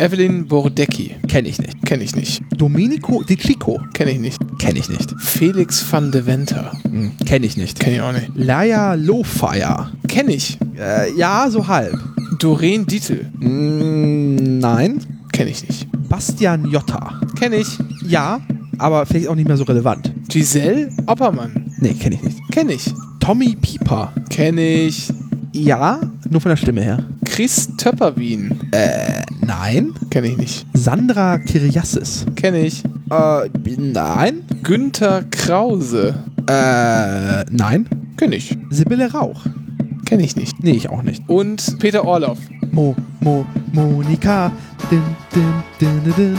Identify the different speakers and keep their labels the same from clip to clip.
Speaker 1: Evelyn Bordecki.
Speaker 2: Kenne ich nicht.
Speaker 1: Kenne ich nicht.
Speaker 2: Domenico Di Chico.
Speaker 1: Kenne ich nicht.
Speaker 2: Kenne ich nicht.
Speaker 1: Felix van de Venter.
Speaker 2: Hm. Kenne ich nicht.
Speaker 1: Kenne ich auch nicht.
Speaker 2: Laia Lofire.
Speaker 1: Kenne ich.
Speaker 2: Äh, ja, so halb.
Speaker 1: Doreen Dietl.
Speaker 2: Mm, nein.
Speaker 1: Kenne ich nicht.
Speaker 2: Bastian Jotta.
Speaker 1: Kenne ich.
Speaker 2: Ja, aber vielleicht auch nicht mehr so relevant.
Speaker 1: Giselle Oppermann.
Speaker 2: Nee, kenne ich nicht.
Speaker 1: Kenne ich.
Speaker 2: Tommy Pieper.
Speaker 1: Kenne ich.
Speaker 2: Ja, nur von der Stimme her.
Speaker 1: Chris Töpperwien.
Speaker 2: Äh, nein.
Speaker 1: Kenne ich nicht.
Speaker 2: Sandra Kiriassis.
Speaker 1: Kenne ich.
Speaker 2: Äh, nein.
Speaker 1: Günther Krause.
Speaker 2: Äh, nein.
Speaker 1: Kenne ich.
Speaker 2: Sibylle Rauch.
Speaker 1: Kenne ich nicht.
Speaker 2: Nee, ich auch nicht.
Speaker 1: Und Peter Orloff.
Speaker 2: Mo, Mo, Monika. Dim, dim, dim, dim, dim.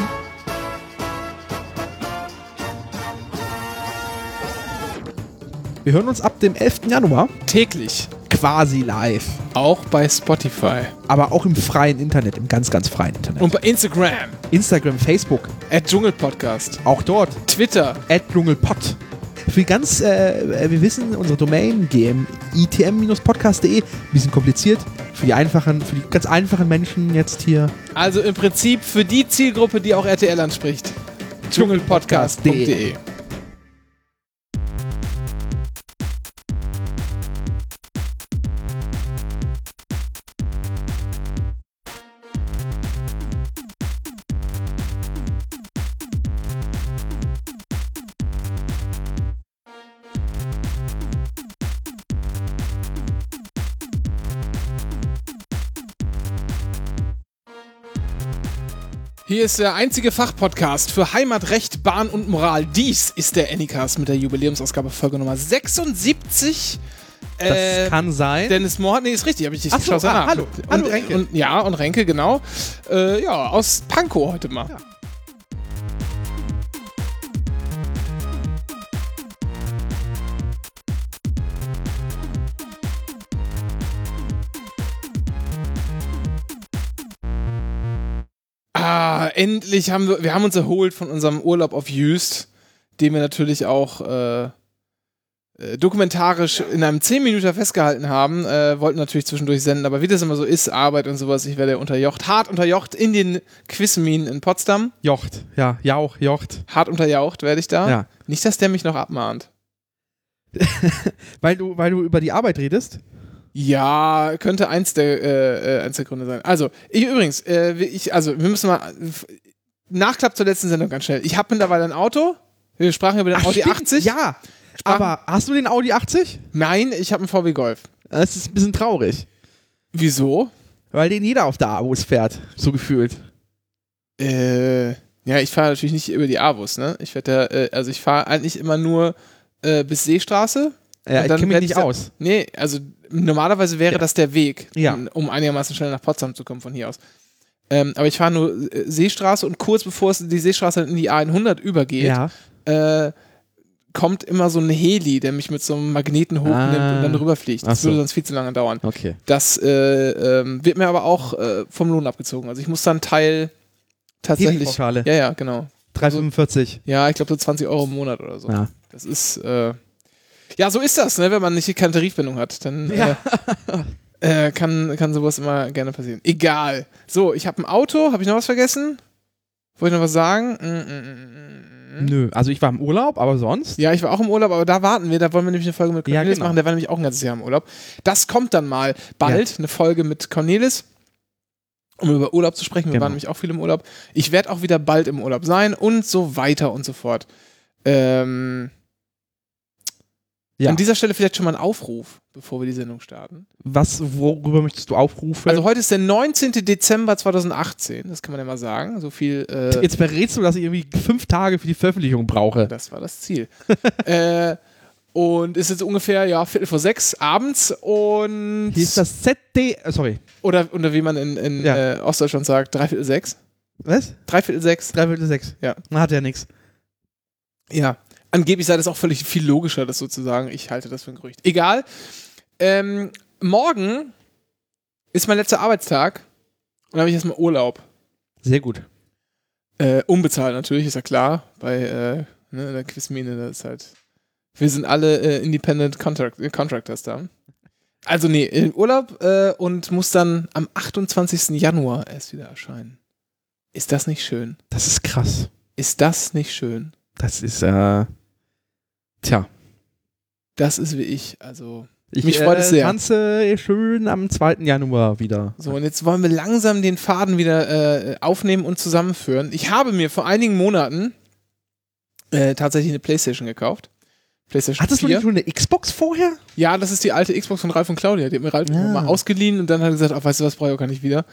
Speaker 2: Wir hören uns ab dem 11. Januar
Speaker 1: Täglich.
Speaker 2: quasi live,
Speaker 1: Auch bei Spotify.
Speaker 2: aber auch im freien Internet, im ganz, ganz freien Internet.
Speaker 1: Und bei Instagram.
Speaker 2: Instagram, Facebook,
Speaker 1: At Dschungelpodcast.
Speaker 2: auch dort,
Speaker 1: Twitter.
Speaker 2: @dschungelpod. Für ganz, äh, wir wissen, unsere Domain gmitm-podcast.de, bisschen kompliziert, für die einfachen, für die ganz einfachen Menschen jetzt hier
Speaker 1: Also im Prinzip für die Zielgruppe, die auch RTL anspricht. Dschungelpodcast.de Hier ist der einzige Fachpodcast für Heimatrecht, Bahn und Moral. Dies ist der Anycast mit der Jubiläumsausgabe Folge Nummer 76. Äh,
Speaker 2: kann sein.
Speaker 1: Dennis Moore, nee, ist richtig, habe ich nicht
Speaker 2: Ach so,
Speaker 1: geschlossen.
Speaker 2: ah,
Speaker 1: danach.
Speaker 2: hallo,
Speaker 1: und,
Speaker 2: hallo, Renke.
Speaker 1: Und, ja, und Renke, genau. Äh, ja, aus Pankow heute mal.
Speaker 2: Ja.
Speaker 1: Ah, endlich haben wir, wir haben uns erholt von unserem Urlaub auf Jüst, den wir natürlich auch äh, äh, dokumentarisch in einem 10 Minuten festgehalten haben, äh, wollten natürlich zwischendurch senden, aber wie das immer so ist, Arbeit und sowas, ich werde unterjocht, hart unterjocht in den Quizminen in Potsdam,
Speaker 2: Jocht, ja, Jauch, Jocht.
Speaker 1: hart unterjaucht werde ich da.
Speaker 2: Ja.
Speaker 1: Nicht, dass der mich noch abmahnt.
Speaker 2: Weil du, weil du über die Arbeit redest?
Speaker 1: Ja, könnte eins der, äh, äh, eins der Gründe sein. Also, ich übrigens, äh, wir- ich, also, wir müssen mal. Nachklapp zur letzten Sendung ganz schnell. Ich habe mittlerweile ein Auto. Wir sprachen über den Audi
Speaker 2: stimmt,
Speaker 1: 80.
Speaker 2: Ja, aber hast du den Audi 80?
Speaker 1: Nein, ich habe einen VW Golf.
Speaker 2: Das ist ein bisschen traurig,
Speaker 1: Wieso?
Speaker 2: weil den jeder auf der Abos fährt, so gefühlt.
Speaker 1: Äh, ja, ich fahre natürlich nicht über die Avus, ne? Ich werde da, äh, also ich fahre eigentlich immer nur äh, bis Seestraße.
Speaker 2: Ja,
Speaker 1: Und
Speaker 2: ich
Speaker 1: dann
Speaker 2: kenne mich
Speaker 1: werd
Speaker 2: nicht
Speaker 1: da-
Speaker 2: aus.
Speaker 1: Nee, also normalerweise wäre das der Weg,
Speaker 2: Ja.
Speaker 1: um einigermaßen schnell nach Potsdam zu kommen von hier aus. Ähm, aber ich fahre nur äh, Seestraße und kurz bevor es die Seestraße halt in die A100 übergeht,
Speaker 2: Ja.
Speaker 1: äh, kommt immer so ein Heli, der mich mit so einem Magneten hochnimmt
Speaker 2: Ah.
Speaker 1: und dann rüberfliegt. Das
Speaker 2: Ach so.
Speaker 1: würde sonst viel zu lange dauern.
Speaker 2: Okay.
Speaker 1: Das äh, ähm, wird mir aber auch äh, vom Lohn abgezogen. Also ich muss dann Teil tatsächlich.
Speaker 2: Heliportale.
Speaker 1: Ja, ja, genau.
Speaker 2: 345.
Speaker 1: Ja, ich glaube so 20 Euro im Monat oder so.
Speaker 2: Ja.
Speaker 1: Das ist, äh, ja, so ist das, ne? wenn man nicht keine Tarifbindung hat. Dann
Speaker 2: Ja.
Speaker 1: äh, äh, kann, kann sowas immer gerne passieren. Egal. So, ich habe ein Auto. Habe ich noch was vergessen? Wollte ich noch was sagen? Mm, mm, mm, mm, mm.
Speaker 2: Nö, also ich war im Urlaub, aber sonst.
Speaker 1: Ja, ich war auch im Urlaub, aber da warten wir. Da wollen wir nämlich eine Folge mit
Speaker 2: Ja,
Speaker 1: Cornelis
Speaker 2: genau.
Speaker 1: machen. Der war nämlich auch ein ganzes Jahr im Urlaub. Das kommt dann mal bald, eine Folge mit Cornelis. Um über Urlaub zu sprechen. Wir
Speaker 2: Genau.
Speaker 1: waren nämlich auch viel im Urlaub. Ich werde auch wieder bald im Urlaub sein und so weiter und so fort. Ähm,
Speaker 2: Ja.
Speaker 1: An dieser Stelle vielleicht schon mal ein Aufruf, bevor wir die Sendung starten.
Speaker 2: Was, worüber möchtest du aufrufen?
Speaker 1: Also heute ist der 19. Dezember 2018, das kann man ja mal sagen. So viel, äh,
Speaker 2: jetzt verrätst du, dass ich irgendwie fünf Tage für die Veröffentlichung brauche.
Speaker 1: das war das Ziel. äh, und ist jetzt ungefähr, ja, Viertel vor sechs abends und...
Speaker 2: Hier ist das ZD. äh, Sorry.
Speaker 1: Oder, oder wie man in, in
Speaker 2: Ja.
Speaker 1: äh, Ostdeutschland sagt, dreiviertel sechs.
Speaker 2: Was?
Speaker 1: Dreiviertel sechs.
Speaker 2: Dreiviertel sechs.
Speaker 1: Ja.
Speaker 2: Na, hat ja nichts.
Speaker 1: Ja. Angeblich sei das auch völlig viel logischer, das sozusagen. Ich halte das für ein Gerücht. Egal. Ähm, morgen ist mein letzter Arbeitstag und habe ich erstmal Urlaub.
Speaker 2: Sehr gut.
Speaker 1: Äh, unbezahlt natürlich, ist ja klar. Bei äh, ne, der Quizmine, das ist halt. Wir sind alle äh, Independent Contract äh, Contractors da. Also, nee, in Urlaub äh, und muss dann am 28. Januar erst wieder erscheinen. Ist das nicht schön?
Speaker 2: Das ist krass.
Speaker 1: Ist das nicht schön?
Speaker 2: Das ist, äh, tja.
Speaker 1: Das ist wie ich. Also.
Speaker 2: Ich äh,
Speaker 1: Mich freut es sehr.
Speaker 2: tanze schön am 2. Januar wieder.
Speaker 1: So, und jetzt wollen wir langsam den Faden wieder äh, aufnehmen und zusammenführen. Ich habe mir vor einigen Monaten äh, tatsächlich eine Playstation gekauft. Playstation
Speaker 2: Hattest du
Speaker 1: 4.
Speaker 2: nicht schon eine Xbox vorher?
Speaker 1: Ja, das ist die alte Xbox von Ralf und Claudia. Die hat mir Ralf
Speaker 2: Ja.
Speaker 1: mal ausgeliehen und dann hat er gesagt, ach, weißt du was, brauche ich auch gar nicht wieder.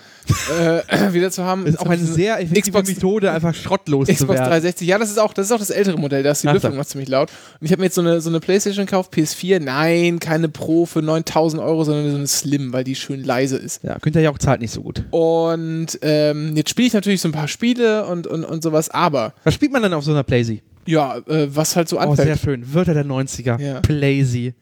Speaker 1: äh, wieder zu haben.
Speaker 2: Das ist
Speaker 1: Jetzt
Speaker 2: auch
Speaker 1: hab
Speaker 2: eine
Speaker 1: ich
Speaker 2: sehr effektive
Speaker 1: Xbox-
Speaker 2: Methode, einfach schrottlos zu
Speaker 1: Xbox
Speaker 2: werden.
Speaker 1: 360, ja, das ist auch, das ist auch das ältere Modell, da ist die
Speaker 2: Ach so.
Speaker 1: Lüftung noch ziemlich laut. Und ich habe mir jetzt so eine, so eine Playstation gekauft, PS4, nein, keine Pro für 9000 Euro, sondern so eine Slim, weil die schön leise ist.
Speaker 2: Ja, Günther Jauch zahlt nicht so gut.
Speaker 1: Und ähm, jetzt spiele ich natürlich so ein paar Spiele und, und, und sowas, aber
Speaker 2: Was spielt man dann auf so einer Playsee?
Speaker 1: ja, äh, was halt so
Speaker 2: Oh, sehr
Speaker 1: anfällt.
Speaker 2: schön. Wörter der 90er.
Speaker 1: Ja.
Speaker 2: Playsee.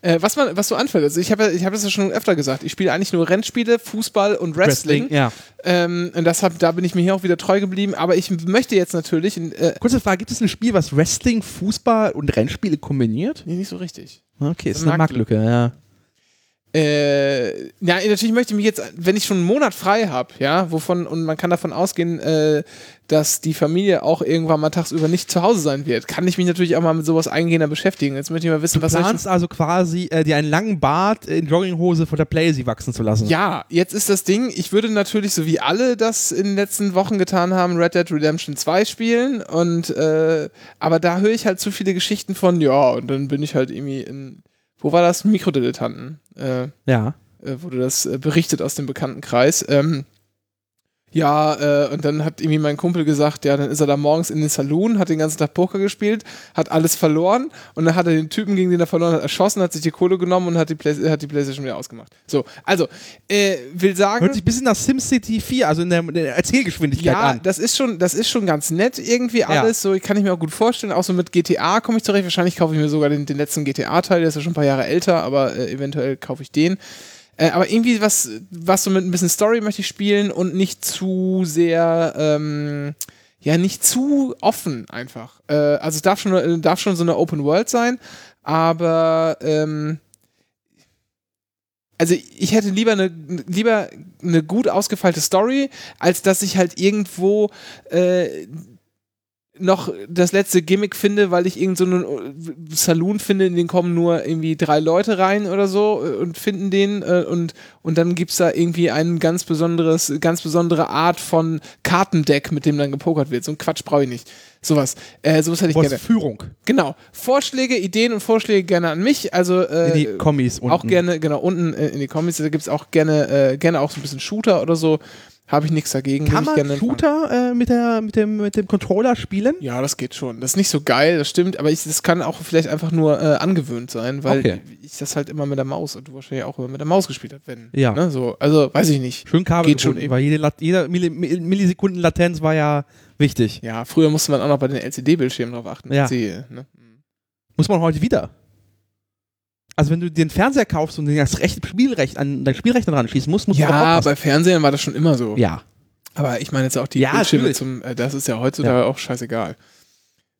Speaker 1: äh, was, man, was so anfällt. Also ich habe ja- ich hab das ja schon öfter gesagt. Ich spiele eigentlich nur Rennspiele, Fußball und Wrestling.
Speaker 2: Ja.
Speaker 1: Ähm, und deshalb, da bin ich mir hier auch wieder treu geblieben. Aber ich möchte jetzt natürlich. Äh,
Speaker 2: Kurze Frage, gibt es ein Spiel, was Wrestling, Fußball und Rennspiele kombiniert?
Speaker 1: nee, nicht so richtig.
Speaker 2: Okay, ist
Speaker 1: Eine
Speaker 2: eine Marktlücke, ja.
Speaker 1: Äh, ja, natürlich möchte ich mich jetzt, wenn ich schon einen Monat frei habe, ja, wovon, und man kann davon ausgehen, äh, dass die Familie auch irgendwann mal tagsüber nicht zu Hause sein wird, kann ich mich natürlich auch mal mit sowas eingehender beschäftigen. Jetzt möchte ich mal wissen,
Speaker 2: Du
Speaker 1: was soll ich denn
Speaker 2: planst also quasi, äh, dir einen langen Bart in Jogginghose vor der Playsee wachsen zu lassen.
Speaker 1: Ja, jetzt ist das Ding, ich würde natürlich, so wie alle das in den letzten Wochen getan haben, Red Dead Redemption 2 spielen und äh, aber da höre ich halt zu viele Geschichten von, ja, und dann bin ich halt irgendwie in, wo war das? Mikrodilettanten, äh, äh,
Speaker 2: Ja.
Speaker 1: wurde das äh, berichtet aus dem Bekanntenkreis. Ähm, ja, äh, und dann hat irgendwie mein Kumpel gesagt, ja, dann ist er da morgens in den Saloon, hat den ganzen Tag Poker gespielt, hat alles verloren und dann hat er den Typen, gegen den er verloren hat, erschossen, hat sich die Kohle genommen und hat die, Play hat die Playstation wieder ausgemacht. So, also, äh, will sagen,
Speaker 2: Hört sich ein bisschen nach SimCity 4, also in der, in der Erzählgeschwindigkeit
Speaker 1: ja,
Speaker 2: an.
Speaker 1: das ist schon, das ist schon ganz nett irgendwie alles. So kann ich mir auch gut vorstellen. Auch so mit GTA komme ich zurecht. Wahrscheinlich kaufe ich mir sogar den, den letzten GTA-Teil. Der ist ja schon ein paar Jahre älter, aber äh, eventuell kaufe ich den. Äh, aber irgendwie was, was so mit ein bisschen Story möchte ich spielen und nicht zu sehr, ähm, ja, nicht zu offen einfach. Äh, also es darf schon, äh, darf schon so eine Open World sein, aber ähm, also ich hätte lieber eine lieber eine gut ausgefeilte Story, als dass ich halt irgendwo äh, noch das letzte Gimmick finde, weil ich irgend so einen äh, Saloon finde, in den kommen nur irgendwie drei Leute rein oder so äh, und finden den äh, und und dann gibt's da irgendwie ein ganz besonderes ganz besondere Art von Kartendeck, mit dem dann gepokert wird. So ein Quatsch brauche ich nicht. Sowas. Äh, sowas hätte ich
Speaker 2: Du hast
Speaker 1: gerne.
Speaker 2: Führung
Speaker 1: Genau. Vorschläge, Ideen und Vorschläge gerne an mich. Also äh,
Speaker 2: in die Kommis unten.
Speaker 1: auch gerne, genau, unten äh, in die Comics, da gibt es auch gerne, äh, gerne auch so ein bisschen Shooter oder so. Habe ich nichts dagegen.
Speaker 2: Kann
Speaker 1: Will ich
Speaker 2: man
Speaker 1: gerne
Speaker 2: Shooter äh, mit, der, mit, dem, mit dem Controller spielen?
Speaker 1: Ja, das geht schon. Das ist nicht so geil, das stimmt, aber ich, das kann auch vielleicht einfach nur äh, angewöhnt sein, weil
Speaker 2: Okay.
Speaker 1: ich das halt immer mit der Maus und du wahrscheinlich auch immer mit der Maus gespielt hast, wenn.
Speaker 2: Ja.
Speaker 1: Ne, so. Also, weiß ich nicht.
Speaker 2: Schön Kabel
Speaker 1: Geht schon
Speaker 2: gebunden,
Speaker 1: eben.
Speaker 2: weil jede, Lat jeder Milli Mill- Millisekunden Latenz war ja wichtig.
Speaker 1: Ja, früher musste man auch noch bei den LCD-Bildschirmen drauf achten.
Speaker 2: Ja.
Speaker 1: Sie, ne?
Speaker 2: Muss man heute wieder. Also wenn du den Fernseher kaufst und den das Recht, Spielrecht an deinen Spielrechner dran schießen musst, musst du
Speaker 1: Ja,
Speaker 2: drauf
Speaker 1: bei Fernsehern war das schon immer so.
Speaker 2: aufpassen. Ja.
Speaker 1: Aber ich meine jetzt auch die
Speaker 2: Ja,
Speaker 1: Bildschirme
Speaker 2: natürlich.
Speaker 1: zum, äh, das ist ja heutzutage auch scheißegal.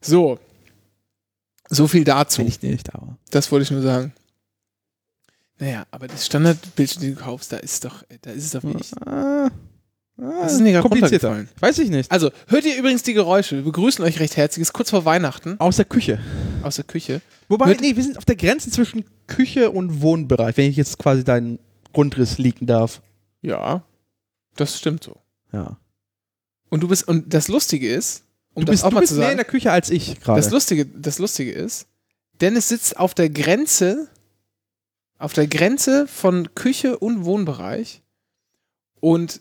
Speaker 1: So. So viel dazu.
Speaker 2: Wenn ich nicht, aber.
Speaker 1: Das wollte ich nur sagen. Naja, aber das Standardbildschirm, den du kaufst, da ist doch, da ist es doch wenig.
Speaker 2: Ah, ah,
Speaker 1: Das ist mir gerade
Speaker 2: komplizierter.
Speaker 1: runtergefallen.
Speaker 2: Weiß ich nicht.
Speaker 1: Also, hört ihr übrigens die Geräusche. Wir begrüßen euch recht herzlich. Es ist kurz vor Weihnachten
Speaker 2: Aus der Küche.
Speaker 1: aus der Küche.
Speaker 2: Wobei,
Speaker 1: Mit-
Speaker 2: nee, wir sind auf der Grenze zwischen Küche und Wohnbereich, wenn ich jetzt quasi deinen Grundriss liegen darf.
Speaker 1: Ja, das stimmt so.
Speaker 2: Ja.
Speaker 1: Und du bist, und das Lustige ist, um
Speaker 2: Du
Speaker 1: das
Speaker 2: bist,
Speaker 1: auch
Speaker 2: du
Speaker 1: mal
Speaker 2: bist
Speaker 1: zu
Speaker 2: mehr in
Speaker 1: sagen,
Speaker 2: der Küche als ich
Speaker 1: das
Speaker 2: gerade.
Speaker 1: Lustige, das Lustige ist, Dennis sitzt auf der Grenze, auf der Grenze von Küche und Wohnbereich und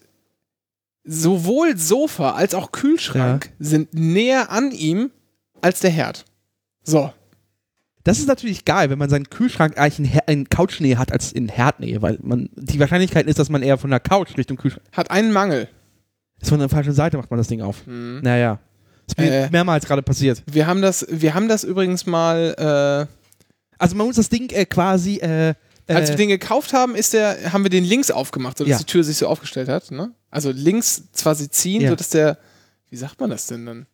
Speaker 1: sowohl Sofa als auch Kühlschrank sind näher an ihm als der Herd. So.
Speaker 2: Das ist natürlich geil, wenn man seinen Kühlschrank eigentlich in, Her- in Couchnähe hat als in Herdnähe, weil man die Wahrscheinlichkeit ist, dass man eher von der Couch Richtung Kühlschrank.
Speaker 1: Hat einen Mangel.
Speaker 2: Ist von der falschen Seite macht man das Ding auf. Naja. Ist mir
Speaker 1: Äh.
Speaker 2: mehrmals gerade passiert.
Speaker 1: Wir haben das, wir haben das übrigens mal,
Speaker 2: Also man muss das Ding äh, quasi äh, äh,
Speaker 1: äh, als wir den gekauft haben, ist der, haben wir den links aufgemacht, sodass
Speaker 2: Ja.
Speaker 1: die Tür sich so aufgestellt hat. Ne? Also links zwar sie ziehen,
Speaker 2: Ja.
Speaker 1: sodass der, wie sagt man das denn dann?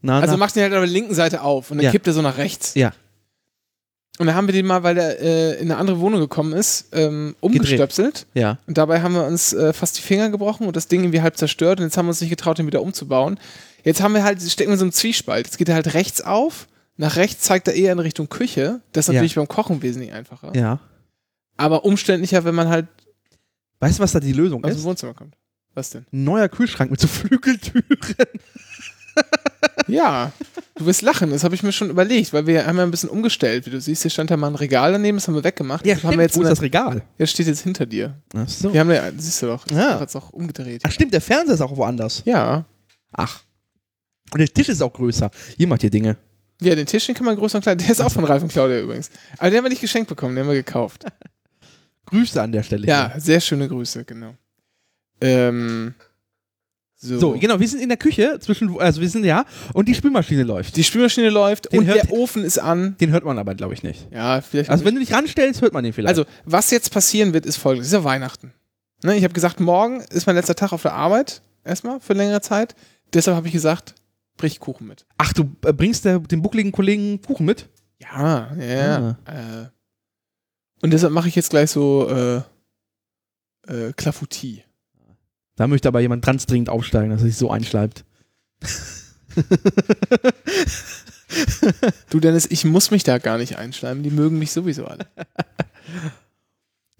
Speaker 2: na,
Speaker 1: Also
Speaker 2: na,
Speaker 1: macht ihn halt auf der linken Seite auf und dann
Speaker 2: Ja.
Speaker 1: kippt er so nach rechts.
Speaker 2: Ja.
Speaker 1: Und da haben wir den mal, weil der äh, in eine andere Wohnung gekommen ist, ähm, umgestöpselt.
Speaker 2: Ja.
Speaker 1: Und dabei haben wir uns äh, fast die Finger gebrochen und das Ding irgendwie halb zerstört. Und jetzt haben wir uns nicht getraut, den wieder umzubauen. Jetzt haben wir halt, stecken wir so im Zwiespalt. Jetzt geht er halt rechts auf. Nach rechts zeigt er eher in Richtung Küche. Das ist
Speaker 2: Ja.
Speaker 1: natürlich beim Kochen wesentlich einfacher.
Speaker 2: Ja.
Speaker 1: Aber umständlicher, wenn man halt
Speaker 2: Weißt du, was da die Lösung
Speaker 1: aus
Speaker 2: ist?
Speaker 1: dem Wohnzimmer kommt. Was denn?
Speaker 2: Ein neuer Kühlschrank mit so Flügeltüren.
Speaker 1: Ja, du wirst lachen, das habe ich mir schon überlegt, weil wir haben ja ein bisschen umgestellt, wie du siehst, hier stand da mal ein Regal daneben, das haben wir weggemacht. das haben wir jetzt,
Speaker 2: Wo ist
Speaker 1: das
Speaker 2: das Regal?
Speaker 1: ja, steht jetzt hinter dir.
Speaker 2: Ach so.
Speaker 1: Wir haben ja, siehst du doch,
Speaker 2: Ja.
Speaker 1: hat es auch umgedreht.
Speaker 2: Ach stimmt, der Fernseher ist auch woanders.
Speaker 1: Ja.
Speaker 2: Ach. Und der Tisch ist auch größer. Ihr macht hier Dinge.
Speaker 1: Ja, den Tisch, den kann man größer und kleiner, der ist auch von Ralf und Claudia übrigens. Aber den haben wir nicht geschenkt bekommen, den haben wir gekauft.
Speaker 2: Grüße an der Stelle.
Speaker 1: Ja, sehr schöne Grüße, genau. Ähm, so.
Speaker 2: hier. So, genau, wir sind in der Küche, zwischen, also wir sind ja, und die Spülmaschine läuft.
Speaker 1: Die Spülmaschine läuft
Speaker 2: Den
Speaker 1: und
Speaker 2: hört-
Speaker 1: der Ofen ist an.
Speaker 2: Den hört man aber, glaube ich, nicht.
Speaker 1: Ja, vielleicht.
Speaker 2: Also wenn du dich ranstellst, hört man den vielleicht.
Speaker 1: Also, was jetzt passieren wird, ist folgendes: Es ist ja Weihnachten. Ne, ich habe gesagt, morgen ist mein letzter Tag auf der Arbeit, erstmal für längere Zeit. Deshalb habe ich gesagt, brich Kuchen mit.
Speaker 2: ach, du äh, bringst der, dem buckligen Kollegen Kuchen mit?
Speaker 1: Ja, ja.
Speaker 2: Ah.
Speaker 1: Äh, und deshalb mache ich jetzt gleich so äh, äh, Klafoutie.
Speaker 2: Da möchte aber jemand ganz dringend aufsteigen, dass er sich so einschleibt.
Speaker 1: Du, Dennis, ich muss mich da gar nicht einschleimen. Die mögen mich sowieso alle.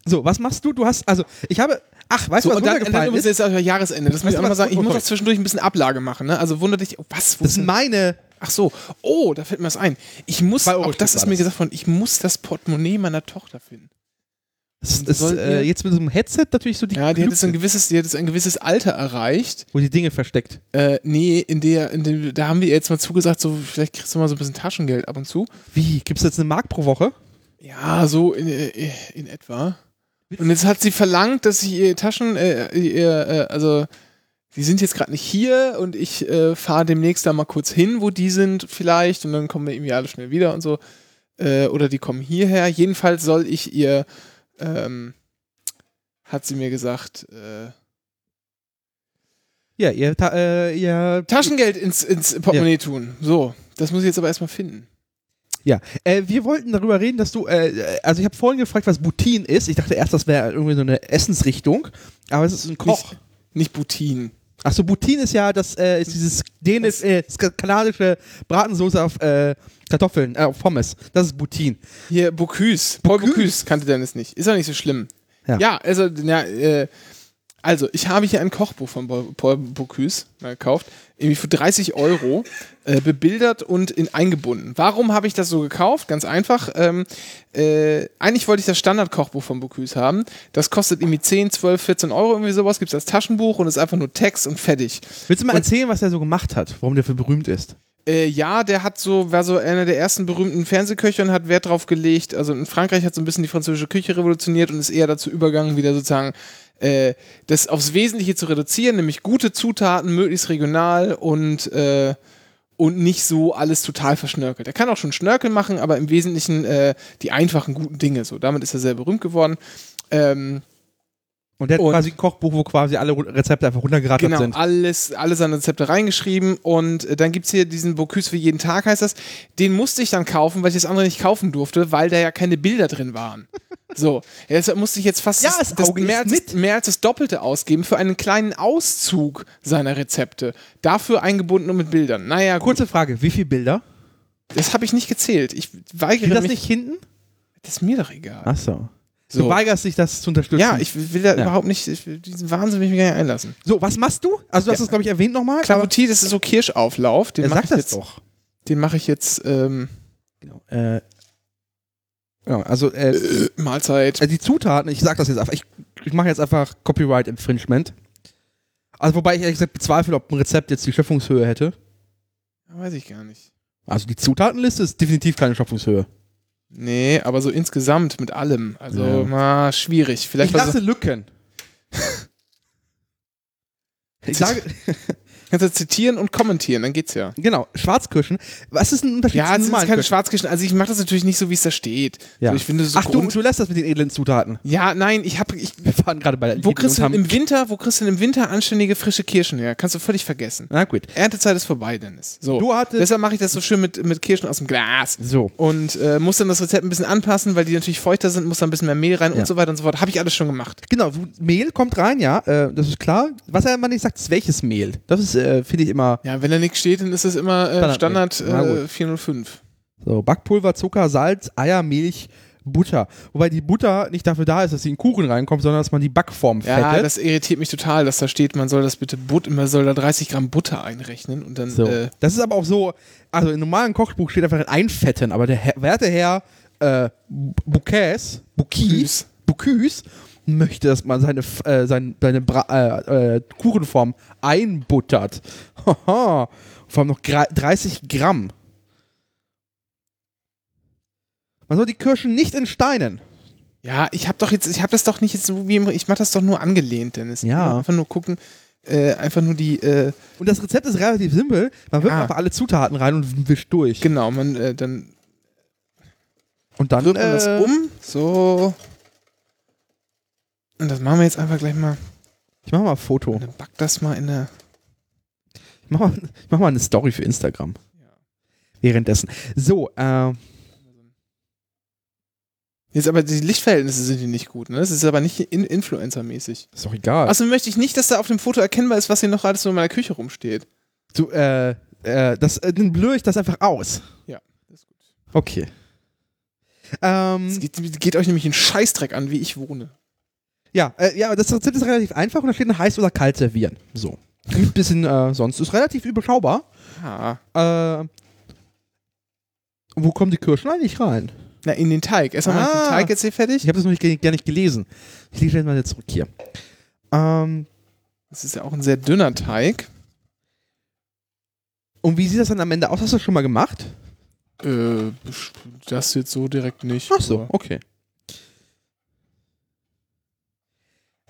Speaker 2: So, was machst du? Du hast, also, ich habe, ach, weißt du, was
Speaker 1: und dann, dann
Speaker 2: runtergefallen
Speaker 1: übrigens ist
Speaker 2: ist?
Speaker 1: auch Jahresende. Das muss ich
Speaker 2: Weißt du
Speaker 1: auch mal
Speaker 2: was?
Speaker 1: sagen. Ich
Speaker 2: Oh,
Speaker 1: muss
Speaker 2: sorry.
Speaker 1: auch zwischendurch ein bisschen Ablage machen. Ne? Also wundert dich, oh, was? Wo
Speaker 2: Das
Speaker 1: ist
Speaker 2: sind
Speaker 1: denn
Speaker 2: meine,
Speaker 1: Ach so, oh, da fällt mir das ein. Ich muss,
Speaker 2: Zwei Euro
Speaker 1: auch
Speaker 2: Stück
Speaker 1: das
Speaker 2: war
Speaker 1: ist mir
Speaker 2: das.
Speaker 1: gesagt worden, ich muss das Portemonnaie meiner Tochter finden.
Speaker 2: das ist
Speaker 1: sollten
Speaker 2: äh,
Speaker 1: wir-
Speaker 2: jetzt mit so einem Headset natürlich so die,
Speaker 1: Ja, die hat
Speaker 2: Luke,
Speaker 1: jetzt ein gewisses, die hat jetzt ein gewisses Alter erreicht.
Speaker 2: wo die Dinge versteckt.
Speaker 1: Äh, nee, in der, in dem, da haben wir ihr jetzt mal zugesagt, so, vielleicht kriegst du mal so ein bisschen Taschengeld ab und zu.
Speaker 2: Wie, gibt's jetzt eine Mark pro Woche?
Speaker 1: Ja, so in, äh, in etwa. Und jetzt hat sie verlangt, dass ich ihr Taschen, äh, ihr, äh, also sie sind jetzt gerade nicht hier und ich äh, fahre demnächst da mal kurz hin, wo die sind vielleicht und dann kommen wir irgendwie alle schnell wieder und so. Äh, oder die kommen hierher. Jedenfalls soll ich ihr, ähm, hat sie mir gesagt, äh,
Speaker 2: Ja, ihr, Ta äh, ihr
Speaker 1: Taschengeld ins, ins Portemonnaie tun. So, das muss ich jetzt aber erstmal finden.
Speaker 2: Ja, äh, wir wollten darüber reden, dass du, äh, also ich habe vorhin gefragt, was Boutin ist. Ich dachte erst, das wäre irgendwie so eine Essensrichtung, aber es ist ein Koch.
Speaker 1: Nicht, nicht Boutin.
Speaker 2: Achso, Boutin ist ja das, äh, ist dieses dänisch, äh, ska- kanadische Bratensoße auf äh, Kartoffeln, äh, auf Pommes. Das ist Boutin.
Speaker 1: Hier, Bocuse. Paul
Speaker 2: Bocuse.
Speaker 1: Bocuse kannte Dennis nicht. Ist auch nicht so schlimm.
Speaker 2: Ja.
Speaker 1: Ja, also, na, äh, also, ich habe hier ein Kochbuch von Paul- Paul Bocuse äh, gekauft. Irgendwie für 30 Euro. Äh, bebildert und in, eingebunden. Warum habe ich das so gekauft? Ganz einfach. Ähm, äh, eigentlich wollte ich das Standardkochbuch von Bocuse haben. Das kostet irgendwie 10, 12, 14 Euro, irgendwie sowas. Gibt es als Taschenbuch und ist einfach nur Text und fertig.
Speaker 2: Willst du mal
Speaker 1: Und-
Speaker 2: erzählen, was er so gemacht hat, warum der für berühmt ist?
Speaker 1: Äh, ja, der hat so, war so einer der ersten berühmten Fernsehköche und hat Wert drauf gelegt. Also in Frankreich hat so ein bisschen die französische Küche revolutioniert und ist eher dazu übergegangen, wieder sozusagen äh, das aufs Wesentliche zu reduzieren, nämlich gute Zutaten, möglichst regional und, äh, und nicht so alles total verschnörkelt. Er kann auch schon Schnörkel machen, aber im Wesentlichen äh, die einfachen, guten Dinge. So, damit ist er sehr berühmt geworden. Ähm,
Speaker 2: Und der hat
Speaker 1: Und-
Speaker 2: quasi ein Kochbuch, wo quasi alle Ru- Rezepte einfach runtergerattert
Speaker 1: Genau,
Speaker 2: sind.
Speaker 1: alles, alle seine Rezepte reingeschrieben und äh, dann gibt es hier diesen Bocuse für jeden Tag, heißt das. Den musste ich dann kaufen, weil ich das andere nicht kaufen durfte, weil da ja keine Bilder drin waren. So, ja, deshalb musste ich jetzt fast
Speaker 2: Ja,
Speaker 1: das,
Speaker 2: das
Speaker 1: das
Speaker 2: Auge ist
Speaker 1: mehr, als,
Speaker 2: mit.
Speaker 1: mehr als das Doppelte ausgeben für einen kleinen Auszug seiner Rezepte. Dafür eingebunden und mit Bildern. Naja, gut,
Speaker 2: Kurze Frage, wie viele Bilder?
Speaker 1: das habe ich nicht gezählt. Ich weigere
Speaker 2: Geht das
Speaker 1: mich.
Speaker 2: nicht hinten?
Speaker 1: Das ist mir doch egal.
Speaker 2: Achso. Du
Speaker 1: So.
Speaker 2: weigerst dich, das zu unterstützen.
Speaker 1: Ja, ich will da
Speaker 2: Ja.
Speaker 1: überhaupt nicht, ich, will- diesen Wahnsinn will ich mir gar nicht einlassen.
Speaker 2: So, was machst du? Also, du hast
Speaker 1: Ja.
Speaker 2: es, glaube ich, erwähnt nochmal. aber-
Speaker 1: Klavotie, das ist so Kirschauflauf. Den
Speaker 2: Er
Speaker 1: mache ich,
Speaker 2: sagt das
Speaker 1: jetzt-
Speaker 2: doch.
Speaker 1: den mach ich jetzt, ähm,
Speaker 2: Genau. Äh, genau also äh,
Speaker 1: Mahlzeit.
Speaker 2: also die Zutaten, ich sag das jetzt einfach, ich, ich mache jetzt einfach Copyright Infringement. Also wobei ich ehrlich gesagt bezweifle, ob ein Rezept jetzt die Schöpfungshöhe hätte.
Speaker 1: Weiß ich gar nicht.
Speaker 2: Also die Zutatenliste ist definitiv keine Schöpfungshöhe.
Speaker 1: Nee, aber so insgesamt mit allem. Also,
Speaker 2: Ja.
Speaker 1: ma, schwierig. Vielleicht war so,
Speaker 2: Lücken. ich sage,
Speaker 1: Kannst du zitieren und kommentieren, dann geht's ja.
Speaker 2: Genau, Schwarzkirschen. Was ist ein Unterschied
Speaker 1: Ja, es sind jetzt
Speaker 2: normalen
Speaker 1: keine
Speaker 2: Kirschen?
Speaker 1: Schwarzkirschen. Also ich mache das natürlich nicht so, wie es da steht.
Speaker 2: Ja.
Speaker 1: So, ich finde so
Speaker 2: Ach, du,
Speaker 1: Grund-
Speaker 2: du lässt das mit den edlen Zutaten.
Speaker 1: Ja, nein, ich habe ich,
Speaker 2: Wir waren gerade bei der
Speaker 1: wo
Speaker 2: edlen
Speaker 1: kriegst du
Speaker 2: und
Speaker 1: denn
Speaker 2: haben-
Speaker 1: im Winter, wo kriegst du denn im Winter anständige frische Kirschen her? Kannst du völlig vergessen.
Speaker 2: Na gut.
Speaker 1: Erntezeit ist vorbei, Dennis. So.
Speaker 2: Du hattest-
Speaker 1: Deshalb mache ich das so schön mit, mit Kirschen aus dem Glas.
Speaker 2: So.
Speaker 1: Und äh, muss dann das Rezept ein bisschen anpassen, weil die natürlich feuchter sind, muss da ein bisschen mehr Mehl rein
Speaker 2: Ja.
Speaker 1: und so weiter und so fort. Habe ich alles schon gemacht.
Speaker 2: Genau, wo- Mehl kommt rein, ja, äh, das ist klar. Was er immer nicht sagt, ist welches Mehl. Das ist, äh, finde ich immer,
Speaker 1: Ja, wenn da nichts steht, dann ist es immer äh,
Speaker 2: Standardmehl.
Speaker 1: Standard
Speaker 2: Na gut.
Speaker 1: äh, 405.
Speaker 2: So, Backpulver, Zucker, Salz, Eier, Milch, Butter. Wobei die Butter nicht dafür da ist, dass sie in den Kuchen reinkommt, sondern dass man die Backform
Speaker 1: Ja,
Speaker 2: fettet.
Speaker 1: das irritiert mich total, dass da steht, man soll das bitte But man soll da 30 Gramm Butter einrechnen und dann
Speaker 2: so.
Speaker 1: äh,
Speaker 2: das ist aber auch so, also im normalen Kochbuch steht einfach einfetten, aber der Herr, werte Herr äh, Bu- Bouquets, Bouquis,
Speaker 1: Bouquis.
Speaker 2: Bouquis möchte, dass man seine, F- äh, sein- seine Bra äh, äh, Kuchenform einbuttert. Haha. Vor allem noch gra- 30 Gramm. Man soll die Kirschen nicht entsteinen.
Speaker 1: Ja, ich hab doch jetzt, ich hab das doch nicht jetzt so wie im, ich mach das doch nur angelehnt, Dennis.
Speaker 2: Ja.
Speaker 1: Einfach nur gucken, äh, einfach nur die, äh,
Speaker 2: Und das Rezept ist relativ simpel. Man wirft
Speaker 1: Ja.
Speaker 2: einfach alle Zutaten rein und wischt durch.
Speaker 1: Ah. genau, man, äh, dann
Speaker 2: und dann äh,
Speaker 1: rührt man das um, so. Und das machen wir jetzt einfach gleich mal.
Speaker 2: Ich mache mal ein Foto.
Speaker 1: Und dann backt das mal in der.
Speaker 2: Ich mache mal, ich mach mal eine Story für Instagram. Währenddessen. So, äh,
Speaker 1: Jetzt aber die Lichtverhältnisse sind hier nicht gut, ne? Das ist aber nicht in Influencer-mäßig.
Speaker 2: ist doch egal.
Speaker 1: Außerdem möchte ich nicht, dass da auf dem Foto erkennbar ist, was hier noch alles so in meiner Küche rumsteht.
Speaker 2: Du, äh, äh, das, äh, dann blöre ich das einfach aus.
Speaker 1: Ja, ist gut.
Speaker 2: Okay.
Speaker 1: Es
Speaker 2: Ähm,
Speaker 1: geht, geht euch nämlich einen Scheißdreck an, wie ich wohne.
Speaker 2: ja, äh, ja, das Rezept ist relativ einfach und da steht dann heiß oder kalt servieren. So. Mit bisschen äh, sonst. Ist relativ überschaubar.
Speaker 1: Ah.
Speaker 2: Äh, wo kommen die Kirschen eigentlich rein?
Speaker 1: Na, in den Teig. Erstmal mach ich
Speaker 2: Ah.
Speaker 1: den Teig jetzt hier fertig.
Speaker 2: Ich habe das noch nicht, gar nicht gelesen. Ich lese jetzt mal jetzt zurück hier. Ähm,
Speaker 1: Das ist ja auch ein sehr dünner Teig.
Speaker 2: und wie sieht das dann am Ende aus? Hast du das schon mal gemacht?
Speaker 1: Äh, das jetzt so direkt nicht.
Speaker 2: Ach so,
Speaker 1: aber-
Speaker 2: okay.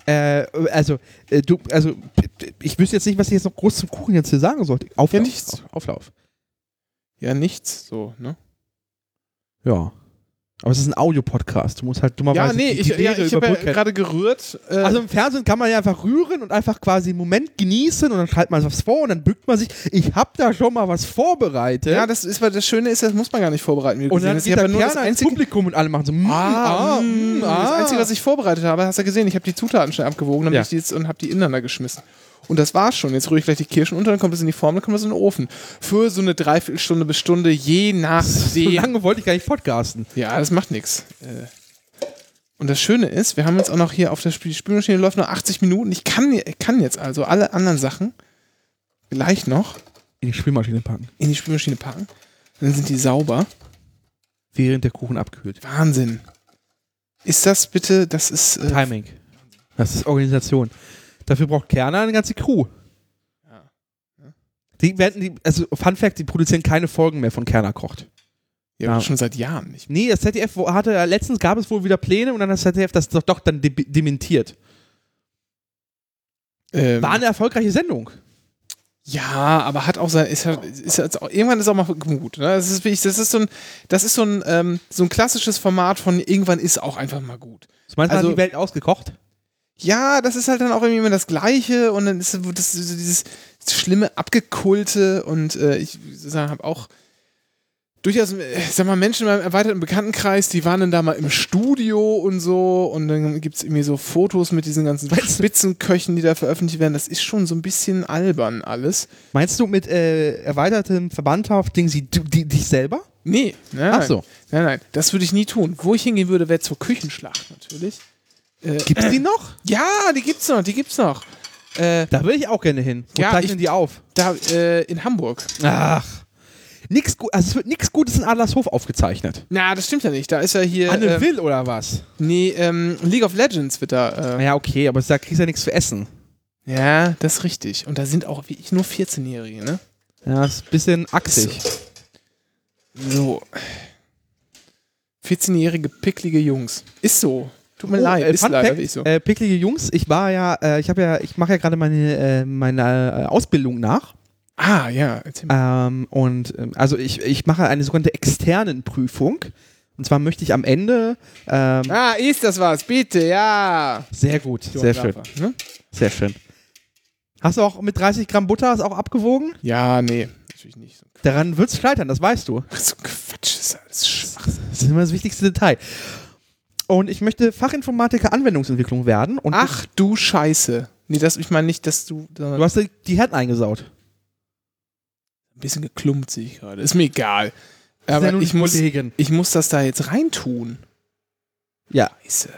Speaker 2: Äh, also, äh, du, also, ich wüsste jetzt nicht, was ich jetzt noch groß zum Kuchen jetzt hier sagen sollte. Auflauf.
Speaker 1: Ja, nichts.
Speaker 2: Auflauf.
Speaker 1: Ja, nichts so, ne?
Speaker 2: Ja. Aber es ist ein Audio-Podcast. Du musst halt
Speaker 1: ja,
Speaker 2: dummerweise
Speaker 1: nee,
Speaker 2: die,
Speaker 1: ich,
Speaker 2: die
Speaker 1: ja,
Speaker 2: Leere
Speaker 1: ich habe ja
Speaker 2: überbrücken.
Speaker 1: gerade gerührt. Äh,
Speaker 2: also im Fernsehen kann man ja einfach rühren und einfach quasi einen Moment genießen und dann schreibt man was vor und dann bückt man sich. Ich hab da schon mal was vorbereitet.
Speaker 1: ja, das ist, weil das Schöne ist, das muss man gar nicht vorbereiten. Wie du
Speaker 2: Und dann
Speaker 1: gesehen hast.
Speaker 2: geht
Speaker 1: ich habe
Speaker 2: da
Speaker 1: nur das
Speaker 2: Kerner ins
Speaker 1: einzige,
Speaker 2: Publikum und alle machen so mm,
Speaker 1: ah,
Speaker 2: mm,
Speaker 1: mm, das einzige, was ich vorbereitet habe, hast du ja gesehen. Ich habe die Zutaten schnell abgewogen, dann
Speaker 2: Ja.
Speaker 1: bin ich die jetzt und habe die ineinander geschmissen. Und das war's schon. Jetzt rühre ich gleich die Kirschen unter, dann kommt das in die Form, dann kommt das in den Ofen. Für so eine Dreiviertelstunde bis Stunde, je
Speaker 2: So
Speaker 1: nachdem.
Speaker 2: lange wollte ich gar nicht podcasten.
Speaker 1: Ja, das macht nichts. Und das Schöne ist, wir haben jetzt auch noch hier auf der Spül Spülmaschine läuft noch 80 Minuten. Ich kann, ich kann jetzt also alle anderen Sachen gleich noch
Speaker 2: In die Spülmaschine packen.
Speaker 1: in die Spülmaschine packen. Dann sind die sauber.
Speaker 2: Während der Kuchen abkühlt.
Speaker 1: Wahnsinn. Ist das bitte, das ist. Äh,
Speaker 2: Timing. Das ist Organisation. Dafür braucht Kerner eine ganze Crew.
Speaker 1: Ja.
Speaker 2: Die werden, die, also Fun Fact, die produzieren keine Folgen mehr von Kerner kocht.
Speaker 1: ja, aber schon seit Jahren nicht.
Speaker 2: Nee, das ZDF wo- hatte, äh, letztens gab es wohl wieder Pläne und dann hat das ZDF das doch, doch dann de dementiert.
Speaker 1: Ähm,
Speaker 2: War eine erfolgreiche Sendung.
Speaker 1: ja, aber hat auch sein. Ist, ja- ist, ja jetzt auch, irgendwann ist auch mal gut. Ne? Das, ist, wirklich- das ist so ein, das ist so ein, ähm, so ein klassisches Format von irgendwann ist auch einfach mal gut.
Speaker 2: Das meinst du,
Speaker 1: Also-
Speaker 2: hat die Welt ausgekocht?
Speaker 1: ja, das ist halt dann auch irgendwie immer das Gleiche und dann ist so das, so dieses schlimme Abgekulte und äh, ich habe auch durchaus, äh, sag mal, Menschen in meinem erweiterten Bekanntenkreis, die waren dann da mal im Studio und so und dann gibt's irgendwie so Fotos mit diesen ganzen Spitzenköchen, die da veröffentlicht werden. Das ist schon so ein bisschen albern alles.
Speaker 2: Meinst du mit äh, erweitertem Verwandtschaft Ding sie du, die, dich selber?
Speaker 1: Nee, nein,
Speaker 2: Ach so.
Speaker 1: nein, nein, das würde ich nie tun. Wo ich hingehen würde, wäre zur Küchenschlacht natürlich. Äh,
Speaker 2: Gibt's die noch?
Speaker 1: Ja, die gibt's noch, die gibt's noch. Äh,
Speaker 2: Da will ich auch gerne hin. Wo
Speaker 1: Ja,
Speaker 2: zeichnen
Speaker 1: ich-
Speaker 2: die auf?
Speaker 1: da äh, in Hamburg.
Speaker 2: Ach. Nix gut, also es wird nichts Gutes in Adlershof aufgezeichnet.
Speaker 1: Na, das stimmt ja nicht. Da ist ja hier.
Speaker 2: Anne
Speaker 1: ähm,
Speaker 2: Will oder was?
Speaker 1: nee, ähm, League of Legends wird da. Äh,
Speaker 2: Naja, okay, aber da kriegst du ja nichts zu essen.
Speaker 1: ja, das ist richtig. Und da sind auch wie ich nur 14-Jährige, ne?
Speaker 2: Ja, ist ein bisschen achsig.
Speaker 1: So. 14-jährige picklige Jungs. Ist so. Tut mir leid,
Speaker 2: äh,
Speaker 1: ist
Speaker 2: Fun
Speaker 1: leider
Speaker 2: Fact,
Speaker 1: wirklich so.
Speaker 2: äh, picklige Jungs, ich war ja, äh, ich habe ja, ich mache ja gerade meine, äh, meine äh, Ausbildung nach.
Speaker 1: Ah, ja. erzähl mal.
Speaker 2: Ähm, und ähm, also ich, ich mache eine sogenannte externen Prüfung. Und zwar möchte ich am Ende ähm,
Speaker 1: Ah, ist das was? Bitte, ja.
Speaker 2: sehr gut, sehr
Speaker 1: Johann
Speaker 2: schön,
Speaker 1: Klaffer, Ne?
Speaker 2: sehr schön. Hast du auch mit 30 Gramm Butter hast auch abgewogen?
Speaker 1: Ja, nee. Natürlich nicht. So
Speaker 2: Daran wird's scheitern, das weißt du.
Speaker 1: Quatsch, so Quatsch ist alles schwach.
Speaker 2: Das ist immer das wichtigste Detail. Und ich möchte Fachinformatiker Anwendungsentwicklung werden. Und
Speaker 1: Ach du Scheiße. Nee, das, ich meine nicht, dass du, sondern
Speaker 2: du hast dir die Herden eingesaut.
Speaker 1: ein bisschen geklumpt sehe ich gerade. Ist mir egal.
Speaker 2: Das ist ja
Speaker 1: Aber
Speaker 2: nur
Speaker 1: ich
Speaker 2: die
Speaker 1: muss,
Speaker 2: Kollegen.
Speaker 1: ich muss das da jetzt reintun.
Speaker 2: Ja.
Speaker 1: Scheiße.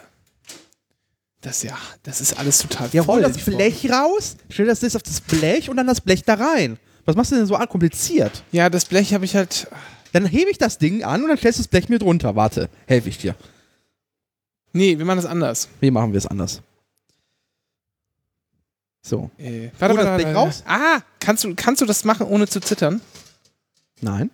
Speaker 1: Das ja, das ist alles total
Speaker 2: Ja, hol
Speaker 1: voll.
Speaker 2: das
Speaker 1: die Form.
Speaker 2: Blech raus, stell das jetzt auf das Blech und dann das Blech da rein. Was machst du denn so kompliziert?
Speaker 1: Ja, das Blech habe ich halt.
Speaker 2: Dann hebe ich das Ding an und dann stellst du das Blech mir drunter. Warte, helfe ich dir.
Speaker 1: Nee, wir machen das anders.
Speaker 2: Wie machen wir es anders? So.
Speaker 1: Äh, warte,
Speaker 2: Oh, das Blech raus?
Speaker 1: Ah, kannst du, kannst du das machen, ohne zu zittern?
Speaker 2: Nein.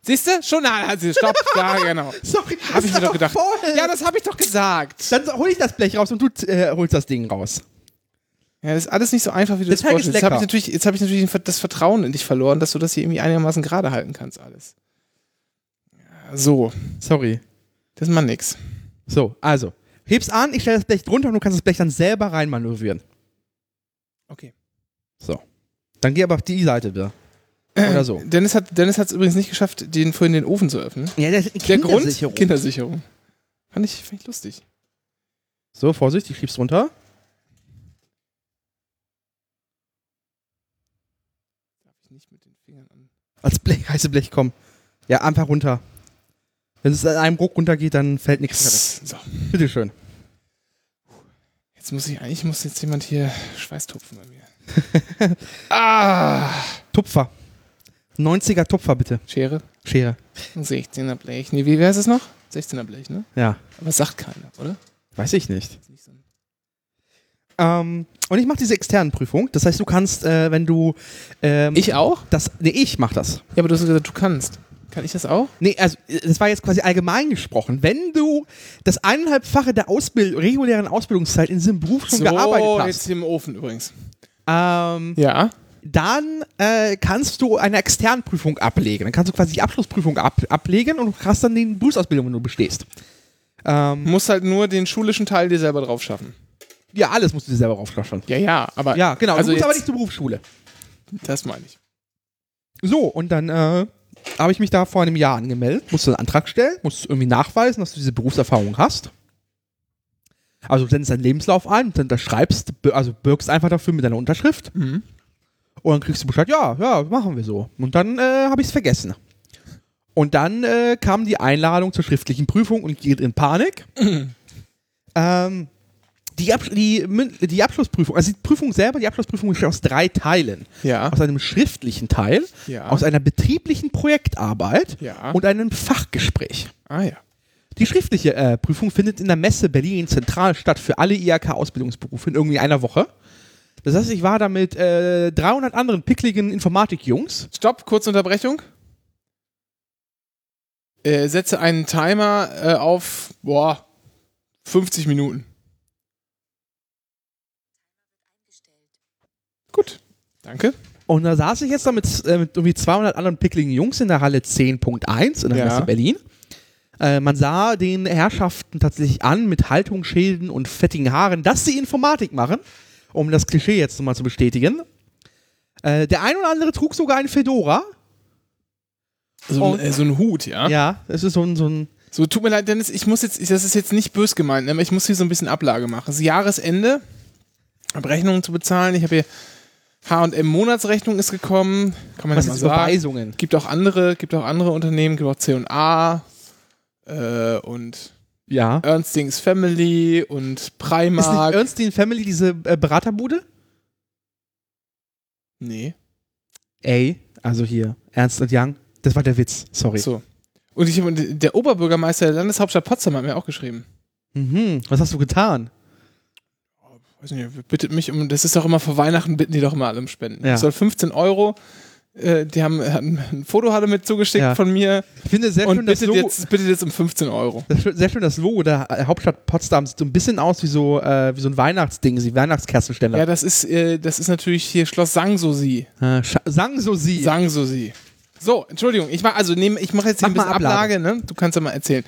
Speaker 1: Siehst du? Schon, ah, also, stopp. ja, genau.
Speaker 2: Sorry,
Speaker 1: Hab ich mir doch gedacht.
Speaker 2: Voll.
Speaker 1: Ja, das habe ich doch gesagt.
Speaker 2: dann hole ich das Blech raus und du äh, holst das Ding raus.
Speaker 1: Ja, das ist alles nicht so einfach, wie du
Speaker 2: Der
Speaker 1: das
Speaker 2: Teig ist
Speaker 1: vorstellst. Jetzt habe ich
Speaker 2: lecker.
Speaker 1: natürlich, jetzt hab ich natürlich den Ver- das Vertrauen in dich verloren, dass du das hier irgendwie einigermaßen gerade halten kannst, alles. Ja, So,
Speaker 2: Sorry.
Speaker 1: das ist mal nix.
Speaker 2: So, also. Heb's an, ich stelle das Blech drunter und du kannst das Blech dann selber reinmanövrieren.
Speaker 1: Okay.
Speaker 2: So. Dann geh aber auf die Seite wieder. Oder so.
Speaker 1: Dennis hat es übrigens nicht geschafft, den vorhin den Ofen zu öffnen.
Speaker 2: Ja, der,
Speaker 1: Der Grund? Kindersicherung. Fand ich, fand ich lustig.
Speaker 2: So, Vorsicht, ich schieb's drunter.
Speaker 1: Darf ich nicht mit den Fingern an.
Speaker 2: Als Blech, heiße Blech kommen. Ja, einfach runter. Wenn es an einem Ruck runtergeht, dann fällt nichts.
Speaker 1: So,
Speaker 2: Bitteschön.
Speaker 1: jetzt muss ich eigentlich muss jetzt jemand hier Schweiß tupfen bei mir. ah!
Speaker 2: Tupfer. 90er Tupfer, bitte.
Speaker 1: Schere.
Speaker 2: Schere.
Speaker 1: Ein 16er Blech. Nee, wie, wie heißt es noch? 16er Blech, ne?
Speaker 2: Ja.
Speaker 1: Aber es sagt keiner, oder?
Speaker 2: Weiß ich nicht.
Speaker 1: Ist nicht so ein
Speaker 2: Ähm, und ich mache diese externen Prüfung. Das heißt, du kannst, äh, wenn du. Ähm,
Speaker 1: Ich auch?
Speaker 2: Das, nee, ich mach das.
Speaker 1: Ja, aber du hast gesagt, du kannst. Kann ich das auch?
Speaker 2: Nee, also äh, das war jetzt quasi allgemein gesprochen. Wenn du das eineinhalbfache der Ausbild regulären Ausbildungszeit in diesem Beruf schon gearbeitet
Speaker 1: jetzt hier im Ofen übrigens.
Speaker 2: hast, ähm,
Speaker 1: Ja.
Speaker 2: dann äh, kannst du eine externe Prüfung ablegen. Dann kannst du quasi die Abschlussprüfung ab ablegen und hast dann die Berufsausbildung, wenn du bestehst. Ähm,
Speaker 1: Du musst halt nur den schulischen Teil dir selber drauf schaffen.
Speaker 2: ja, alles musst du dir selber raufklaschen.
Speaker 1: Ja, ja, aber.
Speaker 2: Ja, genau.
Speaker 1: Also
Speaker 2: du musst aber
Speaker 1: jetzt-
Speaker 2: nicht zur Berufsschule.
Speaker 1: Das meine ich.
Speaker 2: So, und dann äh, habe ich mich da vor einem Jahr angemeldet, musste einen Antrag stellen, musste irgendwie nachweisen, dass du diese Berufserfahrung hast. Also du sendest deinen Lebenslauf ein, dann da schreibst, b- also bürgst einfach dafür mit deiner Unterschrift
Speaker 1: Mhm.
Speaker 2: und dann kriegst du Bescheid, ja, ja, machen wir so. Und dann äh, habe ich es vergessen. Und dann äh, kam die Einladung zur schriftlichen Prüfung und geht in Panik. ähm, die, Absch die, Mün- die Abschlussprüfung, also die Prüfung selber, die Abschlussprüfung besteht aus drei Teilen.
Speaker 1: Ja.
Speaker 2: Aus einem schriftlichen Teil,
Speaker 1: Ja.
Speaker 2: aus einer betrieblichen Projektarbeit
Speaker 1: Ja.
Speaker 2: und einem Fachgespräch.
Speaker 1: Ah, ja.
Speaker 2: Die schriftliche äh, Prüfung findet in der Messe Berlin zentral statt für alle IHK-Ausbildungsberufe in irgendwie einer Woche. Das heißt, ich war da mit äh, 300 anderen pickligen Informatik-Jungs.
Speaker 1: Stopp, kurze Unterbrechung. Äh, setze einen Timer äh, auf, boah, 50 Minuten. Gut. Danke.
Speaker 2: Und da saß ich jetzt da mit, äh, mit irgendwie 200 anderen pickligen Jungs in der Halle 10.1 in der
Speaker 1: Ja.
Speaker 2: Messe Berlin. Äh, man sah den Herrschaften tatsächlich an mit Haltungsschilden und fettigen Haaren, dass sie Informatik machen, um das Klischee jetzt nochmal zu bestätigen. Äh, der ein oder andere trug sogar einen Fedora.
Speaker 1: So, ein-
Speaker 2: Und-
Speaker 1: äh, so ein Hut, ja?
Speaker 2: Ja, es ist so ein, so ein
Speaker 1: So, tut mir leid, Dennis, ich muss jetzt, ich, das ist jetzt nicht bös gemeint, ne, aber ich muss hier so ein bisschen Ablage machen. Es ist Jahresende, habe Rechnungen zu bezahlen. Ich habe hier H&M Monatsrechnung ist gekommen, kann man
Speaker 2: was
Speaker 1: ja mal
Speaker 2: ist
Speaker 1: sagen.
Speaker 2: Überweisungen.
Speaker 1: Gibt auch andere, gibt auch andere Unternehmen, gibt auch C&A äh, und
Speaker 2: Ja.
Speaker 1: Ernstings Family und
Speaker 2: Ist nicht
Speaker 1: Primark.
Speaker 2: Ernstine Family diese äh, Beraterbude?
Speaker 1: Nee,
Speaker 2: Ey, also hier, Ernst und Young. Das war der Witz, sorry.
Speaker 1: so. Und ich, und der Oberbürgermeister der Landeshauptstadt Potsdam hat mir auch geschrieben.
Speaker 2: Mhm, was hast du getan?
Speaker 1: weiß nicht, bittet mich um, das ist doch immer vor Weihnachten, bitten die doch immer alle um Spenden.
Speaker 2: Ja.
Speaker 1: Ich soll 15 Euro Äh, die haben hatten ein Foto hatte mit zugeschickt
Speaker 2: Ja.
Speaker 1: von mir
Speaker 2: Ich finde sehr schön,
Speaker 1: und
Speaker 2: das
Speaker 1: bittet
Speaker 2: Logo,
Speaker 1: jetzt, bittet jetzt um 15 Euro.
Speaker 2: das, sehr schön das Logo der Hauptstadt Potsdam sieht so ein bisschen aus wie so, äh, wie so ein Weihnachtsding, wie Weihnachtskerzenständer.
Speaker 1: Ja, das ist, äh, das ist natürlich hier Schloss Sanssouci.
Speaker 2: Äh, Scha- Sang so sie.
Speaker 1: Sanssouci. So, Entschuldigung, ich mache also nehm, ich mache jetzt hier ein
Speaker 2: Mach
Speaker 1: bisschen
Speaker 2: mal Ablage.
Speaker 1: Ablage, ne? Du kannst ja mal erzählen.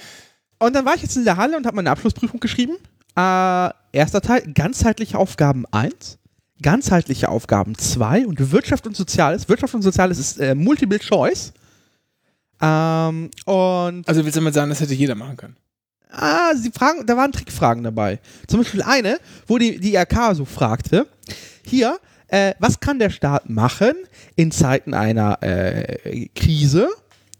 Speaker 2: Und dann war ich jetzt in der Halle und habe meine Abschlussprüfung geschrieben. Äh, erster Teil, ganzheitliche Aufgaben 1, ganzheitliche Aufgaben 2 und Wirtschaft und Soziales. Wirtschaft und Soziales ist äh, Multiple Choice. Ähm, und
Speaker 1: Also willst du damit sagen, das hätte jeder machen können.
Speaker 2: ah, sie fragen, da waren Trickfragen dabei. Zum Beispiel eine, wo die, die IRK so fragte, hier, äh, was kann der Staat machen in Zeiten einer äh, Krise?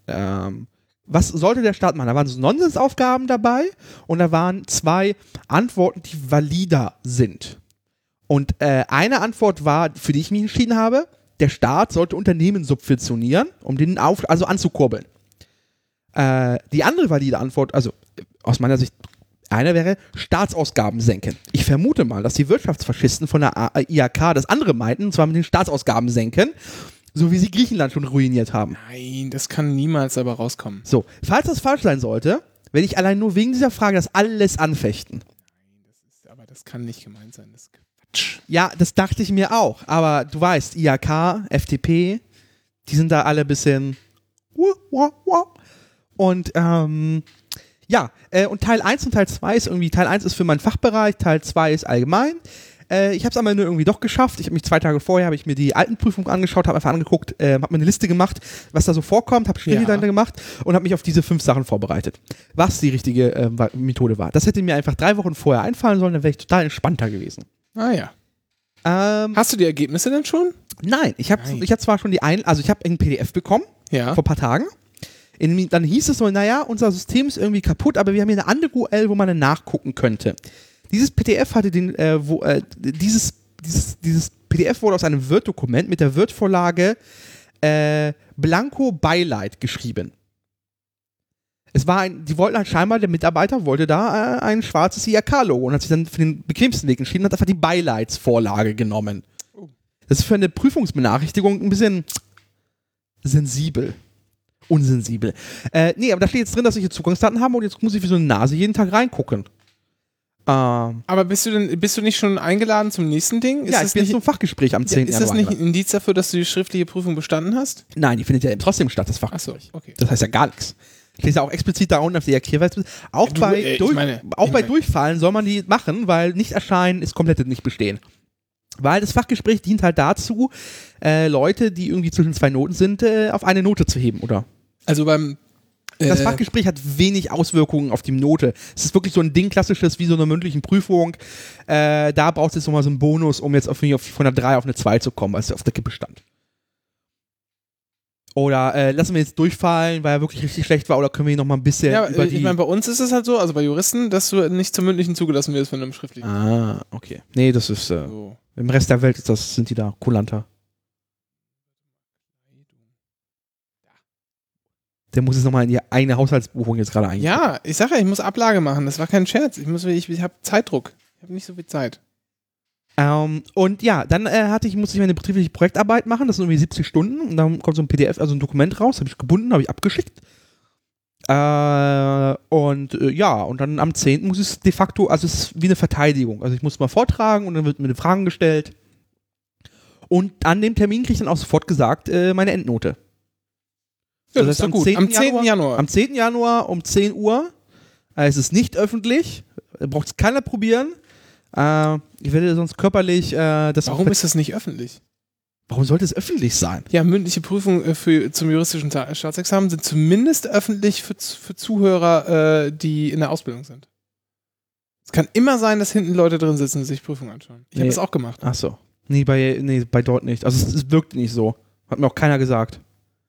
Speaker 2: Ähm, was sollte der Staat machen? Da waren so Nonsensaufgaben dabei und da waren zwei Antworten, die valider sind. Und äh, eine Antwort war, für die ich mich entschieden habe, der Staat sollte Unternehmen subventionieren, um den auf, also anzukurbeln. Äh, die andere valide Antwort, also äh, aus meiner Sicht, eine wäre Staatsausgaben senken. Ich vermute mal, dass die Wirtschaftsfaschisten von der A- IAK das andere meinten, und zwar mit den Staatsausgaben senken, so wie sie Griechenland schon ruiniert haben.
Speaker 1: Nein, das kann niemals aber rauskommen.
Speaker 2: So, falls das falsch sein sollte, werde ich allein nur wegen dieser Frage das alles anfechten.
Speaker 1: Aber das kann nicht gemeint sein. Das ist Quatsch.
Speaker 2: Ja, das dachte ich mir auch, aber du weißt, IAK, FDP, die sind da alle ein bisschen. wuh, wuh, wuh. Und ähm, ja, äh, und Teil 1 und Teil 2 ist irgendwie, Teil 1 ist für meinen Fachbereich, Teil 2 ist allgemein. Äh, ich habe es am Ende irgendwie doch geschafft. Ich habe mich zwei Tage vorher, habe ich mir die alten Prüfungen angeschaut, habe einfach angeguckt, äh, habe mir eine Liste gemacht, was da so vorkommt, habe Spiele
Speaker 1: Ja.
Speaker 2: dann gemacht und habe mich auf diese fünf Sachen vorbereitet. Was die richtige äh, wa- Methode war. Das hätte mir einfach drei Wochen vorher einfallen sollen, dann wäre ich total entspannter gewesen.
Speaker 1: Ah ja.
Speaker 2: Ähm,
Speaker 1: Hast du die Ergebnisse denn schon?
Speaker 2: Nein, ich habe
Speaker 1: Nein.
Speaker 2: ich hab zwar schon die ein, also ich habe ein PDF bekommen
Speaker 1: Ja.
Speaker 2: vor ein paar Tagen. In, dem- dann hieß es so, naja, unser System ist irgendwie kaputt, aber wir haben hier eine andere URL, wo man dann nachgucken könnte. Dieses PDF hatte den, äh, wo, äh, dieses, dieses, dieses PDF wurde aus einem Word-Dokument mit der Word-Vorlage äh, Blanco Beileid geschrieben. Es war ein, die wollten halt scheinbar, der Mitarbeiter wollte da äh, ein schwarzes IAK-Logo und hat sich dann für den bequemsten Weg entschieden und hat einfach die Beileidsvorlage genommen. Das ist für eine Prüfungsbenachrichtigung ein bisschen sensibel. Unsensibel. Äh, nee, aber da steht jetzt drin, dass ich jetzt Zugangsdaten habe und jetzt muss ich wie so eine Nase jeden Tag reingucken. Ähm,
Speaker 1: Aber bist du denn, bist du nicht schon eingeladen zum nächsten Ding?
Speaker 2: ja, ich
Speaker 1: das
Speaker 2: bin jetzt
Speaker 1: nicht,
Speaker 2: zum Fachgespräch am 10.
Speaker 1: ist das nicht
Speaker 2: Januar.
Speaker 1: ein Indiz dafür, dass du die schriftliche Prüfung bestanden hast?
Speaker 2: Nein, die findet ja trotzdem statt, das
Speaker 1: Achso,
Speaker 2: Fachgespräch.
Speaker 1: okay.
Speaker 2: Das heißt ja gar nichts. Steht ja auch explizit da unten auf der Erklärweise. Auch
Speaker 1: Ja, du,
Speaker 2: bei,
Speaker 1: äh, ich
Speaker 2: durch,
Speaker 1: meine-
Speaker 2: auch
Speaker 1: ich
Speaker 2: bei
Speaker 1: meine-
Speaker 2: Durchfallen soll man die machen, weil nicht erscheinen ist komplett nicht bestehen. Weil das Fachgespräch dient halt dazu, äh, Leute, die irgendwie zwischen zwei Noten sind, äh, auf eine Note zu heben, oder?
Speaker 1: Also beim.
Speaker 2: Das
Speaker 1: äh,
Speaker 2: Fachgespräch hat wenig Auswirkungen auf die Note. Es ist wirklich so ein Ding, klassisches, wie so eine mündlichen Prüfung. Äh, da brauchst du jetzt nochmal so einen Bonus, um jetzt auf, auf, von einer 3 auf eine 2 zu kommen, als auf der Kippe stand. Oder äh, lassen wir jetzt durchfallen, weil er wirklich richtig schlecht war, oder können wir ihn nochmal ein bisschen
Speaker 1: ja,
Speaker 2: über
Speaker 1: äh,
Speaker 2: die...
Speaker 1: ich meine, bei uns ist es halt so, also bei Juristen, dass du nicht zum mündlichen zugelassen wirst, wenn du im schriftlichen.
Speaker 2: ah, okay. Nee, das ist... Äh,
Speaker 1: So.
Speaker 2: Im Rest der Welt ist das, sind die da kulanter. Der muss jetzt nochmal in die eigene Haushaltsbuchung jetzt gerade eingehen.
Speaker 1: Ja, ich sage ja, ich muss Ablage machen. Das war kein Scherz. Ich, muss- ich, ich habe Zeitdruck. Ich habe nicht so viel Zeit.
Speaker 2: Ähm, und ja, dann äh, hatte ich, musste ich meine betriebliche Projektarbeit machen, das sind irgendwie 70 Stunden und dann kommt so ein PDF, also ein Dokument raus, habe ich gebunden, habe ich abgeschickt. Äh, und äh, ja, und dann am 10. muss ich es de facto, also es ist wie eine Verteidigung. Also ich muss mal vortragen und dann wird mir Fragen gestellt. Und an dem Termin kriege ich dann auch sofort gesagt, äh, meine Endnote.
Speaker 1: Ja,
Speaker 2: Also
Speaker 1: das ist doch
Speaker 2: am
Speaker 1: gut.
Speaker 2: 10.
Speaker 1: Am 10. Januar.
Speaker 2: Am 10. Januar um 10 Uhr. Äh, Es ist nicht öffentlich. Braucht es keiner probieren. Äh, ich werde sonst körperlich äh, das
Speaker 1: Warum ist das nicht öffentlich?
Speaker 2: Warum sollte es öffentlich sein?
Speaker 1: Ja, mündliche Prüfungen äh, für, zum juristischen Ta- Staatsexamen sind zumindest öffentlich für, Z- für Zuhörer, äh, die in der Ausbildung sind. Es kann immer sein, dass hinten Leute drin sitzen und sich Prüfungen anschauen. Ich
Speaker 2: Nee.
Speaker 1: habe das auch gemacht.
Speaker 2: Ach so. Nee, bei, nee, bei dort nicht. Also es, es wirkt nicht so. Hat mir auch keiner gesagt.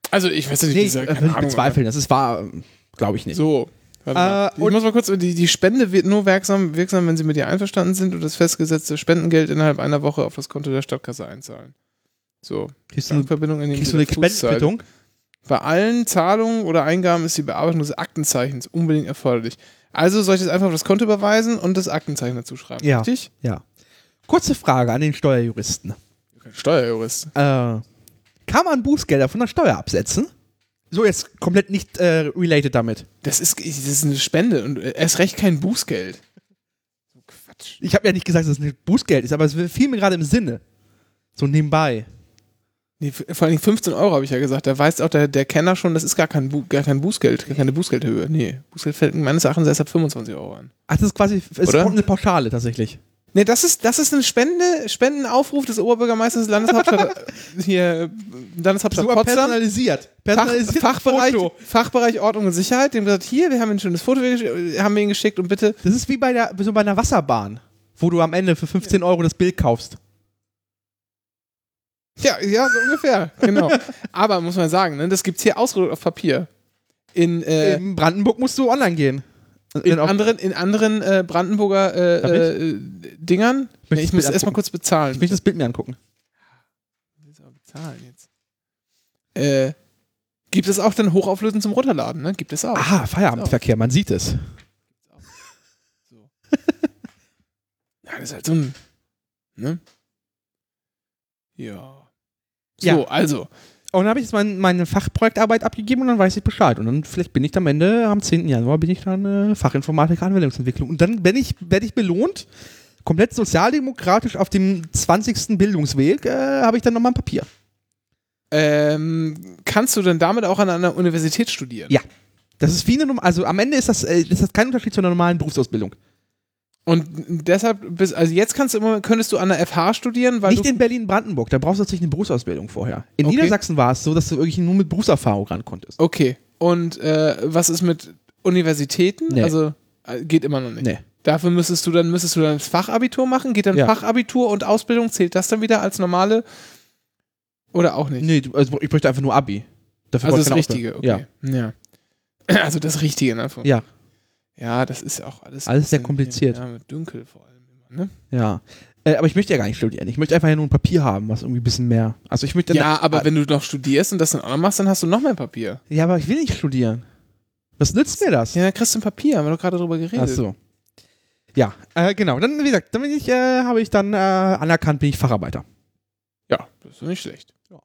Speaker 1: Also ich weiß nicht, wie
Speaker 2: Nee, ich
Speaker 1: gesagt,
Speaker 2: äh, will
Speaker 1: keine
Speaker 2: ich
Speaker 1: Ahnung.
Speaker 2: bezweifeln. Das ist wahr, glaube ich nicht.
Speaker 1: So. Warte mal.
Speaker 2: Äh,
Speaker 1: ich
Speaker 2: und-
Speaker 1: muss mal kurz, die, die Spende wird nur wirksam, wirksam, wenn sie mit dir einverstanden sind und das festgesetzte Spendengeld innerhalb einer Woche auf das Konto der Stadtkasse einzahlen. So,
Speaker 2: Kriegst du,
Speaker 1: Bankverbindung in dem
Speaker 2: kriegst du eine
Speaker 1: der Fuß zahlt.
Speaker 2: Spendenquittung?
Speaker 1: Bei allen Zahlungen oder Eingaben ist die Bearbeitung des Aktenzeichens unbedingt erforderlich. Also soll ich das einfach auf das Konto überweisen und das Aktenzeichen dazu schreiben,
Speaker 2: Ja.
Speaker 1: richtig?
Speaker 2: Ja. Kurze Frage an den Steuerjuristen.
Speaker 1: Steuerjurist.
Speaker 2: Äh, kann kann man Bußgelder von der Steuer absetzen. So jetzt komplett nicht äh, related damit.
Speaker 1: Das ist, das ist eine Spende und erst recht kein Bußgeld. So Quatsch.
Speaker 2: Ich habe ja nicht gesagt, dass es ein Bußgeld ist, aber es fiel mir gerade im Sinne. So nebenbei.
Speaker 1: Nee, f- vor allem 15 Euro habe ich ja gesagt. Da weiß auch der, der Kenner schon, das ist gar kein, Bu gar kein Bußgeld, gar keine Bußgeldhöhe. Nee, Bußgeld fällt meines Erachtens erst ab 25 Euro an.
Speaker 2: Ach, das ist quasi es
Speaker 1: Oder?
Speaker 2: kommt eine Pauschale tatsächlich.
Speaker 1: Nee, das ist, das ist ein Spende, Spendenaufruf des Oberbürgermeisters des Landeshauptstadt, hier, äh, Landeshauptstadt Potsdam.
Speaker 2: personalisiert.
Speaker 1: Fach,
Speaker 2: Personalisiert
Speaker 1: Fachbereich,
Speaker 2: Foto.
Speaker 1: Fachbereich Ordnung und Sicherheit, dem gesagt, hier, wir haben ein schönes Foto, wir haben wir ihn geschickt und bitte.
Speaker 2: Das ist wie bei, der, so bei einer Wasserbahn, wo du am Ende für 15 Euro das Bild kaufst.
Speaker 1: Ja, ja, so ungefähr, genau. Aber muss man sagen, ne, das gibt's hier ausgedruckt auf Papier. In, äh,
Speaker 2: In Brandenburg musst du online gehen.
Speaker 1: in
Speaker 2: Auf-
Speaker 1: anderen, in anderen äh, Brandenburger
Speaker 2: Darf
Speaker 1: äh, äh, Dingern. Nee,
Speaker 2: Möchtest
Speaker 1: ich
Speaker 2: du
Speaker 1: muss
Speaker 2: mir
Speaker 1: erstmal
Speaker 2: angucken?
Speaker 1: kurz bezahlen.
Speaker 2: ich will das Bild mir angucken.
Speaker 1: bezahlen jetzt. Äh, gibt es auch dann hochauflösend zum Runterladen, ne? Gibt es auch.
Speaker 2: Ah, Feierabendverkehr, man sieht es.
Speaker 1: Ja, das ist halt so ein. Ne? Ja. So,
Speaker 2: Ja.
Speaker 1: also.
Speaker 2: Und dann habe ich jetzt mein, meine Fachprojektarbeit abgegeben und dann weiß ich Bescheid. Und dann vielleicht bin ich am Ende, am 10. Januar, bin ich dann äh, Fachinformatiker Anwendungsentwicklung. Und dann bin ich, werde ich belohnt, komplett sozialdemokratisch auf dem 20. Bildungsweg, äh, habe ich dann nochmal ein Papier.
Speaker 1: Ähm, kannst du denn damit auch an einer Universität studieren?
Speaker 2: Ja. Das ist wie eine, Norm- also am Ende ist das, äh, ist das kein Unterschied zu einer normalen Berufsausbildung.
Speaker 1: Und deshalb, bist, also jetzt kannst du immer, könntest du an der FH studieren, weil
Speaker 2: Nicht
Speaker 1: du,
Speaker 2: in Berlin-Brandenburg, da brauchst du natürlich eine Berufsausbildung vorher. In
Speaker 1: Okay.
Speaker 2: Niedersachsen war es so, dass du wirklich nur mit Berufserfahrung ran konntest.
Speaker 1: Okay. Und äh, was ist mit Universitäten?
Speaker 2: Nee.
Speaker 1: Also äh, geht immer noch nicht.
Speaker 2: Nee.
Speaker 1: Dafür müsstest du dann müsstest du dann das Fachabitur machen. Geht dann
Speaker 2: Ja.
Speaker 1: Fachabitur und Ausbildung zählt das dann wieder als normale oder auch nicht?
Speaker 2: Nee, du- also ich bräuchte einfach nur Abi. Dafür
Speaker 1: also
Speaker 2: brauchst du
Speaker 1: das
Speaker 2: keine
Speaker 1: Richtige.
Speaker 2: Ausbildung.
Speaker 1: Okay. Ja. Also das Richtige in Anführungszeichen.
Speaker 2: Ja.
Speaker 1: Ja, das ist ja auch alles
Speaker 2: Alles
Speaker 1: ein
Speaker 2: sehr
Speaker 1: bisschen
Speaker 2: kompliziert.
Speaker 1: hier, Ja, mit dunkel vor allem. immer, Ne?
Speaker 2: Ja. Äh, aber ich möchte ja gar nicht studieren. Ich möchte einfach ja nur ein Papier haben, was irgendwie ein bisschen mehr. Also ich möchte.
Speaker 1: Ja, aber wenn du noch studierst und das dann auch noch machst, dann hast du noch mehr Papier.
Speaker 2: ja, aber ich will nicht studieren. Was nützt mir das?
Speaker 1: Ja, dann kriegst du ein Papier, haben wir doch gerade drüber geredet.
Speaker 2: Ach so. Ja, äh, genau. Dann, wie gesagt, dann bin ich, äh, habe ich dann äh, anerkannt, bin ich Facharbeiter.
Speaker 1: Ja, das ist doch nicht schlecht.
Speaker 2: Ja.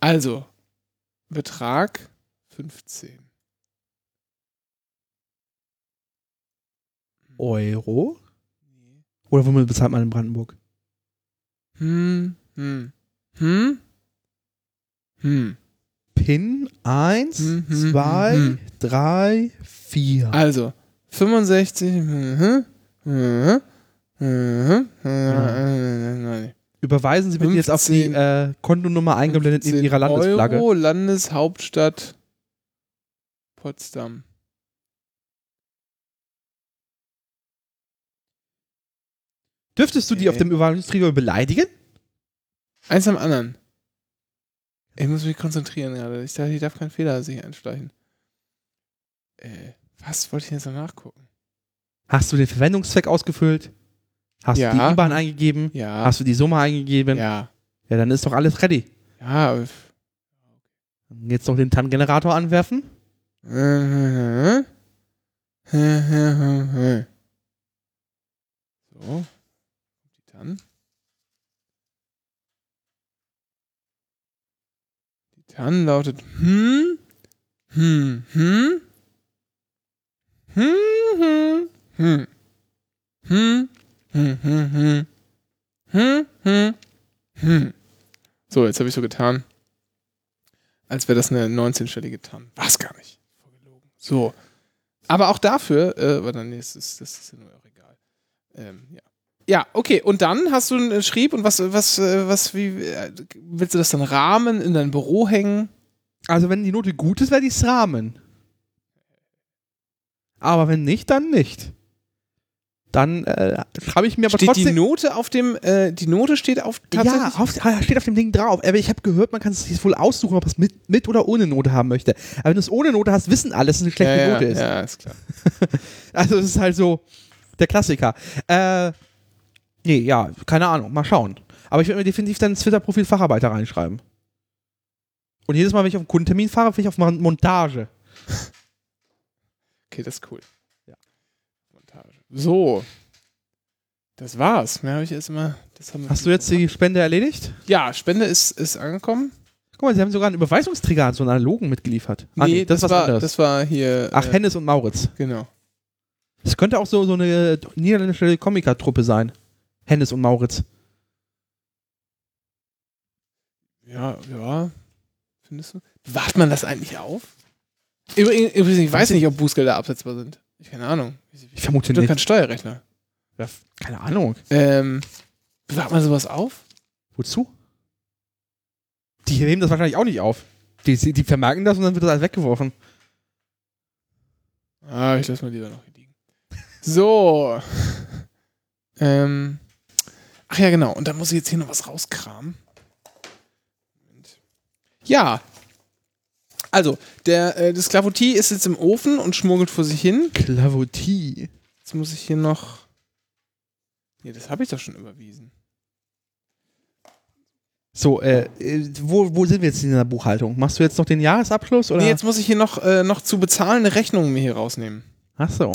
Speaker 1: Also, Betrag 15.
Speaker 2: Euro? Oder womit bezahlt man in Brandenburg?
Speaker 1: Hm, hm, hm, hm.
Speaker 2: PIN 1,
Speaker 1: Mhm,
Speaker 2: 2,
Speaker 1: mhm.
Speaker 2: 3, 4.
Speaker 1: Also, 65, mhm, mhm, mhm, mhm,
Speaker 2: Überweisen Sie bitte jetzt auf die
Speaker 1: 15,
Speaker 2: äh, Kontonummer eingeblendet neben
Speaker 1: 15
Speaker 2: Ihrer Landesflagge.
Speaker 1: Euro, Landeshauptstadt Potsdam.
Speaker 2: Dürftest du die auf
Speaker 1: Okay.
Speaker 2: dem Überweisungsträger beleidigen?
Speaker 1: Eins am anderen. Ich muss mich konzentrieren gerade. Ich darf, ich darf keinen Fehler sich einschleichen. Äh, was wollte ich jetzt noch nachgucken?
Speaker 2: Hast du den Verwendungszweck ausgefüllt? Hast
Speaker 1: Ja.
Speaker 2: du die IBAN eingegeben?
Speaker 1: Ja.
Speaker 2: Hast du die Summe eingegeben?
Speaker 1: ja.
Speaker 2: Ja, dann ist doch alles ready.
Speaker 1: Ja. aber f-
Speaker 2: Dann Jetzt noch den TAN-Generator anwerfen.
Speaker 1: So. Die Tan. Die Tan lautet hm, hm, hm, hm, hm, hm, hm, hm, hm, hm, hm, hm, hm. So, jetzt habe ich so getan als wäre das eine 19-stellige Tan. War es gar nicht. Vorgelogen. So. Aber auch dafür, äh, aber dann ist es, das ist ja nur auch egal. Ähm, ja. ja, okay. Und dann hast du einen äh, Schrieb und was, was, äh, was, wie, äh, willst du das dann rahmen, in dein Büro hängen?
Speaker 2: Also wenn die Note gut ist, werde ich es rahmen. Aber wenn nicht, dann nicht. Dann äh, schreibe ich mir aber
Speaker 1: Steht die
Speaker 2: trotzdem...
Speaker 1: Note auf dem, äh, die Note steht auf
Speaker 2: ja,
Speaker 1: tatsächlich.
Speaker 2: auf, ah, steht auf dem Ding drauf. Aber ich habe gehört, man kann es sich wohl aussuchen, ob es mit, mit oder ohne Note haben möchte. Aber wenn du es ohne Note hast, wissen alle, dass es eine schlechte
Speaker 1: ja,
Speaker 2: Note
Speaker 1: ja,
Speaker 2: ist.
Speaker 1: Ja, ist klar.
Speaker 2: Also es ist halt so der Klassiker. Äh, nee, ja, keine Ahnung, mal schauen. Aber ich werde mir definitiv dann ins Twitter-Profil Facharbeiter reinschreiben. Und jedes Mal, wenn ich auf einen Kundentermin fahre, fahre ich auf Mon- Montage.
Speaker 1: Okay, das ist cool.
Speaker 2: Ja.
Speaker 1: Montage. So. Das war's. Mehr habe ich jetzt immer. Das haben wir-
Speaker 2: Hast du jetzt die Spende erledigt?
Speaker 1: Ja, Spende ist, ist angekommen.
Speaker 2: Guck mal, sie haben sogar einen Überweisungsträger, so einen analogen mitgeliefert. Ah, nee, das, ist was
Speaker 1: war,
Speaker 2: anderes.
Speaker 1: das war hier.
Speaker 2: Ach,
Speaker 1: äh,
Speaker 2: Hennes und Mauritz.
Speaker 1: Genau.
Speaker 2: Das könnte auch so, so eine niederländische Komikertruppe sein. Hennes und Mauritz.
Speaker 1: Ja, ja. Findest du? Wacht man das eigentlich auf? Übrigens, übrigens, ich weiß nicht, ob Bußgelder absetzbar sind. Ich keine Ahnung.
Speaker 2: Ich vermute
Speaker 1: Ich bin
Speaker 2: nicht.
Speaker 1: kein Steuerrechner.
Speaker 2: Keine Ahnung.
Speaker 1: Ähm, wacht man sowas auf?
Speaker 2: Wozu? Die nehmen das wahrscheinlich auch nicht auf. Die, die die vermerken das und dann wird das alles weggeworfen.
Speaker 1: Ah, ich lasse mal lieber noch hier liegen. So. ähm. Ach ja, genau. Und dann muss ich jetzt hier noch was rauskramen. Moment. Ja. Also, der, äh, das Klavotie ist jetzt im Ofen und schmuggelt vor sich hin.
Speaker 2: Klavotie.
Speaker 1: Jetzt muss ich hier noch. Nee, das habe ich doch schon überwiesen.
Speaker 2: So, äh, äh, wo, wo sind wir jetzt in der Buchhaltung? Machst du jetzt noch den Jahresabschluss oder?
Speaker 1: Nee, jetzt muss ich hier noch, äh, noch zu bezahlende Rechnungen mir hier rausnehmen.
Speaker 2: Ach so.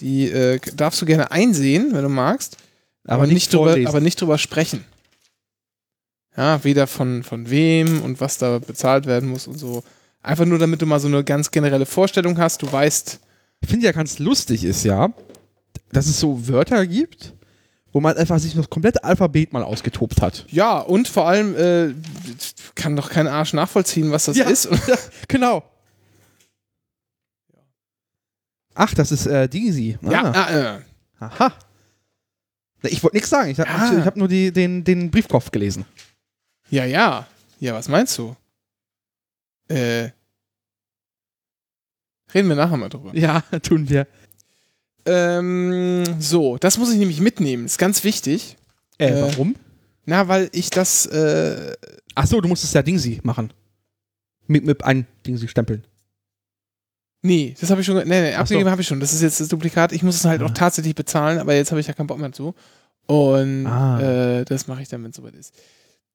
Speaker 1: Die äh, k- darfst du gerne einsehen, wenn du magst.
Speaker 2: Aber nicht
Speaker 1: drüber,
Speaker 2: vorlesen.
Speaker 1: aber nicht drüber sprechen. Ja, weder von, von wem und was da bezahlt werden muss und so. Einfach nur, damit du mal so eine ganz generelle Vorstellung hast. Du weißt,
Speaker 2: Ich finde ja ganz lustig ist ja, dass es so Wörter gibt, wo man einfach sich das komplette Alphabet mal ausgetobt hat.
Speaker 1: ja, und vor allem äh, kann doch kein Arsch nachvollziehen, was das
Speaker 2: Ja.
Speaker 1: ist.
Speaker 2: Genau. Ach, das ist äh, Daisy. Ah,
Speaker 1: Ja, ah, äh,
Speaker 2: Aha. Na, Ich wollte nichts sagen. Ich, hab-
Speaker 1: Ah.
Speaker 2: ich, ich habe nur die, den, den Briefkopf gelesen.
Speaker 1: ja, ja. Ja, was meinst du? Äh, reden wir nachher mal drüber.
Speaker 2: Ja, tun wir.
Speaker 1: Ähm, so, das muss ich nämlich mitnehmen. Ist ganz wichtig.
Speaker 2: Äh,
Speaker 1: Äh.
Speaker 2: warum?
Speaker 1: Na, weil ich das äh,
Speaker 2: Ach so, du musstest ja Dingsy machen. Mit, mit ein Dingsy stempeln.
Speaker 1: Nee, das habe ich schon. ge- Nee, nee,
Speaker 2: Ach
Speaker 1: abgegeben
Speaker 2: so.
Speaker 1: habe ich schon. Das ist jetzt das Duplikat. Ich muss es halt
Speaker 2: Ah.
Speaker 1: auch tatsächlich bezahlen, aber jetzt habe ich ja keinen Bock mehr zu. Und
Speaker 2: Ah.
Speaker 1: äh, das mache ich dann, wenn es soweit ist.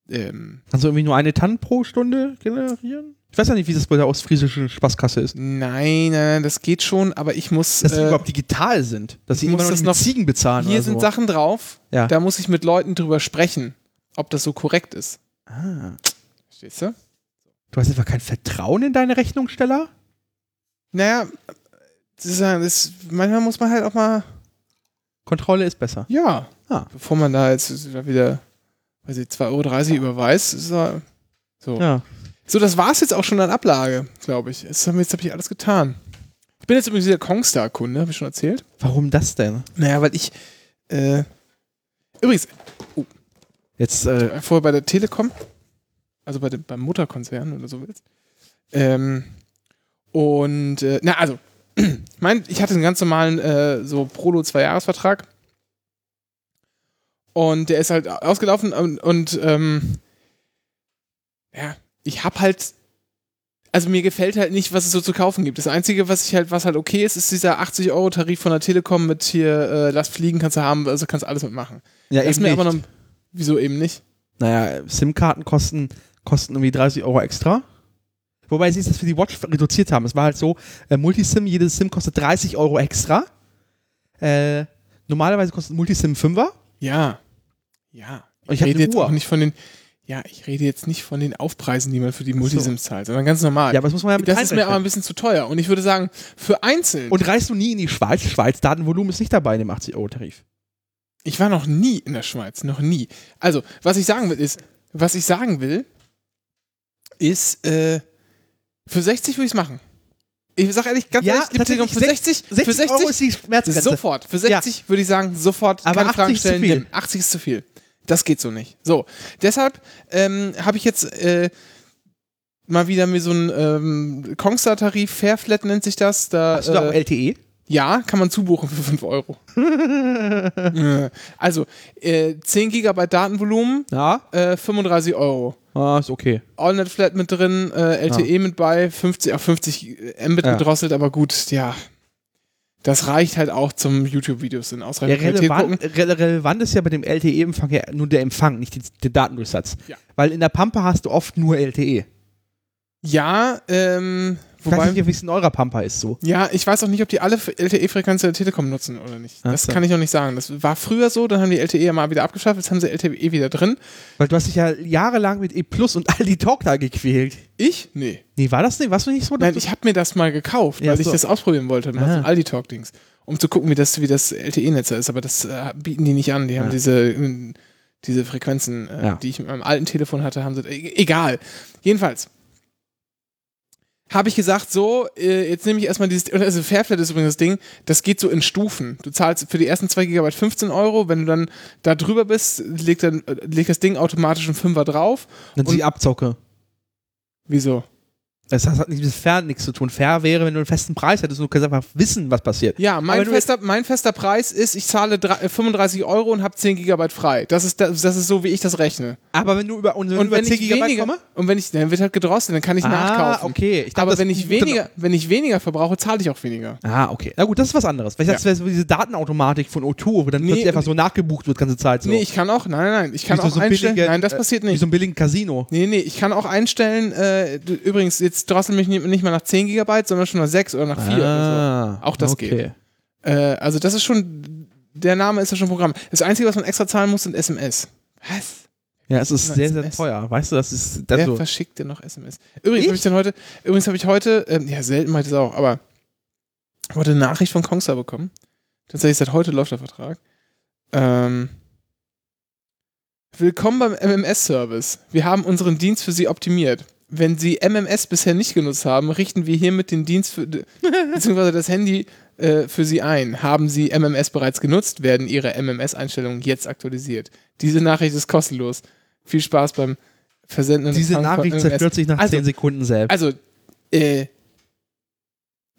Speaker 1: Ähm,
Speaker 2: Kannst du irgendwie nur eine Tan pro Stunde generieren? Ich weiß ja nicht, wie das bei der ostfriesischen Spaßkasse ist.
Speaker 1: nein, nein, nein, das geht schon, aber ich muss.
Speaker 2: Dass die
Speaker 1: Äh,
Speaker 2: überhaupt digital sind. Dass sie
Speaker 1: muss
Speaker 2: immer noch
Speaker 1: das
Speaker 2: nicht
Speaker 1: noch-
Speaker 2: mit Ziegen bezahlen
Speaker 1: hier
Speaker 2: oder
Speaker 1: sind
Speaker 2: so.
Speaker 1: Sachen drauf,
Speaker 2: Ja.
Speaker 1: da muss ich mit Leuten drüber sprechen, ob das so korrekt ist.
Speaker 2: Ah.
Speaker 1: Verstehst du?
Speaker 2: Du hast einfach kein Vertrauen in deine Rechnungssteller?
Speaker 1: Naja, das ist, ja- das, manchmal muss man halt auch mal.
Speaker 2: Kontrolle ist besser.
Speaker 1: Ja.
Speaker 2: Ah.
Speaker 1: Bevor man da jetzt wieder, weiß ich, 2,30 Euro überweist, ist ja. So.
Speaker 2: Ja.
Speaker 1: So, das war's jetzt auch schon an Ablage, glaube ich. Jetzt habe jetzt hab ich alles getan. Ich bin jetzt übrigens wieder Kongstar-Kunde, habe ich schon erzählt.
Speaker 2: Warum das denn?
Speaker 1: Naja, weil ich. Äh, übrigens,
Speaker 2: Jetzt, äh,
Speaker 1: äh, vorher bei der Telekom, also bei dem, beim Mutterkonzern oder so willst. Ähm, und, äh, na, also, mein, ich hatte einen ganz normalen äh, so Prolo 2-Jahres-Vertrag. Und der ist halt ausgelaufen und, und ähm, ja, ich hab halt, also mir gefällt halt nicht, was es so zu kaufen gibt. Das Einzige, was ich halt, was halt okay ist, ist dieser 80-Euro-Tarif von der Telekom mit hier, äh, lass fliegen, kannst du haben, also kannst alles mitmachen.
Speaker 2: ja,
Speaker 1: Lass
Speaker 2: eben
Speaker 1: mir aber
Speaker 2: nicht.
Speaker 1: noch, wieso eben nicht?
Speaker 2: Naja, SIM-Karten kosten, kosten irgendwie 30 Euro extra. Wobei sie das für die Watch reduziert haben. Es war halt so, äh, Multisim, jedes SIM kostet 30 Euro extra. Äh, normalerweise kostet Multisim 5er.
Speaker 1: Ja. Ja.
Speaker 2: Und ich hab eine
Speaker 1: jetzt
Speaker 2: Uhr.
Speaker 1: auch nicht von den. Ja, ich rede jetzt nicht von den Aufpreisen, die man für die
Speaker 2: so.
Speaker 1: Multisims zahlt, sondern ganz normal.
Speaker 2: Ja, aber das muss man ja mit
Speaker 1: das ist mir aber ein
Speaker 2: einrechnen.
Speaker 1: bisschen zu teuer. Und ich würde sagen, für einzeln.
Speaker 2: Und reist du nie in die Schweiz? Schweiz Datenvolumen ist nicht dabei in dem 80 Euro Tarif.
Speaker 1: ich war noch nie in der Schweiz, noch nie. Also, was ich sagen will, ist, was ich sagen will, ist, äh, für 60 würde ich es machen. Ich sag ehrlich, ganz
Speaker 2: Ja,
Speaker 1: ehrlich, liebe Telekom,
Speaker 2: tatsächlich,
Speaker 1: für 60,
Speaker 2: 60
Speaker 1: für 60
Speaker 2: Euro ist die Schmerzgrenze.
Speaker 1: Sofort. Für 60 würde ich sagen, sofort
Speaker 2: Aber 80
Speaker 1: Fragen
Speaker 2: ist zu
Speaker 1: stellen.
Speaker 2: viel.
Speaker 1: nehmen. 80 ist zu viel. Das geht so nicht. So, deshalb ähm, habe ich jetzt äh, mal wieder mir so einen ähm, Kongstar-Tarif, Fairflat nennt sich das. Da,
Speaker 2: Hast du da E? auch
Speaker 1: äh,
Speaker 2: LTE?
Speaker 1: ja, kann man zubuchen für 5 Euro. Äh, also, äh, 10 Gigabyte Datenvolumen,
Speaker 2: Ja.
Speaker 1: äh, 35 Euro.
Speaker 2: Ah, ist okay.
Speaker 1: Allnet Flat mit drin, äh, LTE mit bei, 50 auf 50 Mbit
Speaker 2: Ah. Ja.
Speaker 1: gedrosselt, aber gut, ja. Das reicht halt auch zum YouTube-Videos in
Speaker 2: Ja,
Speaker 1: ausreichender Qualität gucken.
Speaker 2: relevant, re relevant ist ja bei dem LTE-Empfang ja nur der Empfang, nicht die, der Datendurchsatz.
Speaker 1: Ja.
Speaker 2: Weil in der Pampa hast du oft nur LTE.
Speaker 1: Ja, ähm,
Speaker 2: Ich E. weiß
Speaker 1: Wobei,
Speaker 2: nicht, wie es in eurer Pampa ist so.
Speaker 1: ja, ich weiß auch nicht, ob die alle LTE-Frequenzen der Telekom nutzen oder nicht.
Speaker 2: Ach
Speaker 1: Das
Speaker 2: so.
Speaker 1: kann ich auch nicht sagen. Das war früher so, dann haben die LTE ja mal wieder abgeschafft, jetzt haben sie LTE wieder drin.
Speaker 2: Weil du hast dich ja jahrelang mit E Plus und all die Talk da gequält.
Speaker 1: Ich? Nee.
Speaker 2: Nee, war das nicht? Warst du nicht so?
Speaker 1: Nein, ich habe mir das mal gekauft,
Speaker 2: Ja,
Speaker 1: weil ich
Speaker 2: so.
Speaker 1: das ausprobieren wollte. Mal
Speaker 2: Aha.
Speaker 1: so Aldi Talk Dings, um zu gucken, wie das wie das LTE Netz da ist, aber das äh, bieten die nicht an. Die haben
Speaker 2: Ja.
Speaker 1: diese äh, diese Frequenzen, äh,
Speaker 2: Ja.
Speaker 1: die ich mit meinem alten Telefon hatte, haben sie e egal. Jedenfalls habe ich gesagt, so, äh, jetzt nehme ich erstmal dieses, und also Fairflat ist übrigens das Ding, das geht so in Stufen. Du zahlst für die ersten 2 Gigabyte 15 Euro, wenn du dann da drüber bist, legt, dann, äh, legt das Ding automatisch einen Fünfer drauf.
Speaker 2: Dann
Speaker 1: Und-
Speaker 2: die Abzocke.
Speaker 1: Wieso?
Speaker 2: Das hat nicht mit fair nichts zu tun. Fair wäre, wenn du einen festen Preis hättest und du kannst einfach wissen, was passiert.
Speaker 1: Ja, mein
Speaker 2: Aber du-
Speaker 1: fester, mein fester Preis ist, ich zahle drei- äh, 35 Euro und habe 10 Gigabyte frei. Das ist, das, das ist so, wie ich das rechne.
Speaker 2: Aber wenn du über, und wenn
Speaker 1: Und
Speaker 2: du über
Speaker 1: wenn
Speaker 2: 10
Speaker 1: ich
Speaker 2: Gigabyte
Speaker 1: weniger,
Speaker 2: komme?
Speaker 1: und wenn ich, dann wird halt gedrosselt, dann kann ich nachkaufen.
Speaker 2: Ah, okay. Ich dachte,
Speaker 1: Aber
Speaker 2: das-
Speaker 1: wenn ich, weniger, wenn ich weniger verbrauche, zahle ich auch weniger.
Speaker 2: Ah, okay. Na gut, das ist was anderes. Weil ich
Speaker 1: Ja.
Speaker 2: dachte, das wäre so diese Datenautomatik von O2, wo dann
Speaker 1: Nee,
Speaker 2: plötzlich einfach
Speaker 1: und-
Speaker 2: so nachgebucht wird, ganze Zeit so.
Speaker 1: Nee, ich kann auch, nein, nein, nein, ich kann
Speaker 2: Wie
Speaker 1: auch
Speaker 2: so- so
Speaker 1: einstellen,
Speaker 2: billige-
Speaker 1: nein, das
Speaker 2: äh,
Speaker 1: passiert
Speaker 2: Wie
Speaker 1: nicht.
Speaker 2: so ein billigen Casino.
Speaker 1: Nee, nee, ich kann auch einstellen, äh, du- übrigens, jetzt drosselt mich nicht nicht mal nach 10 Gigabyte, sondern schon nach 6 oder nach 4 oder
Speaker 2: Ah,
Speaker 1: so. Auch das geht. so. Äh, also das ist schon, der Name ist ja schon Programm. Das Einzige, was man extra zahlen muss, sind SMS. Was?
Speaker 2: Ja, es ist
Speaker 1: Na,
Speaker 2: sehr,
Speaker 1: ist-
Speaker 2: sehr
Speaker 1: ist-
Speaker 2: teuer. Weißt du, das ist.
Speaker 1: Wer
Speaker 2: Also,
Speaker 1: verschickt denn noch SMS? Übrigens
Speaker 2: Ich?
Speaker 1: habe ich denn heute, übrigens habe ich heute, ähm, ja, selten mache ich das auch, aber heute eine Nachricht von Kongstar bekommen. Tatsächlich seit heute läuft der Vertrag. Ähm, Willkommen beim MMS-Service. Wir haben unseren Dienst für Sie optimiert. Wenn Sie MMS bisher nicht genutzt haben, richten wir hiermit den Dienst für, beziehungsweise das Handy äh, für Sie ein. Haben Sie MMS bereits genutzt, werden Ihre MMS-Einstellungen jetzt aktualisiert. Diese Nachricht ist kostenlos. Viel Spaß beim Versenden. und
Speaker 2: diese
Speaker 1: Empfang von
Speaker 2: Nachricht
Speaker 1: MMS.
Speaker 2: zerstört sich nach
Speaker 1: Also-
Speaker 2: 10 Sekunden selbst.
Speaker 1: Also, äh,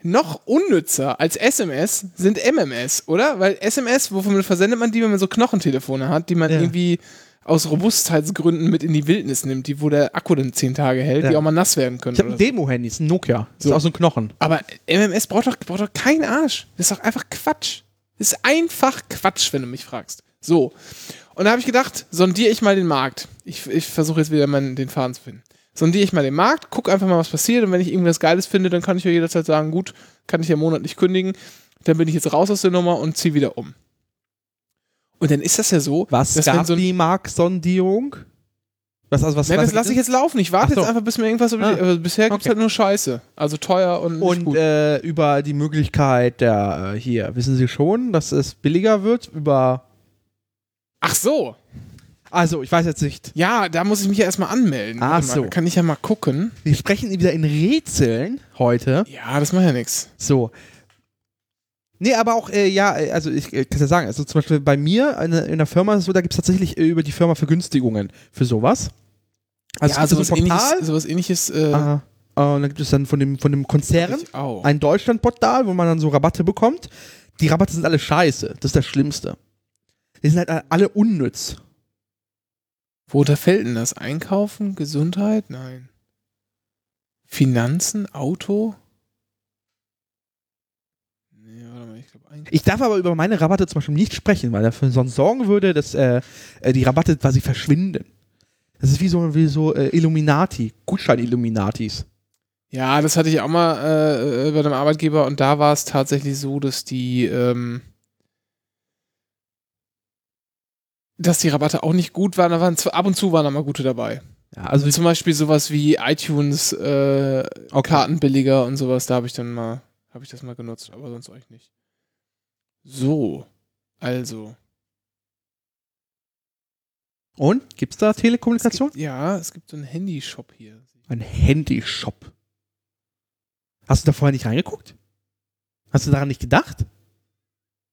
Speaker 1: noch unnützer als SMS sind MMS, oder? Weil SMS, wovon versendet man die, wenn man so Knochentelefone hat, die man
Speaker 2: Ja.
Speaker 1: irgendwie aus Robustheitsgründen mit in die Wildnis nimmt, die, wo der Akku dann zehn Tage hält, die
Speaker 2: Ja.
Speaker 1: auch mal nass werden können.
Speaker 2: ich habe
Speaker 1: oder
Speaker 2: ein
Speaker 1: so.
Speaker 2: Demo-Handy, ist ein Nokia.
Speaker 1: So.
Speaker 2: Ist auch so ein Knochen.
Speaker 1: Aber MMS braucht doch, braucht doch keinen Arsch. Das ist doch einfach Quatsch. Das ist einfach Quatsch, wenn du mich fragst. So. Und da habe ich gedacht, sondiere ich mal den Markt. Ich, ich versuche jetzt wieder meinen, den Faden zu finden. Sondiere ich mal den Markt, guck einfach mal, was passiert. Und wenn ich irgendwas Geiles finde, dann kann ich ja jederzeit sagen, gut, kann ich ja monatlich kündigen. Dann bin ich jetzt raus aus der Nummer und ziehe wieder um. Und dann ist das ja so,
Speaker 2: Was
Speaker 1: dass wenn
Speaker 2: gab
Speaker 1: so ein
Speaker 2: die Marksondierung? Was, also, was,
Speaker 1: Nein,
Speaker 2: was
Speaker 1: das lasse ich jetzt laufen. Ich warte
Speaker 2: Ach so.
Speaker 1: jetzt einfach, bis mir irgendwas über die,
Speaker 2: Ah.
Speaker 1: aber Bisher gibt's
Speaker 2: Okay.
Speaker 1: halt nur Scheiße. Also teuer und, nicht
Speaker 2: Und
Speaker 1: gut.
Speaker 2: äh, über die Möglichkeit der, äh, hier, wissen Sie schon, dass es billiger wird? Über.
Speaker 1: Ach so.
Speaker 2: Also, ich weiß jetzt nicht.
Speaker 1: Ja, da muss ich mich ja erstmal anmelden.
Speaker 2: Ach
Speaker 1: Warte mal,
Speaker 2: so.
Speaker 1: Kann ich ja mal gucken.
Speaker 2: Wir sprechen wieder in Rätseln heute.
Speaker 1: Ja, das macht ja nichts.
Speaker 2: So. Nee, aber auch, äh, ja, äh, also ich äh, kann ja sagen, also zum Beispiel bei mir in, der- in der Firma ist es so, da gibt es tatsächlich äh, über die Firma Vergünstigungen für sowas. Also
Speaker 1: ja,
Speaker 2: es gibt
Speaker 1: sowas
Speaker 2: so ein Portal.
Speaker 1: ähnliches, sowas ähnliches äh,
Speaker 2: Ah, äh, und dann gibt es dann von dem, von dem
Speaker 1: hab
Speaker 2: Konzern
Speaker 1: ich auch.
Speaker 2: ein Deutschland-Portal, wo man dann so Rabatte bekommt. Die Rabatte sind alle scheiße. Das ist das Schlimmste. Die sind halt alle unnütz.
Speaker 1: Wo da fällt denn das? Einkaufen? Gesundheit? Nein. Finanzen? Auto? Nee, warte mal, ich glaube Einkaufen.
Speaker 2: Ich darf aber über meine Rabatte zum Beispiel nicht sprechen, weil dafür sonst sorgen würde, dass äh, äh, die Rabatte quasi verschwinden. Das ist wie so, wie so äh, Illuminati, Gutschein-Illuminatis.
Speaker 1: Ja, das hatte ich auch mal äh, äh, bei einem Arbeitgeber und da war es tatsächlich so, dass die, ähm, dass die Rabatte auch nicht gut waren. Da waren ab und zu waren da mal gute dabei.
Speaker 2: Ja, also
Speaker 1: Zum Beispiel sowas wie iTunes äh,
Speaker 2: okay.
Speaker 1: Karten billiger und sowas, da habe ich dann mal, habe ich das mal genutzt, aber sonst euch nicht. So, also.
Speaker 2: Und? Gibt's da
Speaker 1: Es
Speaker 2: Telekommunikation?
Speaker 1: gibt, ja, es gibt so einen Handyshop hier.
Speaker 2: Ein Handyshop. Hast du da vorher nicht reingeguckt? Hast du daran nicht gedacht?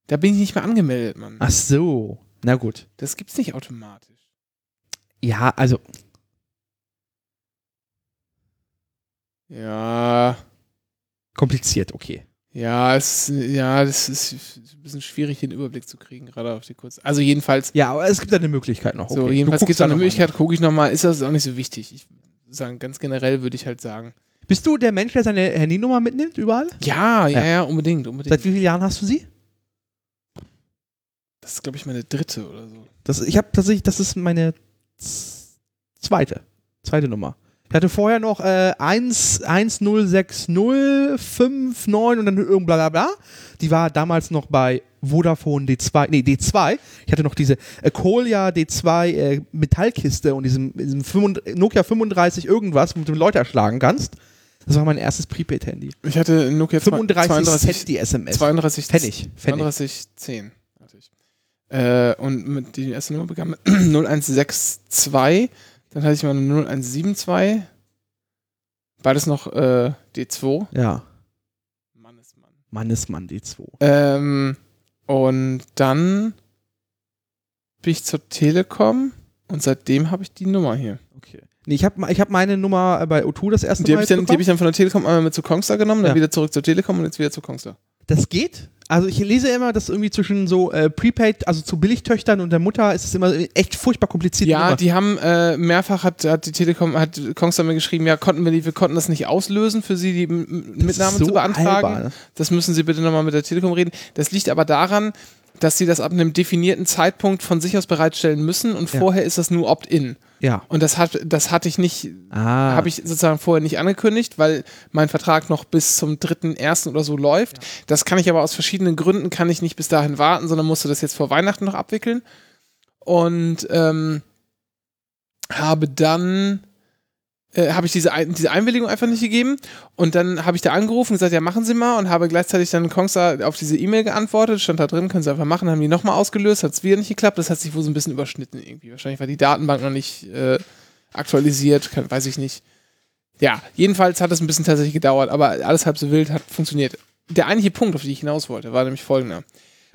Speaker 1: Da bin ich nicht mehr angemeldet, Mann.
Speaker 2: Ach so. Na gut.
Speaker 1: Das gibt's nicht automatisch.
Speaker 2: Ja, also
Speaker 1: Ja,
Speaker 2: kompliziert, okay.
Speaker 1: ja, es, ja, das ist ein bisschen schwierig, den Überblick zu kriegen, gerade auf die kurz. Also jedenfalls,
Speaker 2: Ja, aber es gibt da eine Möglichkeit noch. Okay.
Speaker 1: so,
Speaker 2: Du
Speaker 1: jedenfalls
Speaker 2: guckst
Speaker 1: gibt es eine
Speaker 2: noch
Speaker 1: Möglichkeit, gucke ich nochmal, ist das auch nicht so wichtig. Ich sagen, ganz generell würde ich halt sagen.
Speaker 2: rein. Bist du der Mensch, der seine Handynummer mitnimmt überall?
Speaker 1: Ja, ja,
Speaker 2: Ja.
Speaker 1: ja, unbedingt, unbedingt.
Speaker 2: Seit wie vielen Jahren hast du sie?
Speaker 1: Das ist, glaube ich, meine dritte oder so.
Speaker 2: Das, ich habe tatsächlich, das ist meine z- zweite, zweite Nummer. Ich hatte vorher noch äh, 1, 106059 und dann irgend bla bla bla. Die war damals noch bei Vodafone D2, nee, D2. Ich hatte noch diese äh, Acolia D2 äh, Metallkiste und diesem, diesem 35 Nokia 35 irgendwas, womit du Leute erschlagen kannst. Das war mein erstes Prepaid-Handy.
Speaker 1: Ich hatte ein Nokia
Speaker 2: 35
Speaker 1: 32,
Speaker 2: Cent die SMS.
Speaker 1: 32
Speaker 2: Fände ich, fänd ich.
Speaker 1: 3210 hatte ich. Äh, und mit, die erste Nummer begann mit 0162, dann hatte ich mal eine 0172. Beides noch äh, D2.
Speaker 2: Ja.
Speaker 1: Mann ist Mann.
Speaker 2: Mann ist Mann D2.
Speaker 1: Ähm, und dann bin ich zur Telekom und seitdem habe ich die Nummer hier.
Speaker 2: Okay. Nee, ich habe ich hab meine Nummer äh, bei O2 das erste
Speaker 1: Die
Speaker 2: Mal.
Speaker 1: habe ich, dann-
Speaker 2: jetzt
Speaker 1: die hab ich dann von der Telekom einmal mit zu Kongstar genommen, dann
Speaker 2: Ja.
Speaker 1: wieder zurück zur Telekom und jetzt wieder zu Kongstar.
Speaker 2: Das geht. Also ich lese immer, dass irgendwie zwischen so äh, Prepaid, also zu Billigtöchtern und der Mutter ist es immer echt furchtbar kompliziert.
Speaker 1: Ja,
Speaker 2: Nummer.
Speaker 1: die haben äh, mehrfach hat, hat die Telekom, hat Kongstar mir geschrieben, ja, konnten wir, die, wir konnten das nicht auslösen für sie, die M- M-
Speaker 2: Das ist
Speaker 1: Mitnahme
Speaker 2: so
Speaker 1: zu beantragen.
Speaker 2: albern.
Speaker 1: Das müssen Sie bitte nochmal mit der Telekom reden. Das liegt aber daran, dass sie das ab einem definierten Zeitpunkt von sich aus bereitstellen müssen und
Speaker 2: Ja.
Speaker 1: vorher ist das nur Opt-in.
Speaker 2: Ja.
Speaker 1: Und das hat, das hatte ich nicht,
Speaker 2: Ah.
Speaker 1: habe ich sozusagen vorher nicht angekündigt, weil mein Vertrag noch bis zum 3.1. oder so läuft. Das kann ich aber aus verschiedenen Gründen, kann ich nicht bis dahin warten, sondern musste das jetzt vor Weihnachten noch abwickeln. Und ähm, habe dann äh, habe ich diese, Ein diese Einwilligung einfach nicht gegeben und dann habe ich da angerufen und gesagt, ja machen Sie mal und habe gleichzeitig dann Kongstar auf diese E-Mail geantwortet, stand da drin, können Sie einfach machen, haben die nochmal ausgelöst, hat es wieder nicht geklappt, das hat sich wohl so ein bisschen überschnitten irgendwie. Wahrscheinlich war die Datenbank noch nicht äh, aktualisiert, kann, weiß ich nicht. Ja, jedenfalls hat es ein bisschen tatsächlich gedauert, aber alles halb so wild hat funktioniert. Der eigentliche Punkt, auf den ich hinaus wollte, war nämlich folgender.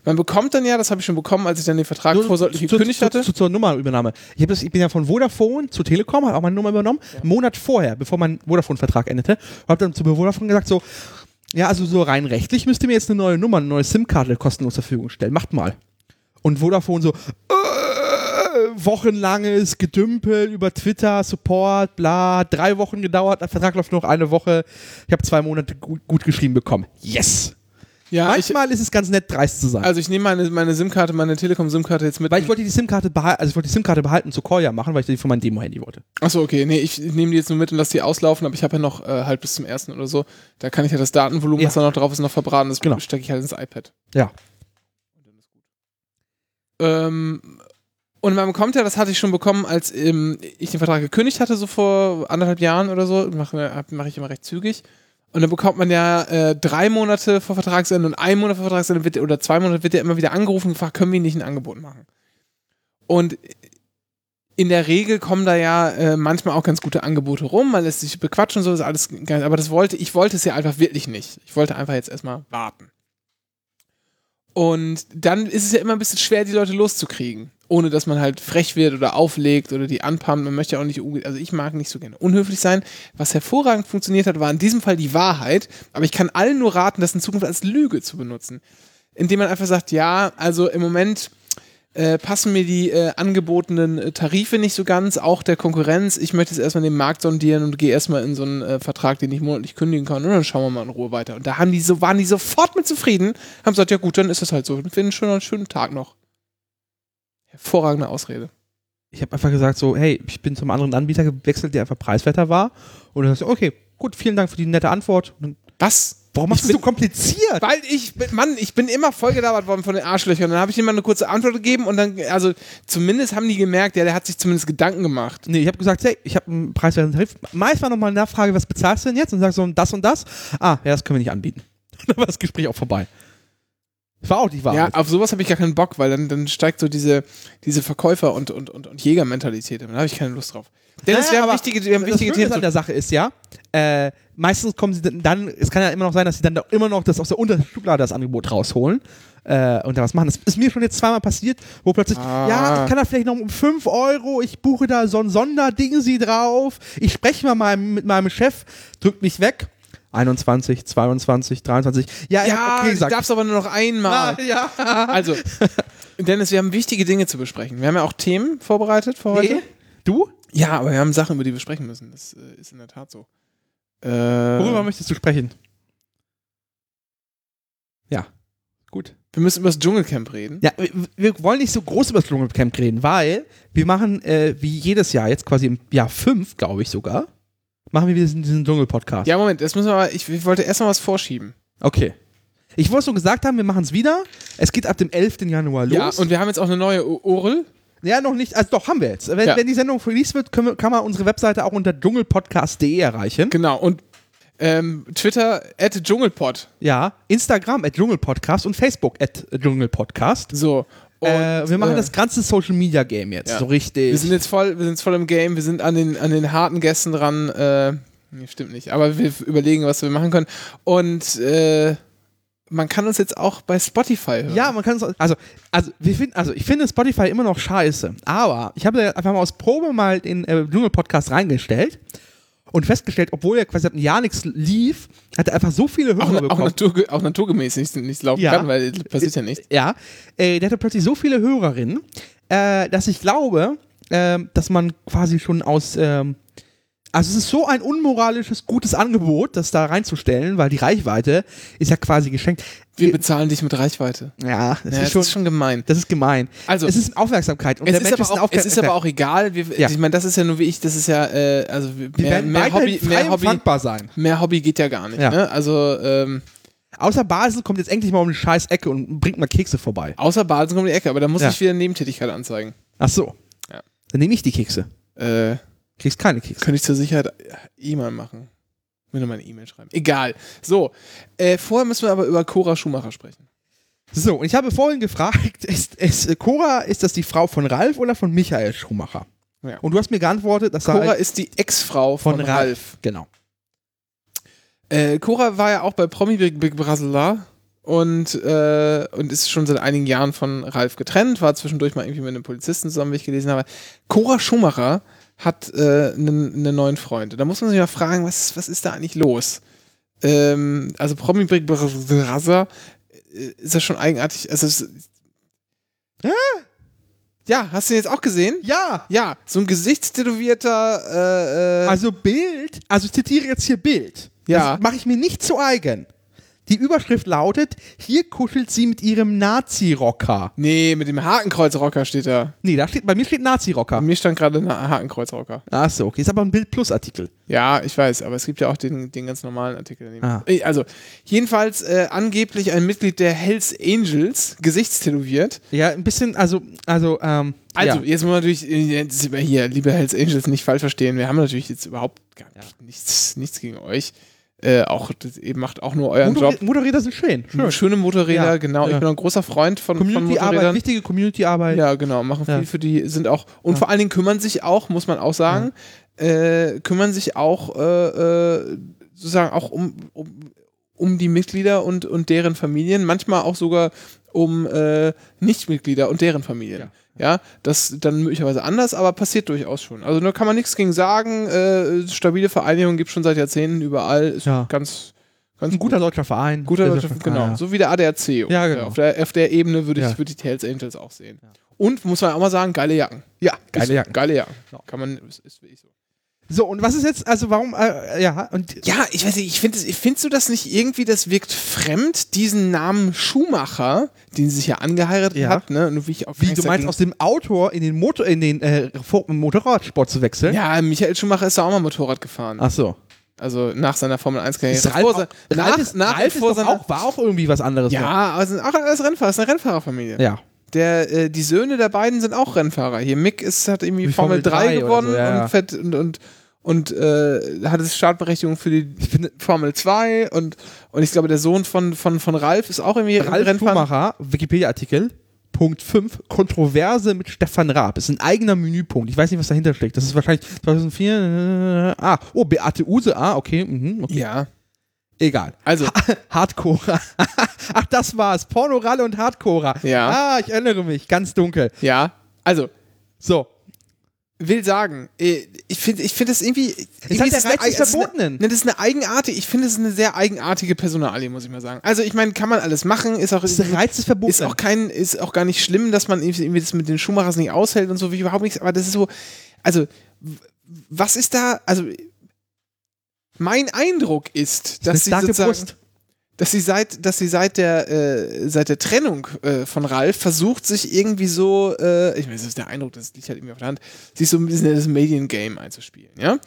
Speaker 1: Man bekommt dann ja, das habe ich schon bekommen, als ich dann den Vertrag
Speaker 2: Nur
Speaker 1: vorsorglich
Speaker 2: zu-
Speaker 1: gekündigt
Speaker 2: zu,
Speaker 1: hatte.
Speaker 2: Zu, zu, zur Nummernübernahme. Ich, hab das, ich bin ja von Vodafone zu Telekom, habe auch meine Nummer übernommen, einen Monat vorher, bevor mein Vodafone-Vertrag endete, und habe dann zu Vodafone gesagt, so, ja, also so rein rechtlich müsst ihr mir jetzt eine neue Nummer, eine neue SIM-Karte kostenlos zur Verfügung stellen. Macht mal. Und Vodafone so, äh, wochenlanges Gedümpel über Twitter, Support, bla, drei Wochen gedauert, der Vertrag läuft noch eine Woche. Ich habe zwei Monate gut, gut geschrieben bekommen. Yes!
Speaker 1: ja, ich,
Speaker 2: Manchmal ist es ganz nett, dreist zu sein.
Speaker 1: also ich nehme meine, meine SIM-Karte, meine Telekom-SIM-Karte jetzt mit.
Speaker 2: Weil ich wollte die SIM-Karte behalten, also ich wollte die SIM-Karte behalten zu Koya machen, weil ich die von meinem Demo-Handy wollte.
Speaker 1: Achso, okay. Nee, ich nehme die jetzt nur mit und lasse die auslaufen, aber ich habe ja noch äh, halt bis zum ersten oder so. Da kann ich ja das Datenvolumen,
Speaker 2: Ja.
Speaker 1: was da noch drauf ist, noch verbraten. Das
Speaker 2: Genau.
Speaker 1: stecke ich halt ins iPad.
Speaker 2: Ja.
Speaker 1: Ähm, und man bekommt ja, das hatte ich schon bekommen, als ähm, ich den Vertrag gekündigt hatte, so vor anderthalb Jahren oder so. Mache mach ich immer recht zügig. Und dann bekommt man ja äh, drei Monate vor Vertragsende und ein Monat vor Vertragsende wird, oder zwei Monate wird ja immer wieder angerufen und gefragt, können wir Ihnen nicht ein Angebot machen? Und in der Regel kommen da ja äh, manchmal auch ganz gute Angebote rum, man lässt sich bequatschen und so, ist alles geil. Aber das wollte, ich wollte es ja einfach wirklich nicht. Ich wollte einfach jetzt erstmal warten. Und dann ist es ja immer ein bisschen schwer, die Leute loszukriegen. Ohne dass man halt frech wird oder auflegt oder die anpammt. Man möchte ja auch nicht, unge- also ich mag nicht so gerne unhöflich sein. Was hervorragend funktioniert hat, war in diesem Fall die Wahrheit. Aber ich kann allen nur raten, das in Zukunft als Lüge zu benutzen. Indem man einfach sagt, ja, also im Moment äh, passen mir die äh, angebotenen äh, Tarife nicht so ganz, auch der Konkurrenz. Ich möchte jetzt erstmal den Markt sondieren und gehe erstmal in so einen äh, Vertrag, den ich monatlich kündigen kann und dann schauen wir mal in Ruhe weiter. Und da haben die so, waren die sofort mit zufrieden, haben gesagt, ja gut, dann ist das halt so. Wir finden schon einen schönen Tag noch. Hervorragende Ausrede.
Speaker 2: Ich habe einfach gesagt so, hey, ich bin zum anderen Anbieter gewechselt, der einfach preiswerter war. Und dann sagst du, okay, gut, vielen Dank für die nette Antwort. Und dann,
Speaker 1: Was?
Speaker 2: warum
Speaker 1: machst
Speaker 2: machst
Speaker 1: du
Speaker 2: du
Speaker 1: es so
Speaker 2: so kompliziert?
Speaker 1: Weil ich, Mann, ich bin immer vollgelabert worden von den Arschlöchern. Dann habe ich jemand eine kurze Antwort gegeben und dann, also zumindest haben die gemerkt, ja, der hat sich zumindest Gedanken gemacht.
Speaker 2: Nee, ich habe gesagt, hey, ich habe einen preiswerten Tarif. Meist war nochmal eine Nachfrage, was bezahlst du denn jetzt? Und sagst so, das und das. Ah, ja, das können wir nicht anbieten. Und dann war das Gespräch auch vorbei. War auch die
Speaker 1: Ja,
Speaker 2: Wahrheit.
Speaker 1: auf sowas habe ich gar keinen Bock, weil dann, dann steigt so diese, diese Verkäufer- und, und, und, und Jägermentalität. Da habe ich keine Lust drauf. Dennis,
Speaker 2: Naja,
Speaker 1: wir haben
Speaker 2: aber
Speaker 1: wichtige, wir haben
Speaker 2: das
Speaker 1: wichtige
Speaker 2: Schöne
Speaker 1: Themen.
Speaker 2: an
Speaker 1: zu-
Speaker 2: der Sache ist ja, äh, meistens kommen sie dann- dann, es kann ja immer noch sein, dass sie dann da immer noch das aus der unteren Schublade das Angebot rausholen äh, und da was machen. Das ist mir schon jetzt zweimal passiert, wo plötzlich,
Speaker 1: Ah.
Speaker 2: ja, ich kann da vielleicht noch um 5 Euro, ich buche da so ein Sonderding sie drauf, ich spreche mal meinem, mit meinem Chef, drückt mich weg. 21, 22, 23. halt, Ja, ich hab
Speaker 1: Ja,
Speaker 2: okay
Speaker 1: du
Speaker 2: gesagt.
Speaker 1: darfst aber nur noch einmal.
Speaker 2: Ah, ja.
Speaker 1: Also, Dennis, wir haben wichtige Dinge zu besprechen. Wir haben ja auch Themen vorbereitet für heute.
Speaker 2: Nee. Du?
Speaker 1: Ja, aber wir haben Sachen, über die wir sprechen müssen. Das äh, ist in der Tat so. Äh,
Speaker 2: Worüber
Speaker 1: wir
Speaker 2: möchtest du sprechen? Ja. Gut.
Speaker 1: müssen über das Dschungelcamp reden.
Speaker 2: Ja, wir, wir wollen nicht so groß über das Dschungelcamp reden, weil wir machen äh, wie jedes Jahr, jetzt quasi im Jahr 5, glaube ich sogar, Machen wir wieder diesen, diesen Dschungel-Podcast.
Speaker 1: Ja, Moment, das müssen wir aber, ich, ich wollte erst mal was vorschieben.
Speaker 2: Okay. Ich wollte es nur gesagt haben, wir machen es wieder. Es geht ab dem 11. Januar los.
Speaker 1: Ja, und wir haben jetzt auch eine neue O- Orel.
Speaker 2: Ja, noch nicht. Also doch, haben wir jetzt. Wenn,
Speaker 1: Ja.
Speaker 2: wenn die Sendung released wird, können, wir- kann man unsere Webseite auch unter dschungelpodcast.de erreichen.
Speaker 1: Genau, und ähm, Twitter, at Dschungelpod.
Speaker 2: Ja. Instagram at dschungelpodcast und Facebook at dschungelpodcast.
Speaker 1: So. Und,
Speaker 2: Äh, wir machen
Speaker 1: äh,
Speaker 2: das ganze Social Media Game jetzt.
Speaker 1: ja.
Speaker 2: So richtig.
Speaker 1: Wir sind jetzt voll, wir sind jetzt voll im Game, wir sind an den, an den harten Gästen dran. Äh, nee, stimmt nicht, aber wir f- überlegen, was wir machen können. Und äh, man kann uns jetzt auch bei Spotify hören.
Speaker 2: ja, man kann es. Also, also, wir finden, also ich finde Spotify immer noch scheiße. Aber ich habe da einfach mal aus Probe mal den äh, Dschungelpodcast reingestellt und festgestellt, obwohl er quasi seit einem Jahr nichts lief, hat er einfach so viele Hörer
Speaker 1: auch, na- auch,
Speaker 2: bekommen.
Speaker 1: naturge auch naturgemäß nicht, nicht laufen
Speaker 2: Ja.
Speaker 1: kann, weil das passiert ja nichts.
Speaker 2: Ja, äh, der hatte plötzlich so viele Hörerinnen, äh, dass ich glaube, ähm, dass man quasi schon aus. Ähm, also es ist so ein unmoralisches, gutes Angebot, das da reinzustellen, weil die Reichweite ist ja quasi geschenkt.
Speaker 1: Wir bezahlen dich mit Reichweite.
Speaker 2: ja, das,
Speaker 1: Ja,
Speaker 2: ist schon,
Speaker 1: gemein.
Speaker 2: das ist gemein.
Speaker 1: Also-
Speaker 2: es ist Aufmerksamkeit. Und
Speaker 1: Es
Speaker 2: der
Speaker 1: ist,
Speaker 2: Mensch
Speaker 1: aber
Speaker 2: ein
Speaker 1: auch, es ist aber
Speaker 2: Aufmerksamkeit.
Speaker 1: auch egal. Wir,
Speaker 2: Ja.
Speaker 1: Ich meine, das ist ja nur wie ich, das ist ja, äh, also
Speaker 2: Die
Speaker 1: mehr,
Speaker 2: werden
Speaker 1: mehr,
Speaker 2: weiterhin
Speaker 1: Hobby,
Speaker 2: frei
Speaker 1: mehr, Hobby,
Speaker 2: empfandbar sein.
Speaker 1: mehr Hobby geht ja gar nicht.
Speaker 2: Ja.
Speaker 1: Ne? Also, ähm,
Speaker 2: Außer Basel kommt jetzt endlich mal um eine scheiß Ecke und bringt mal Kekse vorbei.
Speaker 1: außer Baden kommt um die Ecke, aber da muss
Speaker 2: Ja.
Speaker 1: ich wieder Nebentätigkeit anzeigen.
Speaker 2: Ach so.
Speaker 1: Ja.
Speaker 2: Dann nehme ich die Kekse.
Speaker 1: Äh,
Speaker 2: Kriegst keine Kekse.
Speaker 1: Könnte ich zur Sicherheit E-Mail machen. Mir nochmal eine E-Mail schreiben. Egal. So, äh, vorher müssen wir aber über Cora Schumacher sprechen.
Speaker 2: So, und ich habe vorhin gefragt, ist, ist, äh, Cora, ist das die Frau von Ralf oder von Michael Schumacher?
Speaker 1: Ja.
Speaker 2: Und du hast mir geantwortet, das
Speaker 1: Cora
Speaker 2: sei
Speaker 1: ist die Ex-Frau von, Ralf.
Speaker 2: Genau.
Speaker 1: Äh, Cora war ja auch bei Promi Big, Big Brother da und, äh, und ist schon seit einigen Jahren von Ralf getrennt, war zwischendurch mal irgendwie mit einem Polizisten zusammen, wie ich gelesen habe. Cora Schumacher hat äh, einen einen neuen Freund. Und Da muss man sich mal fragen, was, was ist da eigentlich los? Ähm, also Promi Big Brother äh, ist das schon eigenartig. Also es, ja, hast du ihn jetzt auch gesehen?
Speaker 2: Ja,
Speaker 1: Ja, so ein gesichtstätowierter äh, äh,
Speaker 2: also Bild, also ich zitiere jetzt hier Bild.
Speaker 1: Ja.
Speaker 2: Das mache ich mir nicht zu eigen. Die Überschrift lautet, hier kuschelt sie mit ihrem Nazi-Rocker.
Speaker 1: Nee, mit dem Hakenkreuzrocker steht da.
Speaker 2: Nee, da steht, bei mir steht
Speaker 1: Bei
Speaker 2: Nazi-Rocker.
Speaker 1: mir stand gerade ein Hakenkreuzrocker.
Speaker 2: Ach so, okay, ist aber ein Bild-Plus-Artikel.
Speaker 1: Ja, ich weiß, aber es gibt ja auch den, den ganz normalen Artikel daneben.
Speaker 2: Ah.
Speaker 1: Äh, Also, jedenfalls äh, angeblich ein Mitglied der Hells Angels, gesichtstätowiert.
Speaker 2: Ja, ein bisschen, also, also, ähm,
Speaker 1: Also,
Speaker 2: ja.
Speaker 1: jetzt muss man natürlich, äh, jetzt sind wir hier, liebe Hells Angels, nicht falsch verstehen. Wir haben natürlich jetzt überhaupt gar nichts, nichts gegen euch. Äh, auch, das, ihr macht auch nur euren
Speaker 2: Motor
Speaker 1: Job.
Speaker 2: Motorräder sind schön. schön.
Speaker 1: Schöne Motorräder,
Speaker 2: Ja.
Speaker 1: genau.
Speaker 2: Ja.
Speaker 1: Ich bin ein großer Freund von, von
Speaker 2: Community-Arbeit,
Speaker 1: Motorrädern.
Speaker 2: wichtige Community-Arbeit.
Speaker 1: Ja, genau, machen
Speaker 2: Halt Ja.
Speaker 1: viel für die, sind auch, und vor allen Dingen kümmern sich auch, muss man auch sagen, äh, kümmern sich auch äh, äh, sozusagen auch um, um, um die Mitglieder und, und deren Familien, manchmal auch sogar um äh, Nichtmitglieder und deren Familien. Ja. das dann möglicherweise anders, aber passiert durchaus schon. Also da kann man nichts gegen sagen. Äh, stabile Vereinigung gibt schon seit Jahrzehnten überall. Ist
Speaker 2: Ja.
Speaker 1: ganz, ganz
Speaker 2: Ein guter deutscher Verein.
Speaker 1: Guter
Speaker 2: Sehr,
Speaker 1: deutscher
Speaker 2: sehr-
Speaker 1: genau.
Speaker 2: Ah, ja.
Speaker 1: So wie der ADAC. ungefähr.
Speaker 2: genau.
Speaker 1: Auf der, auf der Ebene würde ich,
Speaker 2: Ja.
Speaker 1: würde ich Hells Angels auch sehen. Und muss man auch mal sagen, geile Jacken.
Speaker 2: Ja,
Speaker 1: Ist so,
Speaker 2: geile Jacken.
Speaker 1: Geile Jacken.
Speaker 2: Genau.
Speaker 1: Kann man, ist, ist wirklich so.
Speaker 2: So, und was ist jetzt, also warum, äh, ja, und
Speaker 1: Ja, ich weiß nicht, ich finde, findest du das nicht irgendwie, das wirkt fremd, diesen Namen Schumacher, den sie sich ja angeheiratet
Speaker 2: Ja.
Speaker 1: hat, ne? Und wie ich auch gar
Speaker 2: wie
Speaker 1: nichts
Speaker 2: du meinst,
Speaker 1: dagegen-
Speaker 2: aus dem Autor in den Motor, in den äh, Vor- Motorradsport zu wechseln?
Speaker 1: Ja, Michael Schumacher ist da auch mal Motorrad gefahren.
Speaker 2: Ach so.
Speaker 1: Also nach seiner Formel 1-Karriere.
Speaker 2: Ralf, auch,
Speaker 1: nach,
Speaker 2: Ralf ist,
Speaker 1: nach
Speaker 2: Ralf ist
Speaker 1: vor
Speaker 2: doch
Speaker 1: seiner.
Speaker 2: auch, war auch irgendwie was anderes. noch.
Speaker 1: ja, aber sind auch alles Rennfahrer, ist eine Rennfahrerfamilie.
Speaker 2: ja.
Speaker 1: der, äh, die Söhne der beiden sind auch Rennfahrer. Hier Mick ist, hat irgendwie
Speaker 2: Wie
Speaker 1: Formel,
Speaker 2: Formel
Speaker 1: 3,
Speaker 2: 3 oder
Speaker 1: gewonnen
Speaker 2: so, ja, ja.
Speaker 1: und, fährt, und, und, und äh, hatte Startberechtigung für die Formel 2 und, und ich glaube, der Sohn von, von, von Ralf ist auch irgendwie
Speaker 2: Ralf Schumacher, Wikipedia-Artikel, Punkt 5, Kontroverse mit Stefan Raab. Ist ein eigener Menüpunkt. Ich weiß nicht, was dahinter steckt. Das ist wahrscheinlich 2004, äh, ah, oh, Beate Use, ah, okay, mhm, okay.
Speaker 1: Ja,
Speaker 2: Egal.
Speaker 1: also,
Speaker 2: Hardcore. Ach, das war's. Pornoralle und Hardcore.
Speaker 1: Ja.
Speaker 2: Ah, ich erinnere mich. Ganz dunkel.
Speaker 1: ja, also,
Speaker 2: So.
Speaker 1: will sagen, äh, ich finde ich find das irgendwie. irgendwie
Speaker 2: hat
Speaker 1: ist
Speaker 2: der
Speaker 1: es eine-
Speaker 2: Reiz des
Speaker 1: es ist eine-
Speaker 2: Verbotenen.
Speaker 1: Ne, das ist eine eigenartige, ich finde, es ist eine sehr eigenartige Personalie, muss ich mal sagen. Also, ich meine, kann man alles machen, ist auch.
Speaker 2: Das ist der Reiz des Verboten.
Speaker 1: Ist auch kein, ist auch gar nicht schlimm, dass man irgendwie irgendwie das mit den Schuhmachers nicht aushält und so, wie überhaupt nichts, aber das ist so, also, w- was ist da, also, mein Eindruck ist, dass sie sozusagen, dass sie seit, dass sie seit der, äh, seit der Trennung äh, von Ralf versucht, sich irgendwie so, äh, ich meine, das ist der Eindruck, das liegt halt irgendwie auf der Hand, sich so ein bisschen in das Mediengame einzuspielen, ja?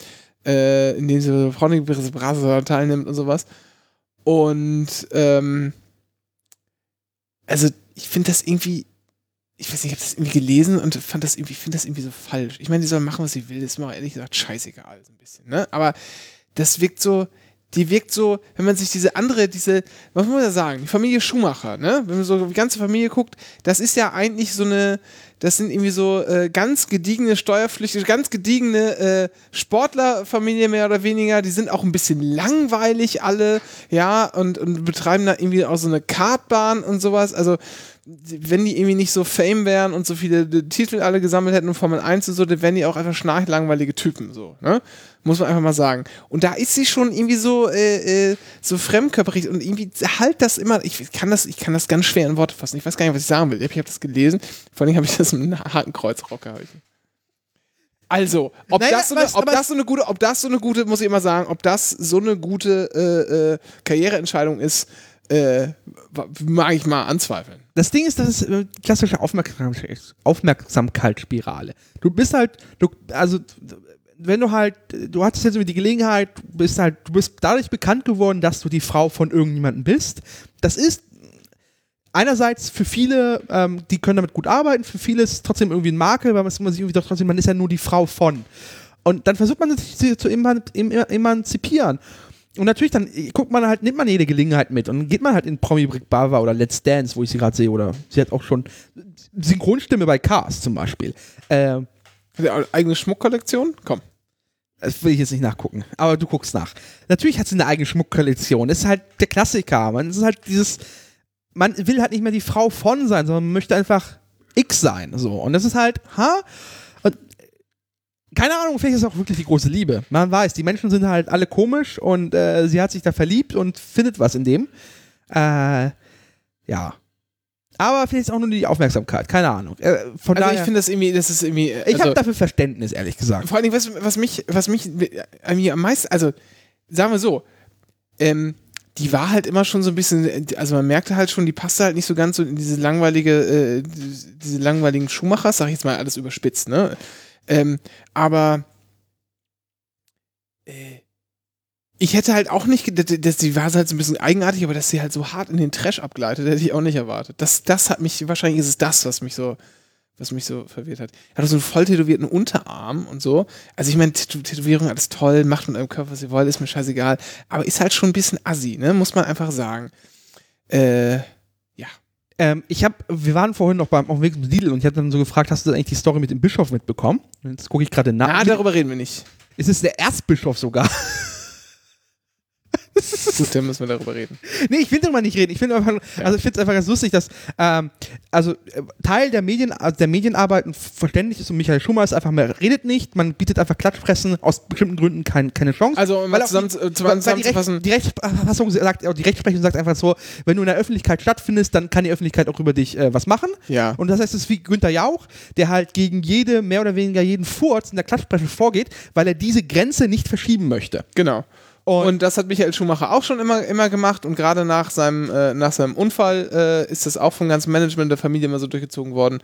Speaker 1: äh, in dem sie Frauenbrasse teilnimmt und sowas. Und ähm, also ich finde das irgendwie, ich weiß nicht, ich habe das irgendwie gelesen und fand das irgendwie, finde das irgendwie so falsch. Ich meine, die soll machen, was sie will, ist mir auch ehrlich gesagt scheißegal, so ein bisschen, ne? Aber das wirkt so, die wirkt so, wenn man sich diese andere, diese, was muss man da sagen, die Familie Schumacher, ne? Wenn man so die ganze Familie guckt, das ist ja eigentlich so eine, das sind irgendwie so äh, ganz gediegene Steuerpflichtige, ganz gediegene äh, Sportlerfamilie mehr oder weniger, die sind auch ein bisschen langweilig alle, ja, und, und betreiben da irgendwie auch so eine Kartbahn und sowas, also wenn die irgendwie nicht so Fame wären und so viele äh, Titel alle gesammelt hätten und Formel 1 und so, dann wären die auch einfach schnarchlangweilige Typen, so, ne? Muss man einfach mal sagen. Und da ist sie schon irgendwie so, äh, äh, so fremdkörperig und irgendwie halt das immer, ich kann das, ich kann das ganz schwer in Worte fassen. Ich weiß gar nicht, was ich sagen will. Ich habe das gelesen, vor allem habe ich das mit einem Hakenkreuzrock erhalten. Also, ob,
Speaker 2: Naja,
Speaker 1: das so eine,
Speaker 2: was-
Speaker 1: ob
Speaker 2: aber-
Speaker 1: das so eine gute, ob das so eine gute, muss ich immer sagen, ob das so eine gute äh, äh, Karriereentscheidung ist, äh, wa- mag ich mal anzweifeln.
Speaker 2: Das Ding ist, das ist äh, klassische Aufmerksam Aufmerksamkeitsspirale. Du bist halt, du, also wenn du halt, du hattest jetzt irgendwie die Gelegenheit, du bist halt, du bist dadurch bekannt geworden, dass du die Frau von irgendjemandem bist. Das ist einerseits für viele, ähm, die können damit gut arbeiten, für viele ist es trotzdem irgendwie ein Makel, weil man es immer sich irgendwie doch trotzdem, man ist ja nur die Frau von. Und dann versucht man sich zu- zu eman em- emanzipieren. Und natürlich, dann äh, guckt man halt, nimmt man jede Gelegenheit mit und geht man halt in Promi Brick Bava oder Let's Dance, wo ich sie gerade sehe, oder sie hat auch schon Synchronstimme bei Cars zum Beispiel. Ähm,
Speaker 1: Hat er eine eigene Schmuckkollektion? Komm.
Speaker 2: das will ich jetzt nicht nachgucken, aber du guckst nach. Natürlich hat sie eine eigene Schmuckkollektion. Das ist halt der Klassiker. Man es ist halt dieses, man will halt nicht mehr die Frau von sein, sondern man möchte einfach X sein. So. Und das ist halt, ha? Und, keine Ahnung, vielleicht ist es auch wirklich die große Liebe. Man weiß, die Menschen sind halt alle komisch und äh, sie hat sich da verliebt und findet was in dem. Äh, ja. Aber vielleicht ist auch nur die Aufmerksamkeit, keine Ahnung. Äh, von
Speaker 1: Also
Speaker 2: daher,
Speaker 1: ich
Speaker 2: ich,
Speaker 1: finde das irgendwie, das ist irgendwie. äh,
Speaker 2: ich
Speaker 1: also,
Speaker 2: habe dafür Verständnis, ehrlich gesagt.
Speaker 1: vor allen Dingen, was, was mich, was mich äh, irgendwie am meisten, also sagen wir so, ähm, die war halt immer schon so ein bisschen, äh, also man merkte halt schon, die passte halt nicht so ganz so in diese langweilige, äh, diese langweiligen Schuhmachers, sag ich jetzt mal alles überspitzt, ne? Ähm, aber äh, ich hätte halt auch nicht, gedacht, dass die war halt so ein bisschen eigenartig, aber dass sie halt so hart in den Trash abgleitet, hätte ich auch nicht erwartet. Das, das hat mich, wahrscheinlich ist es das, was mich so, was mich so verwirrt hat. Er hat auch so einen voll tätowierten Unterarm und so. Also ich meine, Tätow- Tätowierung, alles toll, macht mit eurem Körper, was ihr wollt, ist mir scheißegal. Aber ist halt schon ein bisschen assi, ne? Muss man einfach sagen. Äh,
Speaker 2: Ähm, ich habe, wir waren vorhin noch beim auf dem Weg zum Lidl und ich habe dann so gefragt, hast du denn eigentlich die Story mit dem Bischof mitbekommen? Und Jetzt gucke ich gerade nach.
Speaker 1: na, darüber reden wir nicht.
Speaker 2: es ist der Erzbischof sogar.
Speaker 1: Gut, dann müssen wir darüber reden.
Speaker 2: nee, ich will darüber nicht reden. Ich finde einfach, also ich finde es einfach ganz lustig, dass ähm, also äh, Teil der Medien, also der Medienarbeit und verständlich ist und Michael Schumacher ist einfach, man redet nicht, man bietet einfach Klatschpressen aus bestimmten Gründen kein, keine Chance.
Speaker 1: Also, um mal
Speaker 2: Weil auch
Speaker 1: zusammen, äh,
Speaker 2: Weil- weil
Speaker 1: zusammen,
Speaker 2: die, Rechts-
Speaker 1: zusammenzufassen,
Speaker 2: die Rechtsprechung sagt, auch die Rechtsprechung sagt einfach so, wenn du in der Öffentlichkeit stattfindest, dann kann die Öffentlichkeit auch über dich äh, was machen.
Speaker 1: Ja.
Speaker 2: Und das heißt, es ist wie Günther Jauch, der halt gegen jede, mehr oder weniger jeden Furz in der Klatschpresse vorgeht, weil er diese Grenze nicht verschieben möchte.
Speaker 1: genau.
Speaker 2: Und-
Speaker 1: Und, das hat Michael Schumacher auch schon immer, immer gemacht und gerade nach seinem, äh, nach seinem Unfall äh, ist das auch vom ganzen Management der Familie immer so durchgezogen worden.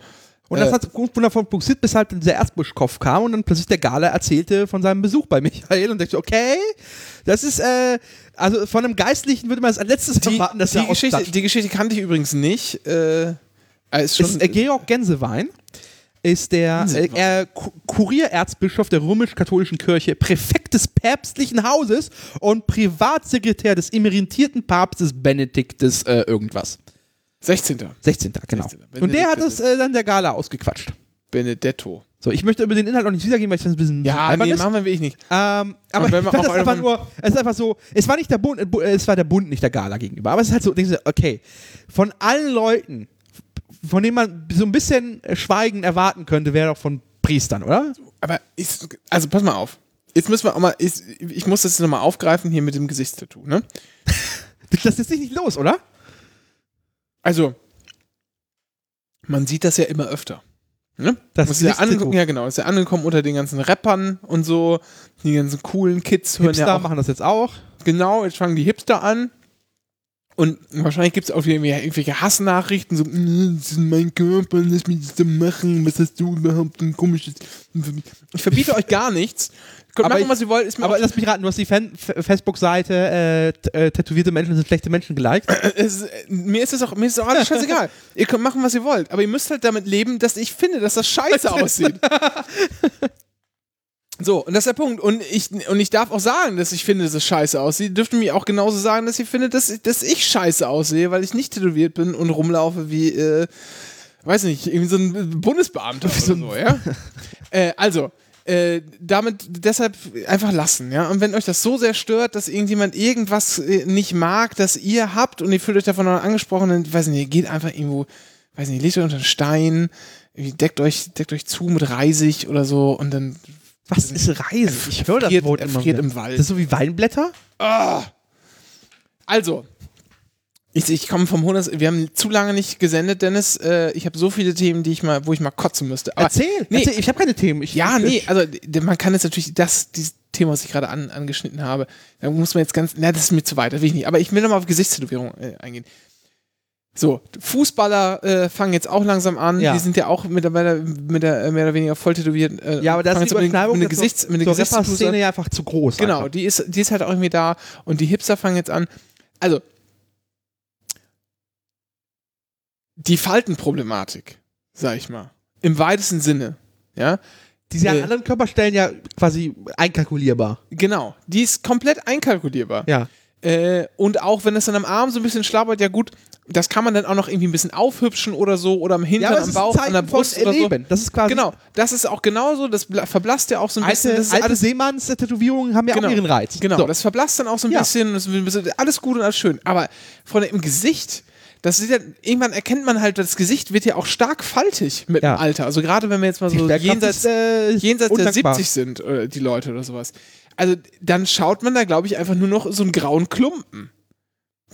Speaker 2: Und das
Speaker 1: Äh.
Speaker 2: hat wundervoll funktioniert, bis halt dieser Erzbischkopf kam und dann plötzlich der Gala erzählte von seinem Besuch bei Michael und dachte, okay, das ist, äh, also von einem Geistlichen würde man das als letztes erwarten, dass
Speaker 1: die,
Speaker 2: er
Speaker 1: Geschichte,
Speaker 2: ausklatscht.
Speaker 1: die Geschichte kannte ich übrigens nicht. Äh, äh, ist schon,
Speaker 2: ist, äh, Georg Gänsewein ist der äh,
Speaker 1: Gänsewein.
Speaker 2: äh, Ku- Kuriererzbischof der römisch-katholischen Kirche, Präfekt des päpstlichen Hauses und Privatsekretär des emeritierten Papstes Benedikt des äh, irgendwas.
Speaker 1: 16.
Speaker 2: 16. genau.
Speaker 1: 16., Benedikt
Speaker 2: Und der hat es
Speaker 1: Benedikt.
Speaker 2: äh, dann der Gala ausgequatscht.
Speaker 1: Benedetto.
Speaker 2: So, ich möchte über den Inhalt auch nicht wiedergeben, weil ich das ein bisschen
Speaker 1: Ja,
Speaker 2: albern
Speaker 1: nee,
Speaker 2: ist.
Speaker 1: machen wir wirklich nicht.
Speaker 2: Ähm, aber
Speaker 1: Und wenn man
Speaker 2: ich fand
Speaker 1: auf
Speaker 2: das einfach
Speaker 1: euren-
Speaker 2: nur, es ist einfach so, es war nicht der Bund, äh, Bu- äh, es war der Bund, nicht der Gala gegenüber. Aber es ist halt so, denkst du, okay, von allen Leuten, von denen man so ein bisschen äh, Schweigen erwarten könnte, wäre doch von Priestern, oder?
Speaker 1: Aber ist, also pass mal auf. Jetzt müssen wir auch mal, ich, ich muss das nochmal aufgreifen hier mit dem Gesichtstattoo, ne?
Speaker 2: Das lässt sich nicht los, oder?
Speaker 1: Also, man sieht das ja immer öfter. Ne?
Speaker 2: Das
Speaker 1: muss ja
Speaker 2: Gesichtstattoo.
Speaker 1: angucken, ja genau, ist ja angekommen unter den ganzen Rappern und so, die ganzen coolen Kids hören
Speaker 2: Hipster
Speaker 1: ja auch
Speaker 2: machen das jetzt auch.
Speaker 1: Genau, jetzt fangen die Hipster an. Und wahrscheinlich gibt es auch irgendwie irgendwelche Hassnachrichten, so, "Mm, das ist mein Körper, lass mich das denn machen, was hast du überhaupt, ein komisches... Ich verbiete euch gar nichts. Könnt
Speaker 2: Aber
Speaker 1: machen,
Speaker 2: ich-
Speaker 1: was ihr wollt, ist mir
Speaker 2: Aber
Speaker 1: auch
Speaker 2: lass mich raten, du hast die Fan- F- Facebook-Seite äh, t- äh, Tätowierte Menschen sind schlechte Menschen geliked.
Speaker 1: Es, äh, mir ist das auch, mir ist das auch alles scheißegal. ihr könnt machen, was ihr wollt, aber ihr müsst halt damit leben, dass ich finde, dass das scheiße aussieht. So, und das ist der Punkt. Und ich, und ich darf auch sagen, dass ich finde, dass es scheiße aussieht. Dürfte mir auch genauso sagen, dass ihr findet, dass, ich- dass ich scheiße aussehe, weil ich nicht tätowiert bin und rumlaufe wie, äh, weiß nicht, irgendwie so ein Bundesbeamter oder so, ja? äh, also, äh, damit deshalb einfach lassen, ja. Und wenn euch das so sehr stört, dass irgendjemand irgendwas äh, nicht mag, das ihr habt und ihr fühlt euch davon noch angesprochen, dann weiß nicht, ihr geht einfach irgendwo, weiß nicht, legt euch unter einen Stein, irgendwie deckt euch, deckt euch zu mit Reisig oder so und dann
Speaker 2: Was ist Reise? Ich höre das
Speaker 1: friert-
Speaker 2: Wort
Speaker 1: er
Speaker 2: immer.
Speaker 1: friert
Speaker 2: wieder.
Speaker 1: im Wald.
Speaker 2: Das ist so wie Weinblätter?
Speaker 1: Also, ich, ich komme vom Hundes. Wir haben zu lange nicht gesendet, Dennis. Äh, ich habe so viele Themen, die ich mal, wo ich mal kotzen müsste. Aber,
Speaker 2: erzähl,
Speaker 1: nee.
Speaker 2: erzähl, ich habe keine Themen. Ich,
Speaker 1: Ja,
Speaker 2: ich,
Speaker 1: nee, also d- man kann jetzt natürlich das, dieses Thema, was ich gerade an, angeschnitten habe, da muss man jetzt ganz. Na, das ist mir zu weit, das will ich nicht. Aber ich will nochmal auf Gesichtstätowierung äh, eingehen. So, Fußballer äh, fangen jetzt auch langsam an.
Speaker 2: Ja.
Speaker 1: Die sind ja auch mittlerweile mit der, äh, mehr oder weniger voll tätowiert. Äh,
Speaker 2: Ja, aber da
Speaker 1: fangen
Speaker 2: ist
Speaker 1: jetzt
Speaker 2: die Überschneidung
Speaker 1: mit,
Speaker 2: der
Speaker 1: mit, Gesichts, mit
Speaker 2: zur
Speaker 1: der Gesichtstätowierung
Speaker 2: Rapper-Szene ja einfach zu groß.
Speaker 1: Genau,
Speaker 2: einfach.
Speaker 1: die ist, die ist halt auch irgendwie da und die Hipster fangen jetzt an. Also, die Faltenproblematik, sag ich mal, im weitesten Sinne, ja,
Speaker 2: Die sind
Speaker 1: äh,
Speaker 2: an anderen Körperstellen ja quasi einkalkulierbar.
Speaker 1: genau, die ist komplett einkalkulierbar.
Speaker 2: Ja.
Speaker 1: Äh, und auch wenn es dann am Arm so ein bisschen schlabbert, ja gut, das kann man dann auch noch irgendwie ein bisschen aufhübschen oder so oder am Hintern, am Bauch, an der Brust oder so.
Speaker 2: Das ist quasi
Speaker 1: Genau, das ist auch genauso, das bla- verblasst ja auch so ein bisschen.
Speaker 2: Also Alte,
Speaker 1: das ist
Speaker 2: alte
Speaker 1: alles
Speaker 2: Seemanns-Tätowierungen haben ja
Speaker 1: Genau.
Speaker 2: auch ihren Reiz.
Speaker 1: Genau,
Speaker 2: So.
Speaker 1: das verblasst dann auch so ein
Speaker 2: Ja.
Speaker 1: bisschen, das ist ein bisschen. Alles gut und alles schön. Aber von im Gesicht, das sieht ja, irgendwann erkennt man halt, das Gesicht wird ja auch stark faltig mit
Speaker 2: Ja.
Speaker 1: dem Alter. Also gerade wenn wir jetzt mal so
Speaker 2: Bergkraft
Speaker 1: jenseits,
Speaker 2: ist, äh,
Speaker 1: jenseits der
Speaker 2: undankbar.
Speaker 1: 70 sind, äh, die Leute oder sowas. Also dann schaut man da, glaube ich, einfach nur noch so einen grauen Klumpen.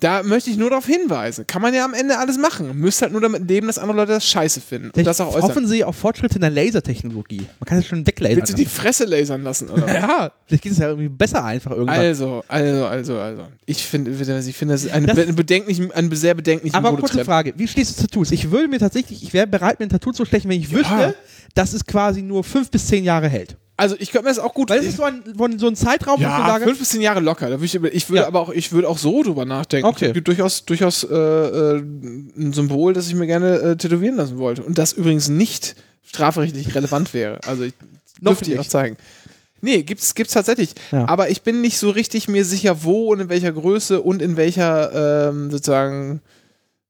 Speaker 1: Da möchte ich nur darauf hinweisen. Kann man ja am Ende alles machen. Müsst halt nur damit leben, dass andere Leute das scheiße finden. Und das auch äußern.
Speaker 2: Hoffen Sie auf Fortschritte in der Lasertechnologie. Man kann das schon weglasern.
Speaker 1: Willst du die Fresse lasern lassen, oder? was?
Speaker 2: ja, vielleicht geht es ja irgendwie besser einfach irgendwann.
Speaker 1: Also, also, also, also. Ich finde, ich finde, das ist eine,
Speaker 2: Das-
Speaker 1: be- bedenklichen, eine sehr bedenkliche
Speaker 2: Aber kurze
Speaker 1: Modetrend.
Speaker 2: Frage, wie stehst du zu Tattoos? Ich würde mir tatsächlich, ich wäre bereit, mir ein Tattoo zu stechen, wenn ich wüsste, dass es quasi nur fünf bis zehn Jahre hält.
Speaker 1: Also, ich könnte mir das auch gut.
Speaker 2: Weil es ist so ein, von- so ein Zeitraum, wo ich mir
Speaker 1: ja,
Speaker 2: sage,
Speaker 1: fünf bis zehn Jahre locker. Da würde ich, über- ich würde
Speaker 2: Ja.
Speaker 1: aber auch, ich würde auch so drüber nachdenken.
Speaker 2: Okay.
Speaker 1: Es gibt durchaus, durchaus äh, äh, ein Symbol, das ich mir gerne äh, tätowieren lassen wollte. Und das übrigens nicht strafrechtlich relevant wäre. Also, ich
Speaker 2: Noch
Speaker 1: dürfte ich auch
Speaker 2: nicht.
Speaker 1: zeigen. Nee, gibt's, gibt's tatsächlich.
Speaker 2: Ja.
Speaker 1: Aber ich bin nicht so richtig mir sicher, wo und in welcher Größe und in welcher, ähm, sozusagen,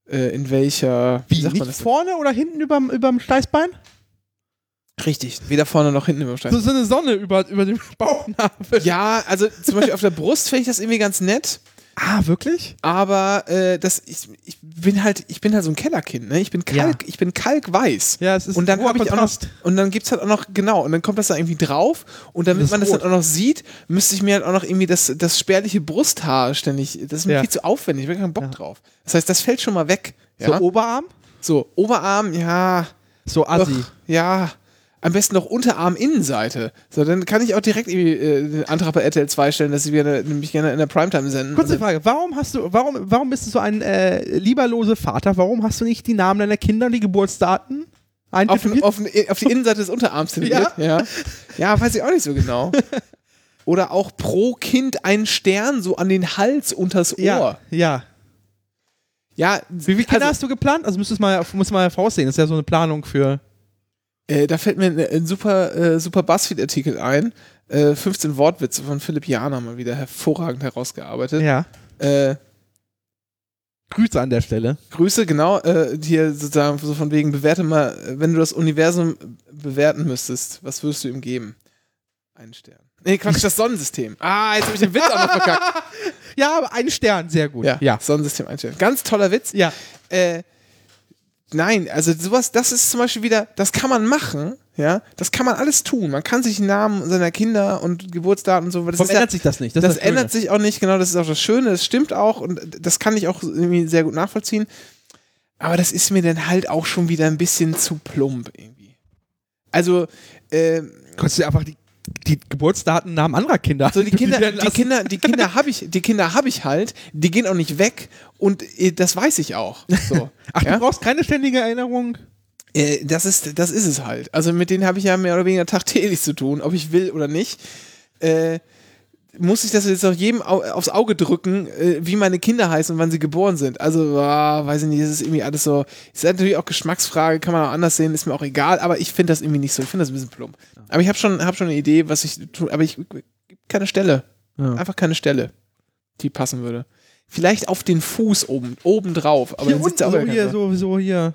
Speaker 1: äh, in welcher.
Speaker 2: wie, nicht vorne oder hinten überm, überm Steißbein?
Speaker 1: Richtig. Weder vorne noch hinten über
Speaker 2: So, so eine Sonne über, über dem Bauchnabel.
Speaker 1: Ja, also zum Beispiel auf der Brust finde ich das irgendwie ganz nett,
Speaker 2: Ah, wirklich?
Speaker 1: aber äh, das, ich, ich bin halt, ich bin halt so ein Kellerkind, ne? Ich bin kalk, ich bin kalkweiß.
Speaker 2: Ja, es ist
Speaker 1: und dann
Speaker 2: ein hoher
Speaker 1: hab ich auch noch,
Speaker 2: Kontrast.
Speaker 1: und dann gibt's halt auch noch, genau, und dann kommt das da irgendwie drauf und damit
Speaker 2: Dieses
Speaker 1: man das
Speaker 2: Rot.
Speaker 1: dann auch noch sieht, müsste ich mir halt auch noch irgendwie das, das spärliche Brusthaar ständig, das ist mir
Speaker 2: Ja.
Speaker 1: viel zu aufwendig, ich habe keinen Bock drauf. Das heißt, das fällt schon mal weg.
Speaker 2: So
Speaker 1: Ja?
Speaker 2: Oberarm?
Speaker 1: so Oberarm, ja,
Speaker 2: So Assi.
Speaker 1: Ach, ja. Am besten noch Unterarm-Innenseite. So, dann kann ich auch direkt irgendwie, äh, den Antrag bei RTL 2 stellen, dass sie mir eine- mich gerne in der Primetime senden.
Speaker 2: Kurze
Speaker 1: Und
Speaker 2: Frage, warum hast du, warum, warum bist du so ein äh, lieberloser Vater? Warum hast du nicht die Namen deiner Kinder und die Geburtsdaten
Speaker 1: auf,
Speaker 2: eintätowiert?
Speaker 1: auf, auf die Innenseite des Unterarms tätowiert. Ja. ja, weiß ich auch nicht so genau. Oder auch pro Kind einen Stern so an den Hals unters Ohr.
Speaker 2: Ja, ja.
Speaker 1: ja
Speaker 2: Wie viele Kinder
Speaker 1: also,
Speaker 2: hast du geplant? Also müsstest du mal, musst du mal voraussehen. Das ist ja so eine Planung für.
Speaker 1: Äh, da fällt mir ein, ein super, äh, super Buzzfeed-Artikel ein. Äh, 15 Wortwitze von Philipp Jana mal wieder hervorragend herausgearbeitet.
Speaker 2: Ja.
Speaker 1: Äh,
Speaker 2: Grüße an der Stelle.
Speaker 1: Grüße, genau, äh, hier sozusagen so von wegen, bewerte mal, äh, wenn du das Universum bewerten müsstest, was würdest du ihm geben? Einen Stern. Nee, Quatsch, das Sonnensystem. Ah, jetzt habe ich den Witz auch noch verkackt.
Speaker 2: Ja, aber ein Stern, sehr gut.
Speaker 1: Ja, Sonnensystem, ein Stern. Ganz toller Witz.
Speaker 2: Ja.
Speaker 1: Äh, nein, also sowas, das ist zum Beispiel wieder, das kann man machen, ja, das kann man alles tun. Man kann sich den Namen seiner Kinder und Geburtsdaten und so, das
Speaker 2: Warum
Speaker 1: ist ja,
Speaker 2: ändert sich das nicht?
Speaker 1: das,
Speaker 2: ist
Speaker 1: ändert sich auch nicht, genau, das ist auch das Schöne, das stimmt auch und das kann ich auch irgendwie sehr gut nachvollziehen. Aber das ist mir dann halt auch schon wieder ein bisschen zu plump irgendwie. Also, ähm,
Speaker 2: Schöne. Kannst du dir einfach die die Geburtsdaten Namen anderer Kinder.
Speaker 1: So, die Kinder,
Speaker 2: studieren
Speaker 1: die
Speaker 2: lassen.
Speaker 1: Kinder, die Kinder habe ich, die Kinder habe ich halt, die gehen auch nicht weg und äh, das weiß ich auch. So.
Speaker 2: Ach,
Speaker 1: ja?
Speaker 2: du brauchst keine ständige Erinnerung?
Speaker 1: Äh, das ist, das ist es halt. Also mit denen habe ich ja mehr oder weniger tagtäglich zu tun, ob ich will oder nicht. Äh, muss ich das jetzt auch jedem au aufs Auge drücken, äh, wie meine Kinder heißen und wann sie geboren sind? Also, ah, weiß ich nicht, das ist irgendwie alles so. Ist natürlich auch Geschmacksfrage, kann man auch anders sehen, ist mir auch egal, aber ich finde das irgendwie nicht so. Ich finde das ein bisschen plump. Aber ich habe schon, hab schon eine Idee, was ich tue, aber ich gibt keine Stelle.
Speaker 2: Ja.
Speaker 1: Einfach keine Stelle, die passen würde. Vielleicht auf den Fuß oben, oben drauf, aber
Speaker 2: hier
Speaker 1: dann sitzt
Speaker 2: unten,
Speaker 1: ja auch
Speaker 2: so
Speaker 1: gar keiner
Speaker 2: hier,
Speaker 1: drauf.
Speaker 2: so, so hier.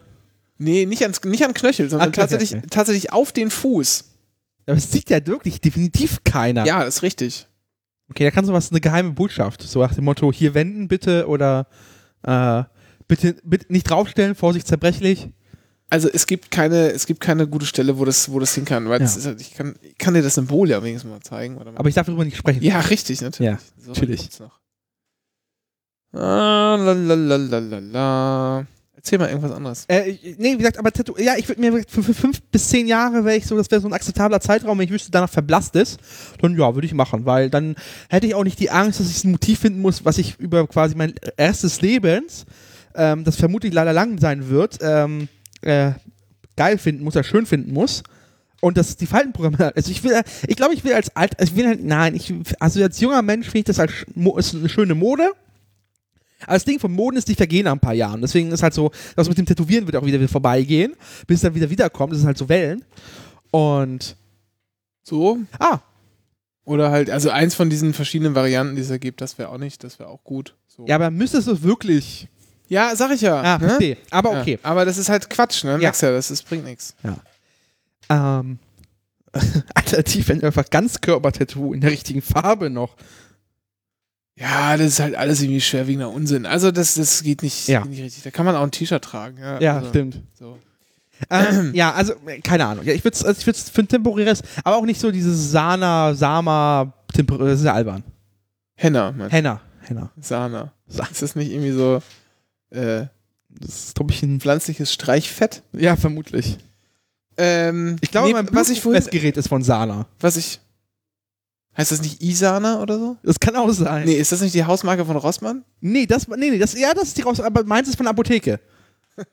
Speaker 1: Nee, nicht, ans, nicht am Knöchel, sondern
Speaker 2: Ah, Knöchel,
Speaker 1: tatsächlich,
Speaker 2: okay.
Speaker 1: tatsächlich auf den Fuß.
Speaker 2: Aber es sieht ja wirklich definitiv keiner.
Speaker 1: Ja, das ist richtig.
Speaker 2: Okay, da kann sowas eine geheime Botschaft. So nach dem Motto, hier wenden bitte oder äh, bitte, bitte nicht draufstellen, Vorsicht zerbrechlich.
Speaker 1: Also es gibt keine, es gibt keine gute Stelle, wo das, wo das hin kann, weil
Speaker 2: Ja.
Speaker 1: das ist, halt- ich, kann, ich kann dir das Symbol ja wenigstens mal zeigen. Warte mal.
Speaker 2: Aber ich darf darüber nicht sprechen.
Speaker 1: ja, richtig, natürlich.
Speaker 2: Ja,
Speaker 1: So,
Speaker 2: natürlich.
Speaker 1: was gibt's Noch. Ah, la, la, la, la, la, la. Erzähl mal irgendwas anderes.
Speaker 2: Äh, ich- nee, wie gesagt, aber Tattoo, ja, ich würde mir wie gesagt, für, für fünf bis zehn Jahre wäre ich so, das wäre so ein akzeptabler Zeitraum, wenn ich wüsste, danach verblasst ist, dann ja, würde ich machen, weil dann hätte ich auch nicht die Angst, dass ich ein Motiv finden muss, was ich über quasi mein erstes Lebens, ähm, das vermutlich leider lang sein wird, ähm, äh, geil finden muss, oder schön finden muss. Und das die Faltenprogramme, also ich will, äh, ich glaube, ich will als alt, ich will halt, nein, ich, also als junger Mensch finde ich das als, sch- mo- ist eine schöne Mode. Aber Also das Ding von Moden ist, die vergehen nach ein paar Jahren. Deswegen ist halt so, das mit dem Tätowieren wird auch wieder, wieder vorbeigehen, bis es dann wieder wiederkommt. Das ist halt so Wellen. Und,
Speaker 1: So?
Speaker 2: ah,
Speaker 1: Oder halt, also eins von diesen verschiedenen Varianten, die es da gibt, das wäre auch nicht, das wäre auch gut. So.
Speaker 2: ja, aber müsstest du es wirklich?
Speaker 1: ja, sag ich ja.
Speaker 2: Ah,
Speaker 1: ne?
Speaker 2: verstehe. Aber okay.
Speaker 1: Ja, aber das ist halt Quatsch, ne?
Speaker 2: Ja.
Speaker 1: Merkst ja, das, das bringt nichts.
Speaker 2: Ähm, alternativ, wenn du einfach Ganzkörper-Tattoo in der richtigen Farbe noch.
Speaker 1: Ja, das ist halt alles irgendwie schwerwiegender Unsinn. Also das, das geht nicht,
Speaker 2: Ja.
Speaker 1: geht nicht richtig. Da kann man auch ein T-Shirt tragen. Ja, also,
Speaker 2: stimmt.
Speaker 1: So.
Speaker 2: Ähm, ja, also, äh, keine Ahnung. Ja, ich würde es also ich würd's für ein temporäres, aber auch nicht so dieses Sana, Sama, Tempor das ist ja albern.
Speaker 1: Henna, man.
Speaker 2: Henna. Henna.
Speaker 1: Sana.
Speaker 2: Sa-
Speaker 1: Ist das nicht irgendwie so äh,
Speaker 2: Das ist, glaube ich, ein.
Speaker 1: pflanzliches Streichfett?
Speaker 2: Ja, vermutlich.
Speaker 1: Ähm,
Speaker 2: Ich glaube,
Speaker 1: nee,
Speaker 2: mein
Speaker 1: was ich vorhin,
Speaker 2: Gerät ist von Sana.
Speaker 1: was ich, heißt das nicht Isana oder so?
Speaker 2: Das kann auch sein.
Speaker 1: Nee, ist das nicht die Hausmarke von Rossmann?
Speaker 2: Nee, das, nee, nee, das, ja, das ist die raus, aber meins ist von der Apotheke. Von-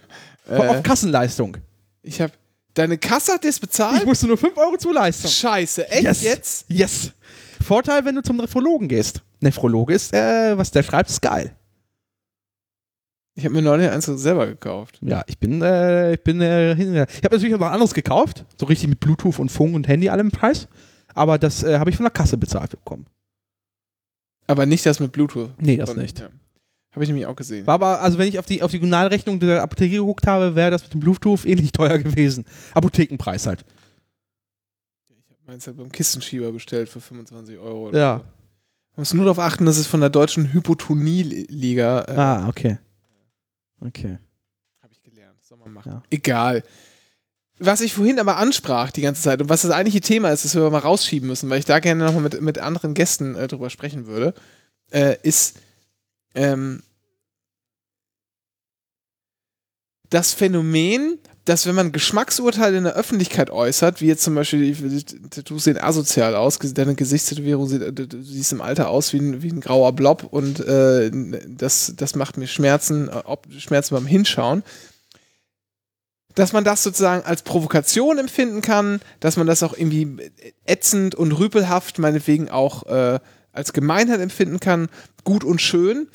Speaker 1: Äh,
Speaker 2: Auf Kassenleistung.
Speaker 1: ich habe deine Kasse hat das
Speaker 2: Ich
Speaker 1: bezahlt?
Speaker 2: musste nur 5 Euro zuleisten.
Speaker 1: Scheiße, echt
Speaker 2: Yes.
Speaker 1: jetzt?
Speaker 2: Yes. Vorteil, wenn du zum Nephrologen gehst. Nephrologe ist, äh, was der schreibt, ist geil.
Speaker 1: Ich habe mir neulich eins selber gekauft.
Speaker 2: Ja, ich bin, äh, ich bin, äh, hin, ich habe natürlich auch noch anderes gekauft. So richtig mit Bluetooth und Funk und Handy allem Preis. Aber das äh, habe ich von der Kasse bezahlt bekommen.
Speaker 1: Aber nicht das mit Bluetooth.
Speaker 2: Nee, das
Speaker 1: Sondern-
Speaker 2: nicht.
Speaker 1: Ja. Habe ich nämlich auch gesehen.
Speaker 2: War aber, also wenn ich auf die, auf die Regionalrechnung der Apotheke geguckt habe, wäre das mit dem Bluetooth ähnlich teuer gewesen. Apothekenpreis halt.
Speaker 1: Meins hat halt beim Kistenschieber bestellt für 25 Euro. Oder
Speaker 2: Ja.
Speaker 1: So. Man muss nur darauf achten, dass es von der deutschen Hypotonie-Liga. Äh,
Speaker 2: Ah, okay. Okay.
Speaker 1: Habe ich gelernt. Soll man machen.
Speaker 2: Ja.
Speaker 1: Egal. Was ich vorhin aber ansprach die ganze Zeit und was das eigentliche Thema ist, das wir mal rausschieben müssen, weil ich da gerne nochmal mit, mit anderen Gästen äh, drüber sprechen würde, äh, ist ähm, das Phänomen, dass wenn man Geschmacksurteile in der Öffentlichkeit äußert, wie jetzt zum Beispiel, die, die Tattoos sehen asozial aus, ges- deine Gesichtstätowierung sieht, äh, du du siehst im Alter aus wie ein, wie ein grauer Blob und äh, das, das macht mir Schmerzen, äh, ob, Schmerzen beim Hinschauen, dass man das sozusagen als Provokation empfinden kann, dass man das auch irgendwie ätzend und rüpelhaft, meinetwegen auch äh, als Gemeinheit empfinden kann, gut und schön.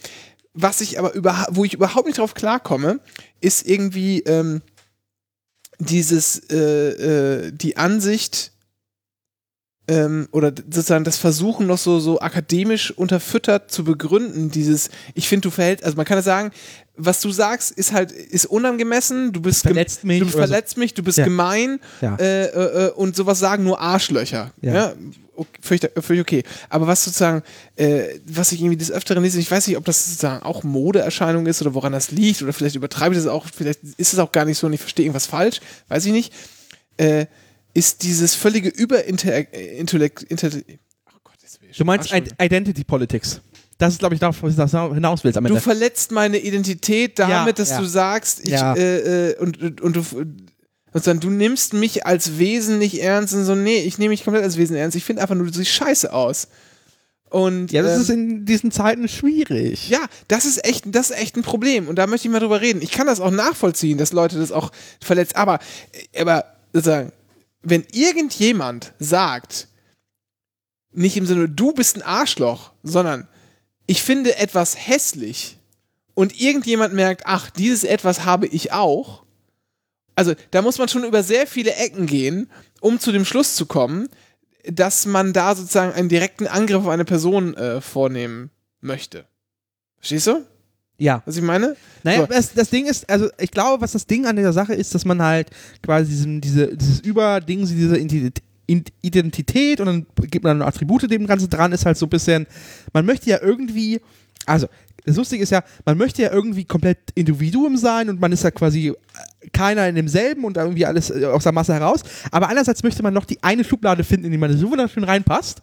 Speaker 1: Was ich aber über, wo ich überhaupt nicht drauf klarkomme, ist irgendwie ähm, dieses äh, äh, die Ansicht ähm, oder d- sozusagen das Versuchen noch so so akademisch unterfüttert zu begründen. Dieses ich finde du verhältst, also man kann ja sagen, was du sagst, ist halt ist unangemessen. Du bist gem-
Speaker 2: Verletzt mich
Speaker 1: Du
Speaker 2: oder so.
Speaker 1: verletzt mich, du bist
Speaker 2: Ja.
Speaker 1: gemein
Speaker 2: Ja.
Speaker 1: äh, äh, äh, und sowas sagen nur Arschlöcher. Ja.
Speaker 2: Ja.
Speaker 1: Okay, völlig, völlig okay. Aber was sozusagen, äh, was ich irgendwie des Öfteren lese, ich weiß nicht, ob das sozusagen auch Modeerscheinung ist oder woran das liegt oder vielleicht übertreibe ich das auch, vielleicht ist es auch gar nicht so und ich verstehe irgendwas falsch, weiß ich nicht. Äh, ist dieses völlige Überintellekt. Inter oh Gott, jetzt will ich
Speaker 2: Du meinst
Speaker 1: Arschlöcher.
Speaker 2: Ident- Identity Politics. Das ist, glaube ich, darauf, was du hinaus willst am
Speaker 1: Du
Speaker 2: Ende.
Speaker 1: verletzt meine Identität damit,
Speaker 2: Ja,
Speaker 1: dass
Speaker 2: ja.
Speaker 1: du sagst, ich
Speaker 2: Ja.
Speaker 1: äh, äh, und, und, und du Sondern du nimmst mich als Wesen nicht ernst und so, nee, ich nehme mich komplett als Wesen ernst. Ich finde einfach nur, du siehst scheiße aus. Und,
Speaker 2: Ja, das
Speaker 1: ähm,
Speaker 2: ist in diesen Zeiten schwierig.
Speaker 1: ja, das ist echt, das ist echt ein Problem und da möchte ich mal drüber reden. Ich kann das auch nachvollziehen, dass Leute das auch verletzt, aber, äh, aber sozusagen, wenn irgendjemand sagt, nicht im Sinne, du bist ein Arschloch, sondern ich finde etwas hässlich und irgendjemand merkt, ach, dieses etwas habe ich auch. Also da muss man schon über sehr viele Ecken gehen, um zu dem Schluss zu kommen, dass man da sozusagen einen direkten Angriff auf eine Person äh, vornehmen möchte. Verstehst du,
Speaker 2: Ja.
Speaker 1: was ich meine?
Speaker 2: Naja,
Speaker 1: So.
Speaker 2: das, das Ding ist, also ich glaube, was das Ding an dieser Sache ist, dass man halt quasi diesen, diese, dieses Überding, diese Identität, Identität und dann gibt man Attribute dem Ganzen dran, ist halt so ein bisschen, man möchte ja irgendwie, also das Lustige ist ja, man möchte ja irgendwie komplett Individuum sein und man ist ja quasi äh, keiner in demselben und irgendwie alles äh, aus der Masse heraus, aber andererseits möchte man noch die eine Schublade finden, in die man so wunderschön reinpasst.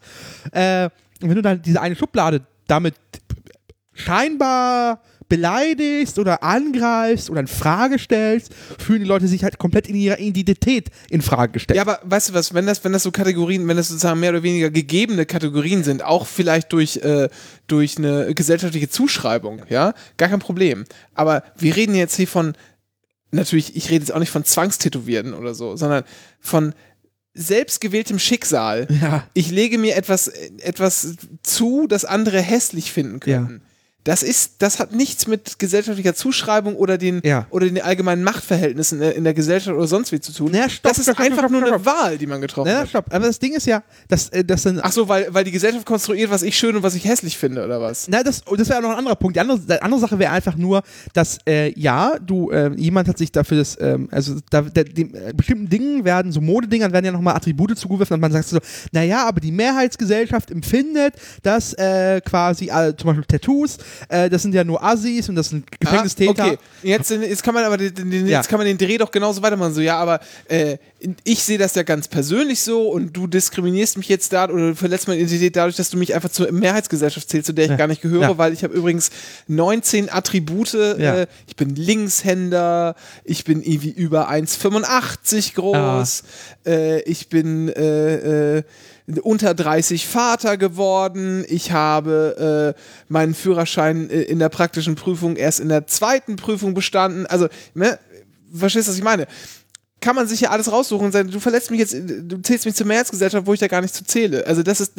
Speaker 2: Äh, und wenn du dann diese eine Schublade damit scheinbar beleidigst oder angreifst oder in Frage stellst, fühlen die Leute sich halt komplett in ihrer Identität in Frage gestellt.
Speaker 1: Ja, aber weißt du was, wenn das, wenn das so Kategorien, wenn das sozusagen mehr oder weniger gegebene Kategorien sind, auch vielleicht durch, äh, durch eine gesellschaftliche Zuschreibung, ja, gar kein Problem. Aber wir reden jetzt hier von, natürlich, ich rede jetzt auch nicht von Zwangstätowierten oder so, sondern von selbstgewähltem Schicksal.
Speaker 2: Ja.
Speaker 1: Ich lege mir etwas, etwas zu, das andere hässlich finden könnten. Das ist, das hat nichts mit gesellschaftlicher Zuschreibung oder den,
Speaker 2: Ja.
Speaker 1: oder den allgemeinen Machtverhältnissen in der, in der Gesellschaft oder sonst wie zu tun.
Speaker 2: Na, stopp,
Speaker 1: das ist
Speaker 2: stopp, stopp,
Speaker 1: einfach
Speaker 2: stopp,
Speaker 1: nur eine
Speaker 2: stopp.
Speaker 1: Wahl, die man getroffen
Speaker 2: Na, na,
Speaker 1: hat.
Speaker 2: Ne, stopp. Aber das Ding ist ja, dass, äh, dass dann.
Speaker 1: Ach so, weil, weil die Gesellschaft konstruiert, was ich schön und was ich hässlich finde, oder was?
Speaker 2: Na, das, das wäre auch noch ein anderer Punkt. Die andere, die andere Sache wäre einfach nur, dass, äh, ja, du, äh, jemand hat sich dafür das, ähm, also da, da, dem, äh, bestimmten Dingen werden, so Modedingern werden ja nochmal Attribute zugeworfen und man sagt so, naja, aber die Mehrheitsgesellschaft empfindet, dass äh, quasi, äh, zum Beispiel Tattoos, äh, das sind ja nur Assis und das sind Gefängnistäter.
Speaker 1: Ah, okay, jetzt, jetzt kann man aber den, den,
Speaker 2: Ja.
Speaker 1: jetzt kann man den Dreh doch genauso weitermachen. So, ja, aber äh, ich sehe das ja ganz persönlich so und du diskriminierst mich jetzt da oder verletzt meine Identität dadurch, dass du mich einfach zur Mehrheitsgesellschaft zählst, zu der ich
Speaker 2: Ja.
Speaker 1: gar nicht gehöre,
Speaker 2: Ja.
Speaker 1: weil ich habe übrigens 19 Attribute.
Speaker 2: Ja.
Speaker 1: Äh, ich bin Linkshänder, ich bin irgendwie über 1,85 groß, äh, ich bin äh, äh, unter 30 Vater geworden. Ich habe äh, meinen Führerschein äh, in der praktischen Prüfung erst in der zweiten Prüfung bestanden. Also, ne, verstehst du, was ich meine? Kann man sich ja alles raussuchen und sagen, du verletzt mich jetzt, äh, du zählst mich zur Mehrheitsgesellschaft, wo ich da gar nicht zu zähle. Also, das ist.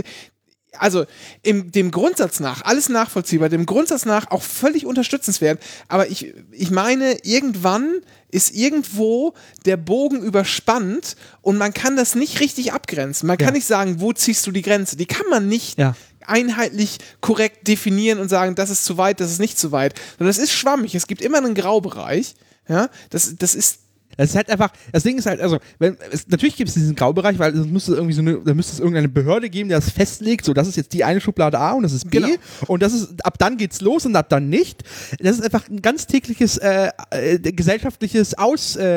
Speaker 1: Also, im, dem Grundsatz nach, alles nachvollziehbar, dem Grundsatz nach auch völlig unterstützenswert, aber ich, ich meine, irgendwann ist irgendwo der Bogen überspannt und man kann das nicht richtig abgrenzen. Man kann
Speaker 2: Ja.
Speaker 1: nicht sagen, wo ziehst du die Grenze? Die kann man nicht
Speaker 2: Ja.
Speaker 1: einheitlich korrekt definieren und sagen, das ist zu weit, das ist nicht zu weit. Sondern das ist schwammig. Es gibt immer einen Graubereich. Ja, das, das ist.
Speaker 2: Das ist halt einfach, das Ding ist halt, also, wenn, es, natürlich gibt es diesen Graubereich, weil sonst müsste es irgendwie so eine, da müsste es irgendeine Behörde geben, die das festlegt, so das ist jetzt die eine Schublade A und das ist B
Speaker 1: Genau.
Speaker 2: und das ist, ab dann geht's los und ab dann nicht. Das ist einfach ein ganz tägliches äh, äh, gesellschaftliches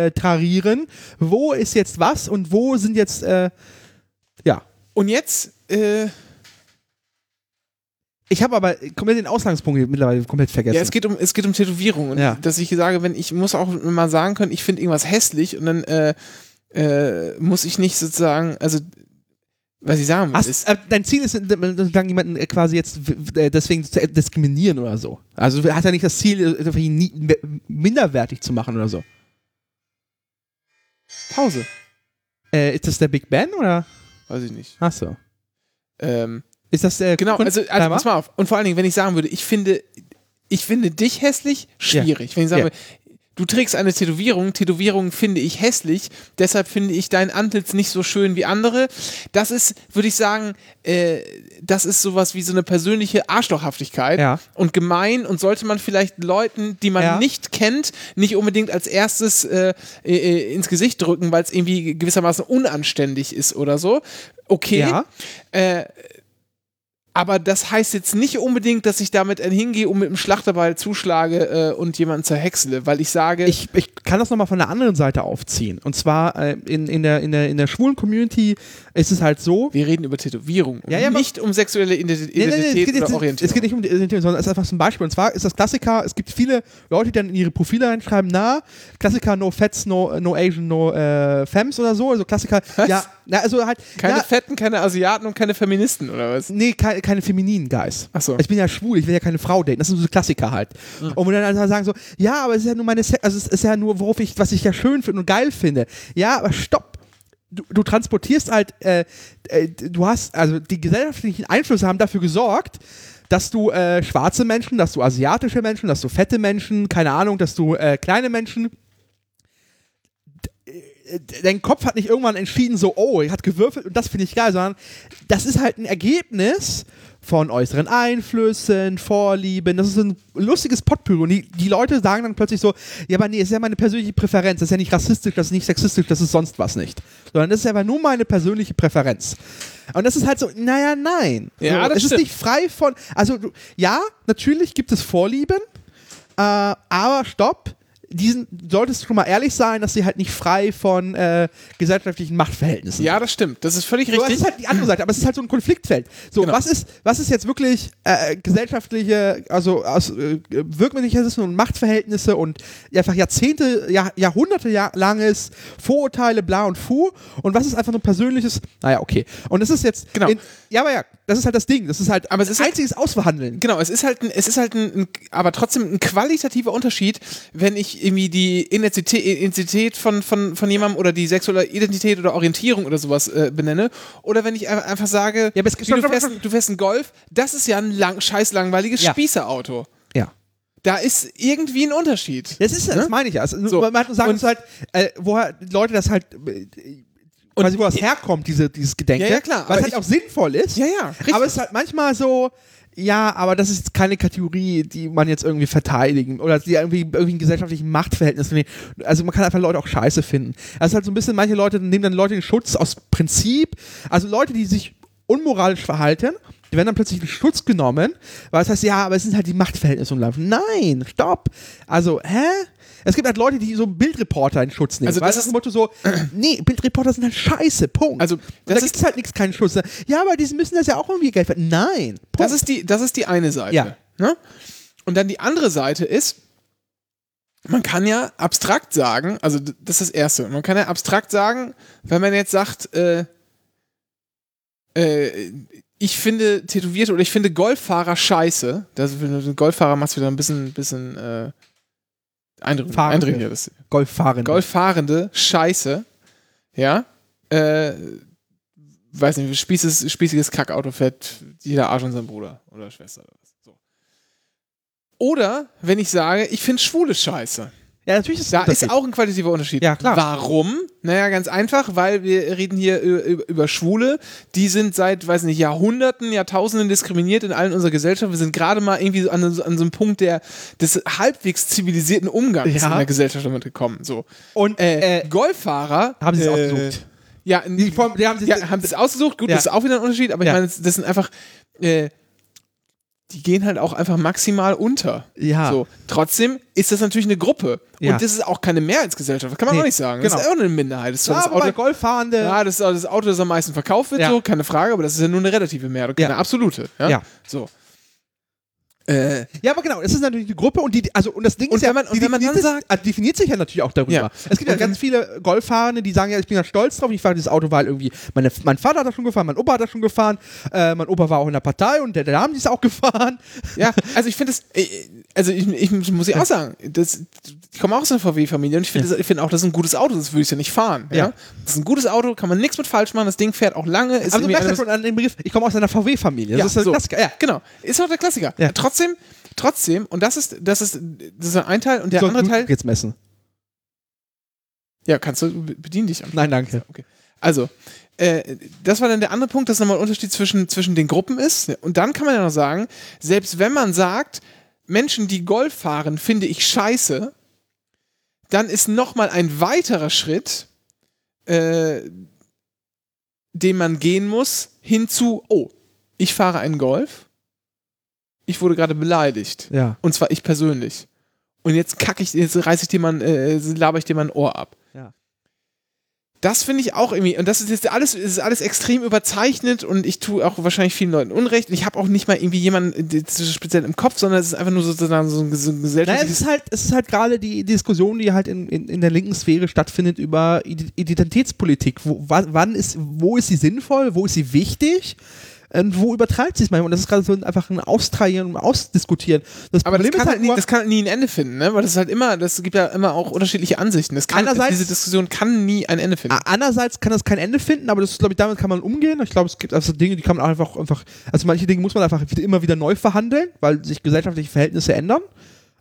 Speaker 2: Austarieren, wo ist jetzt was und wo sind jetzt, äh, ja.
Speaker 1: Und jetzt, äh,
Speaker 2: Ich habe aber komplett den Ausgangspunkt mittlerweile komplett vergessen.
Speaker 1: ja, es geht um, es geht um Tätowierung. Und
Speaker 2: Ja.
Speaker 1: dass ich sage, wenn ich muss auch mal sagen können, ich finde irgendwas hässlich und dann äh, äh, muss ich nicht sozusagen, also was ich sagen will,
Speaker 2: Hast,
Speaker 1: ist.
Speaker 2: äh, dein Ziel ist, dann jemanden äh, quasi jetzt w- w- äh, deswegen zu äh, diskriminieren oder so. Also hat er nicht das Ziel, äh, irgendwie nie, m- minderwertig zu machen oder so.
Speaker 1: Pause.
Speaker 2: Äh, ist das der Big Ben oder?
Speaker 1: Weiß ich nicht.
Speaker 2: Achso.
Speaker 1: Ähm,
Speaker 2: Ist das der
Speaker 1: Genau, also, also pass
Speaker 2: also,
Speaker 1: mal auf. Und vor allen Dingen, wenn ich sagen würde, ich finde, ich finde dich hässlich, schwierig. Wenn ich sage,
Speaker 2: Ja.
Speaker 1: du trägst eine Tätowierung, Tätowierungen finde ich hässlich, deshalb finde ich dein Antlitz nicht so schön wie andere. Das ist, würde ich sagen, äh, das ist sowas wie so eine persönliche Arschlochhaftigkeit
Speaker 2: Ja.
Speaker 1: und gemein und sollte man vielleicht Leuten, die man
Speaker 2: Ja.
Speaker 1: nicht kennt, nicht unbedingt als erstes äh, äh, ins Gesicht drücken, weil es irgendwie gewissermaßen unanständig ist oder so. Okay.
Speaker 2: Ja.
Speaker 1: Äh, Aber das heißt jetzt nicht unbedingt, dass ich damit hingehe und mit dem Schlachterball zuschlage äh, und jemanden zerhäcksle, weil ich sage,
Speaker 2: Ich, ich kann das nochmal von der anderen Seite aufziehen. Und zwar äh, in, in, der, in, der, in der schwulen Community ist es halt so.
Speaker 1: wir reden über Tätowierung, und
Speaker 2: Ja, ja, aber-
Speaker 1: nicht um sexuelle Ident- Identität
Speaker 2: Nee, nee, nee, es, geht
Speaker 1: oder
Speaker 2: jetzt, nicht-
Speaker 1: Orientierung.
Speaker 2: es geht nicht um die Identität, sondern es ist einfach so ein Beispiel. Und zwar ist das Klassiker, es gibt viele Leute, die dann in ihre Profile reinschreiben, na, Klassiker, no Fats, no, no Asian, no äh, Femmes oder so. Also Klassiker,
Speaker 1: Was?
Speaker 2: ja, na, also halt,
Speaker 1: keine
Speaker 2: ja,
Speaker 1: Fetten, keine Asiaten und keine Feministen oder was?
Speaker 2: nee, keine, keine femininen Guys.
Speaker 1: Ach so.
Speaker 2: Ich bin ja schwul, ich will ja keine Frau daten. Das sind so Klassiker halt. Und wenn dann einfach sagen so, ja, aber es ist ja nur meine, Se also es ist ja nur, worauf ich, was ich ja schön finde und geil finde. Ja, aber stopp. Du, du transportierst halt, äh, äh, du hast, also die gesellschaftlichen Einflüsse haben dafür gesorgt, dass du äh, schwarze Menschen, dass du asiatische Menschen, dass du fette Menschen, keine Ahnung, dass du äh, kleine Menschen. D- äh, Dein Kopf hat nicht irgendwann entschieden, so, oh, er hat gewürfelt und das finde ich geil, sondern das ist halt ein Ergebnis von äußeren Einflüssen, Vorlieben. Das ist ein lustiges Potpourri. Und die, die Leute sagen dann plötzlich so: Ja, aber nee, ist ja meine persönliche Präferenz. Das ist ja nicht rassistisch, das ist nicht sexistisch, das ist sonst was nicht. Sondern das ist aber nur meine persönliche Präferenz. Und das ist halt so: Naja, nein.
Speaker 1: Ja, das
Speaker 2: so, es ist
Speaker 1: stimmt.
Speaker 2: nicht frei von. Also, du- ja, natürlich gibt es Vorlieben, äh, aber stopp. Diesen solltest du schon mal ehrlich sein, dass sie halt nicht frei von äh, gesellschaftlichen Machtverhältnissen
Speaker 1: Ja, das stimmt. Das ist völlig
Speaker 2: so,
Speaker 1: richtig.
Speaker 2: das ist halt die andere Seite, aber es ist halt so ein Konfliktfeld. So,
Speaker 1: Genau.
Speaker 2: was, ist, was ist jetzt wirklich äh, gesellschaftliche, also aus, äh, Wirkmäßigkeiten und Machtverhältnisse und einfach Jahrzehnte, Jahr, Jahrhunderte ja- langes Vorurteile, bla und fu und was ist einfach nur persönliches, naja, okay. Und das ist jetzt,
Speaker 1: Genau.
Speaker 2: in, ja, aber ja, das ist halt das Ding, das ist halt,
Speaker 1: Aber es ist halt-
Speaker 2: einziges Ausverhandeln.
Speaker 1: Genau, es ist halt ein, es ist halt ein, ein aber trotzdem ein qualitativer Unterschied, wenn ich irgendwie die Identität, Identität von, von, von jemandem oder die sexuelle Identität oder Orientierung oder sowas äh, benenne. Oder wenn ich ein- einfach sage,
Speaker 2: Ja, aber es-
Speaker 1: wie,
Speaker 2: stopp,
Speaker 1: du,
Speaker 2: stopp,
Speaker 1: fährst,
Speaker 2: stopp.
Speaker 1: du fährst einen Golf, das ist ja ein lang, scheiß langweiliges
Speaker 2: Ja.
Speaker 1: Spießerauto.
Speaker 2: Ja.
Speaker 1: Da ist irgendwie ein Unterschied.
Speaker 2: Das ist, das
Speaker 1: Ne?
Speaker 2: meine ich ja. Also,
Speaker 1: So.
Speaker 2: Man hat sagen,
Speaker 1: Und-
Speaker 2: es ist halt, äh, woher die Leute das halt, äh, quasi, woher es herkommt, diese, dieses Gedenken.
Speaker 1: Ja, ja, klar, aber
Speaker 2: Was halt
Speaker 1: ich-
Speaker 2: auch sinnvoll ist.
Speaker 1: Ja, ja, richtig.
Speaker 2: Aber es ist halt manchmal so, ja, aber das ist jetzt keine Kategorie, die man jetzt irgendwie verteidigen oder die irgendwie irgendwie in gesellschaftlichen Machtverhältnissen. Also man kann einfach Leute auch scheiße finden. Das ist halt so ein bisschen, manche Leute nehmen dann Leute in Schutz aus Prinzip. Also Leute, die sich unmoralisch verhalten, die werden dann plötzlich in Schutz genommen, weil es heißt, ja, aber es sind halt die Machtverhältnisse und laufen. Nein, stopp. Also, hä? Es gibt halt Leute, die so Bildreporter in Schutz nehmen.
Speaker 1: Also
Speaker 2: weil
Speaker 1: das
Speaker 2: das
Speaker 1: ist-
Speaker 2: Motto so, nee, Bildreporter sind halt scheiße, Punkt.
Speaker 1: Also,
Speaker 2: Und
Speaker 1: das ist-
Speaker 2: da gibt's halt nichts, keinen Schutz. Ja, aber die müssen das ja auch irgendwie Geld verdienen. Nein, Punkt.
Speaker 1: Das ist die, das ist die eine Seite.
Speaker 2: Ja.
Speaker 1: Ne? Und dann die andere Seite ist, man kann ja abstrakt sagen, also d- das ist das Erste, man kann ja abstrakt sagen, wenn man jetzt sagt, äh, äh, ich finde Tätowierte oder ich finde Golffahrer scheiße, das, wenn du den Golffahrer machst, wieder ein bisschen, bisschen äh, eindringlich.
Speaker 2: Fahrende.
Speaker 1: eindringlicheres.
Speaker 2: Golf fahren.
Speaker 1: Golffahrende scheiße, ja, äh, weiß nicht, spießes, spießiges Kackauto fährt jeder Arsch und sein Bruder oder Schwester oder was. So. Oder wenn ich sage, ich finde Schwule scheiße.
Speaker 2: Ja, natürlich ist
Speaker 1: Da
Speaker 2: das
Speaker 1: ist auch ein qualitativer Unterschied.
Speaker 2: Ja, klar.
Speaker 1: Warum? Naja, ganz einfach, weil wir reden hier ü- ü- über Schwule. Die sind seit, weiß nicht, Jahrhunderten, Jahrtausenden diskriminiert in allen unserer Gesellschaft. Wir sind gerade mal irgendwie so an, so- an so einem Punkt der, des halbwegs zivilisierten Umgangs
Speaker 2: Ja.
Speaker 1: in der Gesellschaft damit gekommen. So.
Speaker 2: Und
Speaker 1: Äh,
Speaker 2: äh,
Speaker 1: Golffahrer.
Speaker 2: haben sie es
Speaker 1: äh,
Speaker 2: ausgesucht.
Speaker 1: Ja, n-
Speaker 2: Die Form- die haben sie-
Speaker 1: ja, haben sie es ausgesucht. Gut,
Speaker 2: Ja.
Speaker 1: das ist auch wieder ein Unterschied, aber
Speaker 2: Ja.
Speaker 1: ich meine, das das sind einfach. Äh, die gehen halt auch einfach maximal unter.
Speaker 2: Ja.
Speaker 1: So. Trotzdem ist das natürlich eine Gruppe.
Speaker 2: Ah. Ja.
Speaker 1: Und das ist auch keine Mehrheitsgesellschaft. Das kann man
Speaker 2: Nee,
Speaker 1: auch nicht sagen. Das
Speaker 2: genau.
Speaker 1: ist auch eine Minderheit. Das ist zwar
Speaker 2: ja,
Speaker 1: das
Speaker 2: aber bei
Speaker 1: Auto,
Speaker 2: Golffahrende.
Speaker 1: ja, das, ist auch das Auto, das am meisten verkauft wird,
Speaker 2: Ja.
Speaker 1: so, keine Frage, aber das ist ja nur eine relative Mehrheit, keine
Speaker 2: Ja.
Speaker 1: absolute. Ja.
Speaker 2: Ja.
Speaker 1: So. Äh,
Speaker 2: Ja, aber genau, es ist natürlich eine Gruppe und die also und das Ding
Speaker 1: Und
Speaker 2: ist ja,
Speaker 1: wenn man- und
Speaker 2: die,
Speaker 1: wenn man
Speaker 2: die,
Speaker 1: dann
Speaker 2: das
Speaker 1: sagt-
Speaker 2: äh, definiert sich ja natürlich auch darüber.
Speaker 1: Ja.
Speaker 2: Es gibt ja
Speaker 1: Und-
Speaker 2: ganz viele Golffahrende, die sagen ja, ich bin ja stolz drauf, ich fahre dieses Auto, weil irgendwie meine, mein Vater hat das schon gefahren, mein Opa hat das schon gefahren, äh, mein Opa war auch in der Partei und der, der haben die es auch gefahren.
Speaker 1: Ja, also ich finde das, äh, also ich, ich muss ich auch sagen, das, ich komme auch aus einer VW-Familie und ich finde ich find auch, das ist ein gutes Auto, das würde ich ja nicht fahren. Ja.
Speaker 2: Ja.
Speaker 1: Das ist ein gutes Auto, kann man nichts mit falsch machen, das Ding fährt auch lange. Ist
Speaker 2: Aber du
Speaker 1: irgendwie
Speaker 2: merkst ja
Speaker 1: alles-
Speaker 2: schon an dem Begriff, ich komme aus einer VW-Familie. Das
Speaker 1: ja,
Speaker 2: ist ein
Speaker 1: so.
Speaker 2: Klassiker. Ja.
Speaker 1: Genau, ist auch der Klassiker.
Speaker 2: Ja.
Speaker 1: Trotzdem, trotzdem, und das ist, das ist, das ist ein Teil und der
Speaker 2: Soll
Speaker 1: andere
Speaker 2: du
Speaker 1: Teil,
Speaker 2: jetzt messen.
Speaker 1: ja, kannst du, bedien dich am
Speaker 2: Nein, danke.
Speaker 1: Also, äh, das war dann der andere Punkt, dass nochmal ein Unterschied zwischen, zwischen den Gruppen ist. Und dann kann man ja noch sagen, selbst wenn man sagt, Menschen, die Golf fahren, finde ich scheiße, dann ist nochmal ein weiterer Schritt, äh, den man gehen muss, hin zu, oh, ich fahre einen Golf, ich wurde gerade beleidigt.
Speaker 2: Ja.
Speaker 1: Und zwar ich persönlich. Und jetzt kacke ich, jetzt reiß ich dir mal, ein- äh, laber ich dir mal ein Ohr ab.
Speaker 2: Ja.
Speaker 1: Das finde ich auch irgendwie, und das ist jetzt alles, es ist alles extrem überzeichnet und ich tue auch wahrscheinlich vielen Leuten Unrecht. Und ich habe auch nicht mal irgendwie jemanden äh, so speziell im Kopf, sondern es ist einfach nur sozusagen so ein ges- so ein
Speaker 2: Naja, es
Speaker 1: gesellschaftliches.
Speaker 2: ist halt, es ist halt gerade die Diskussion, die halt in, in, in der linken Sphäre stattfindet über Ide- Identitätspolitik. Wo, wa- wann ist, wo ist sie sinnvoll, wo ist sie wichtig? Und wo übertreibt sie es manchmal? Und das ist gerade so ein- einfach ein Austraieren und Ausdiskutieren. Das
Speaker 1: aber das kann, halt nie,
Speaker 2: nur-
Speaker 1: das kann halt nie ein Ende finden, ne? Weil das ist halt immer, das gibt ja immer auch unterschiedliche Ansichten. Das kann,
Speaker 2: Einerseits- Ah.
Speaker 1: diese Diskussion kann nie ein Ende finden.
Speaker 2: A- Andererseits kann das kein Ende finden, aber das ist, glaube ich, damit kann man umgehen. Ich glaube, es gibt also Dinge, die kann man einfach, einfach, also manche Dinge muss man einfach wieder- immer wieder neu verhandeln, weil sich gesellschaftliche Verhältnisse ändern.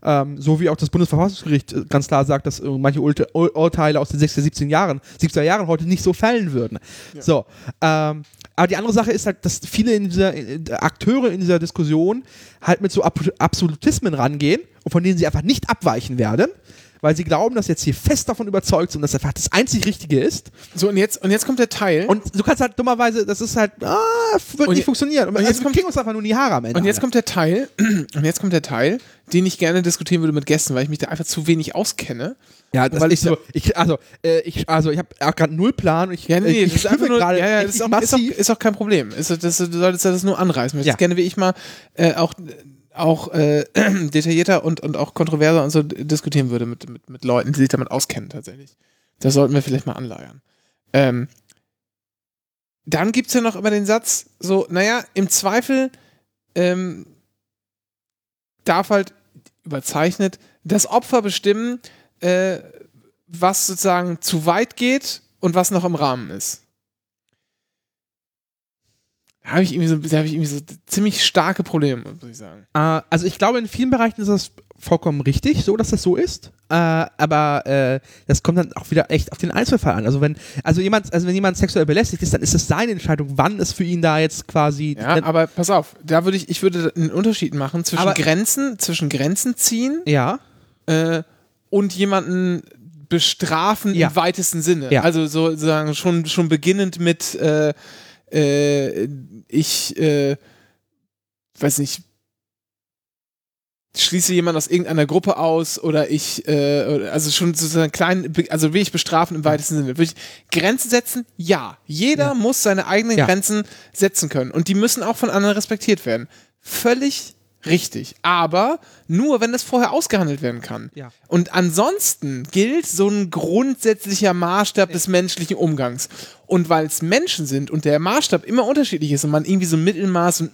Speaker 2: Ähm, so wie auch das Bundesverfassungsgericht äh, ganz klar sagt, dass äh, manche Urte Ur Urteile aus den 60er, 17 Jahren, 70er Jahren heute nicht so fallen würden. So. Ähm, aber die andere Sache ist halt, dass viele in dieser, in, Akteure in dieser Diskussion halt mit so Ab Absolutismen rangehen, und von denen sie einfach nicht abweichen werden, weil sie glauben, dass sie jetzt hier fest davon überzeugt sind, dass das einfach das einzig Richtige ist.
Speaker 1: So, und jetzt, und jetzt kommt der Teil.
Speaker 2: Und du kannst halt dummerweise, das ist halt, ah, wird
Speaker 1: Und je-
Speaker 2: nicht funktionieren. Und
Speaker 1: und jetzt
Speaker 2: also, wir
Speaker 1: kommt-
Speaker 2: kriegen uns einfach nur in die Haare am Ende.
Speaker 1: Und jetzt
Speaker 2: Alter.
Speaker 1: kommt der Teil, und jetzt kommt der Teil, den ich gerne diskutieren würde mit Gästen, weil ich mich da einfach zu wenig auskenne.
Speaker 2: ja, das
Speaker 1: weil
Speaker 2: ist
Speaker 1: ich-
Speaker 2: so, ich, also, äh, ich, also, ich habe gerade null Plan und ich,
Speaker 1: Ja, nee,
Speaker 2: Äh, ich,
Speaker 1: das ist einfach
Speaker 2: schwimme
Speaker 1: nur,
Speaker 2: gerade
Speaker 1: ja, ja, das
Speaker 2: richtig
Speaker 1: ist auch, ist, auch,
Speaker 2: massiv.
Speaker 1: ist auch kein Problem. Ist, das, das- du solltest das nur anreißen. Ich
Speaker 2: Ja.
Speaker 1: ja. gerne, wie ich mal äh, auch, auch äh, detaillierter und, und auch kontroverser und so d- diskutieren würde mit, mit, mit Leuten, die sich damit auskennen tatsächlich. Das sollten wir vielleicht mal anleiern. Ähm, dann gibt es ja noch immer den Satz, so, naja, im Zweifel ähm, darf halt überzeichnet das Opfer bestimmen, äh, was sozusagen zu weit geht und was noch im Rahmen ist. Da habe ich, irgendwie so, da hab ich irgendwie so ziemlich starke Probleme, muss ich sagen.
Speaker 2: Äh, also ich glaube, in vielen Bereichen ist das vollkommen richtig, so dass das so ist. Äh, aber äh, das kommt dann auch wieder echt auf den Einzelfall an. Also wenn, also jemand, also wenn jemand sexuell belästigt ist, dann ist es seine Entscheidung, wann es für ihn da jetzt quasi.
Speaker 1: Ja, aber pass auf, da würde ich, ich würde einen Unterschied machen zwischen
Speaker 2: Aber-
Speaker 1: Grenzen, zwischen Grenzen ziehen
Speaker 2: ja.
Speaker 1: äh, und jemanden bestrafen
Speaker 2: Ja.
Speaker 1: im weitesten Sinne.
Speaker 2: Ja.
Speaker 1: Also so- sozusagen schon, schon beginnend mit äh, äh, ich äh, weiß nicht, schließe jemand aus irgendeiner Gruppe aus oder ich, äh, oder- also schon sozusagen klein, be- also will ich bestrafen im weitesten Sinne. Will ich Grenzen setzen? Ja. Jeder
Speaker 2: Ja.
Speaker 1: muss seine eigenen
Speaker 2: Ja.
Speaker 1: Grenzen setzen können und die müssen auch von anderen respektiert werden. Völlig richtig. Aber nur, wenn das vorher ausgehandelt werden kann.
Speaker 2: Ja.
Speaker 1: Und ansonsten gilt so ein grundsätzlicher Maßstab des menschlichen Umgangs. Und weil es Menschen sind und der Maßstab immer unterschiedlich ist und man irgendwie so ein Mittelmaß und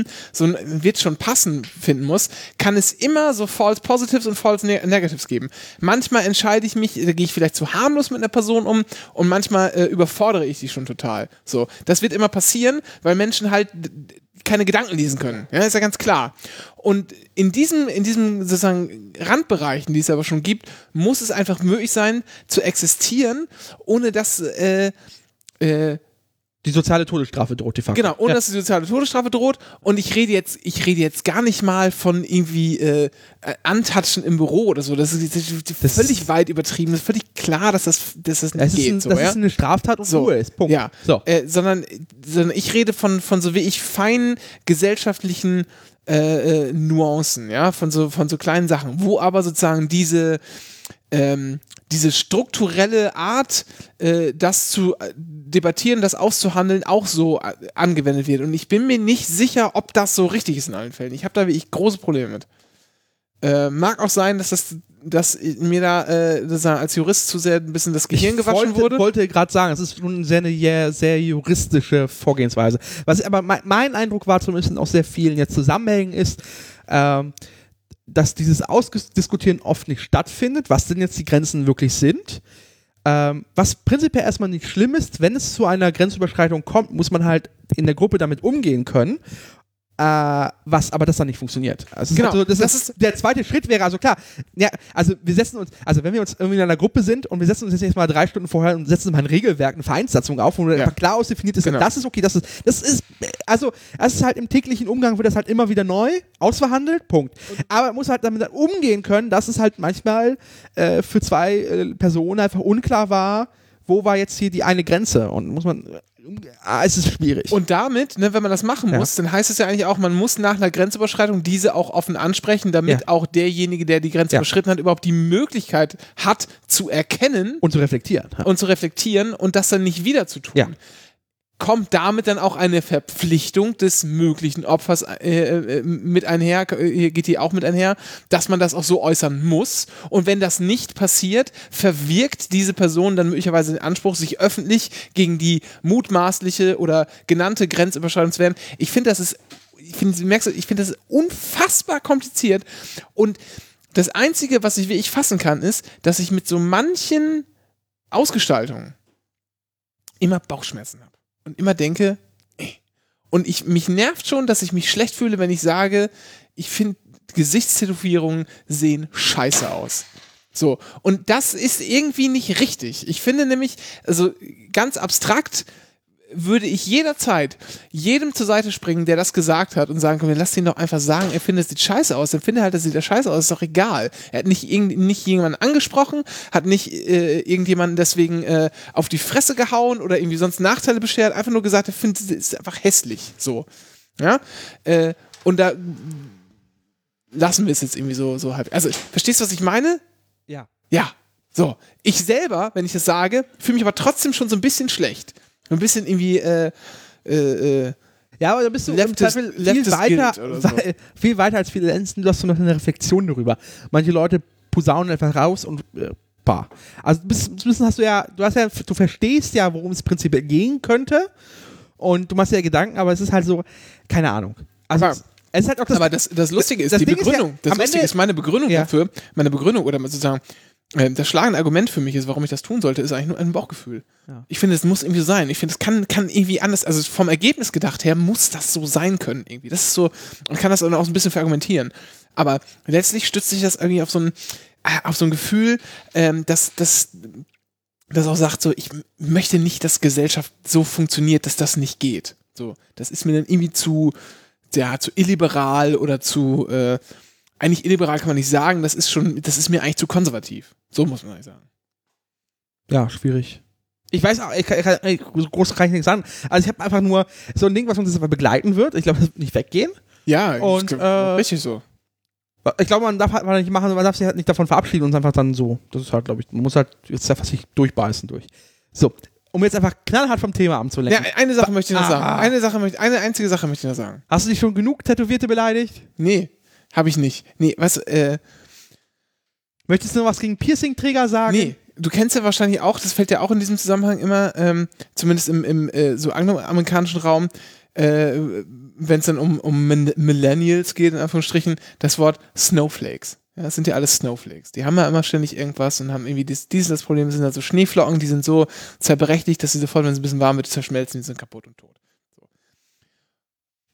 Speaker 1: mm, so ein wird schon passen finden muss, kann es immer so False Positives und False Neg Negatives geben. Manchmal entscheide ich mich, da gehe ich vielleicht zu harmlos mit einer Person um und manchmal äh, überfordere ich die schon total. So, das wird immer passieren, weil Menschen halt d- d- keine Gedanken lesen können. Ja, ist ja ganz klar. Und in diesem, in diesem sozusagen Randbereichen, die es aber schon gibt, muss es einfach möglich sein, zu existieren, ohne dass, äh, äh,
Speaker 2: Die soziale Todesstrafe droht die facto.
Speaker 1: genau, ohne
Speaker 2: ja.
Speaker 1: dass die soziale Todesstrafe droht. Und ich rede jetzt, ich rede jetzt gar nicht mal von irgendwie äh, äh, Antatschen im Büro oder so. Das ist, das ist
Speaker 2: Das
Speaker 1: völlig
Speaker 2: ist-
Speaker 1: weit übertrieben. Das ist völlig klar, dass das, dass das nicht
Speaker 2: Das, ist,
Speaker 1: geht.
Speaker 2: ein,
Speaker 1: so,
Speaker 2: das
Speaker 1: ja?
Speaker 2: ist eine Straftat und
Speaker 1: So.
Speaker 2: Ruhe ist. Punkt.
Speaker 1: Ja.
Speaker 2: So.
Speaker 1: Äh, sondern, sondern ich rede von, von so wie ich feinen gesellschaftlichen äh, äh, Nuancen, ja, von so, von so kleinen Sachen, wo aber sozusagen diese, ähm, diese strukturelle Art, äh, das zu äh, debattieren, das auszuhandeln, auch so äh, angewendet wird. Und ich bin mir nicht sicher, ob das so richtig ist in allen Fällen. Ich habe da wirklich große Probleme mit. Äh, mag auch sein, dass das dass mir da äh, sozusagen als Jurist zu sehr ein bisschen das Gehirn
Speaker 2: ich
Speaker 1: gewaschen
Speaker 2: wollte,
Speaker 1: wurde.
Speaker 2: wollte gerade sagen, es ist nun sehr eine je- sehr juristische Vorgehensweise. Was aber mein, mein Eindruck war zumindest in auch sehr vielen jetzt Zusammenhängen ist, ähm, dass dieses Ausdiskutieren oft nicht stattfindet, was denn jetzt die Grenzen wirklich sind. Ähm, was prinzipiell erstmal nicht schlimm ist, wenn es zu einer Grenzüberschreitung kommt, muss man halt in der Gruppe damit umgehen können. Äh, was aber das dann nicht funktioniert. Also es ist
Speaker 1: Genau,
Speaker 2: halt so, das,
Speaker 1: das
Speaker 2: ist, der zweite Schritt wäre, also klar, ja, also wir setzen uns, also wenn wir uns irgendwie in einer Gruppe sind und wir setzen uns jetzt erstmal drei Stunden vorher und setzen mal ein Regelwerk, eine Vereinssatzung auf, wo
Speaker 1: Ja.
Speaker 2: einfach klar ausdefiniert ist,
Speaker 1: Genau.
Speaker 2: das ist okay, das ist, das ist, also das ist halt im täglichen Umgang wird das halt immer wieder neu ausverhandelt, Punkt. Aber man muss halt damit dann umgehen können, dass es halt manchmal äh, für zwei äh, Personen einfach unklar war, wo war jetzt hier die eine Grenze? Und muss man. Ah, es ist schwierig.
Speaker 1: Und damit, ne, wenn man das machen
Speaker 2: Ja.
Speaker 1: muss, dann heißt es ja eigentlich auch, man muss nach einer Grenzüberschreitung diese auch offen ansprechen, damit
Speaker 2: Ja.
Speaker 1: auch derjenige, der die Grenze
Speaker 2: Ja.
Speaker 1: überschritten hat, überhaupt die Möglichkeit hat, zu erkennen
Speaker 2: und zu reflektieren. ja.
Speaker 1: und zu reflektieren und das dann nicht wieder zu tun.
Speaker 2: Ja.
Speaker 1: Kommt damit dann auch eine Verpflichtung des möglichen Opfers äh, äh, mit einher, äh, hier geht die auch mit einher, dass man das auch so äußern muss. Und wenn das nicht passiert, verwirkt diese Person dann möglicherweise den Anspruch, sich öffentlich gegen die mutmaßliche oder genannte Grenzüberschreitung zu wehren. Ich finde, das ist, ich finde, du merkst, ich finde das ist unfassbar kompliziert. Und das Einzige, was ich wirklich fassen kann, ist, dass ich mit so manchen Ausgestaltung immer Bauchschmerzen habe und immer denke, ey. und ich mich nervt schon, dass ich mich schlecht fühle, wenn ich sage, ich finde Gesichtstätowierungen sehen scheiße aus. So, und das ist irgendwie nicht richtig. Ich finde nämlich, also ganz abstrakt würde ich jederzeit jedem zur Seite springen, der das gesagt hat und sagen, komm, lass ihn doch einfach sagen, er findet, es sieht scheiße aus, dann findet er halt, das sieht ja scheiße aus, ist doch egal. Er hat nicht, irgend, nicht jemanden angesprochen, hat nicht äh, irgendjemanden deswegen äh, auf die Fresse gehauen oder irgendwie sonst Nachteile beschert, einfach nur gesagt, er findet, es ist einfach hässlich, so. Ja, äh, und da lassen wir es jetzt irgendwie so, so halb. Also, verstehst du, was ich meine?
Speaker 2: Ja.
Speaker 1: Ja, so. Ich selber, wenn ich das sage, fühle mich aber trotzdem schon so ein bisschen schlecht. Ein bisschen irgendwie, äh, äh, äh,
Speaker 2: Ja, aber da bist du im
Speaker 1: Leftist-
Speaker 2: Zweifel viel
Speaker 1: Leftist
Speaker 2: weiter,
Speaker 1: Guild oder so.
Speaker 2: weil- viel weiter als viele Lenzen. Du hast so noch eine Reflexion darüber. Manche Leute posaunen einfach raus und äh, bah. Also bis, bis bisschen hast du ja, du hast ja, du verstehst ja, worum es prinzipiell gehen könnte und du machst dir ja Gedanken, aber es ist halt so, keine Ahnung. Also
Speaker 1: Aber-
Speaker 2: es, es ist halt auch das.
Speaker 1: aber das, das Lustige ist
Speaker 2: das
Speaker 1: die
Speaker 2: Ding ist ja,
Speaker 1: Begründung. das
Speaker 2: am
Speaker 1: Lustige
Speaker 2: Ende-
Speaker 1: ist meine Begründung
Speaker 2: Ja.
Speaker 1: dafür, meine Begründung oder sozusagen ähm, das schlagende Argument für mich ist, warum ich das tun sollte, ist eigentlich nur ein Bauchgefühl.
Speaker 2: Ja.
Speaker 1: Ich finde, es muss irgendwie so sein. Ich finde, es kann, kann irgendwie anders, also vom Ergebnis gedacht her, muss das so sein können irgendwie. Das ist so, man kann das dann auch so ein bisschen verargumentieren. Aber letztlich stützt sich das irgendwie auf so ein, äh, auf so ein Gefühl, ähm, dass, dass, das auch sagt, so, ich m- möchte nicht, dass Gesellschaft so funktioniert, dass das nicht geht. So, das ist mir dann irgendwie zu, ja, zu illiberal oder zu, äh, eigentlich illiberal kann man nicht sagen, das ist schon, das ist mir eigentlich zu konservativ. So muss man eigentlich sagen.
Speaker 2: Ja, schwierig. Ich weiß auch, ich kann, ich kann, ich, so groß kann ich nichts sagen. Also ich habe einfach nur so ein Ding, was uns jetzt aber begleiten wird. Ich glaube, das wird nicht weggehen.
Speaker 1: Ja,
Speaker 2: Und,
Speaker 1: das-
Speaker 2: äh,
Speaker 1: richtig so.
Speaker 2: Ich glaube, man darf halt mal nicht machen, man darf sich halt nicht davon verabschieden und es einfach dann so. Das ist halt, glaube ich, man muss halt jetzt einfach sich durchbeißen durch. So, um jetzt einfach knallhart vom Thema
Speaker 1: Ja,
Speaker 2: abzulenken.
Speaker 1: eine Sache möchte ich noch
Speaker 2: Ah.
Speaker 1: sagen. Eine Sache möchte, eine einzige Sache möchte ich noch sagen.
Speaker 2: Hast du dich schon genug Tätowierte beleidigt?
Speaker 1: Nee, habe ich nicht. Nee, was, äh,
Speaker 2: Möchtest du noch was gegen Piercing-Träger sagen?
Speaker 1: Nee, du kennst ja wahrscheinlich auch, das fällt ja auch in diesem Zusammenhang immer, ähm, zumindest im, im äh, so angloamerikanischen Raum, äh, wenn es dann um, um Min Millennials geht, in Anführungsstrichen, das Wort Snowflakes. Ja, das sind ja alles Snowflakes. Die haben ja immer ständig irgendwas und haben irgendwie dies, dies das Problem, das sind also Schneeflocken, die sind so zerbrechlich, dass sie sofort, wenn es ein bisschen warm wird, zerschmelzen, die sind kaputt und tot.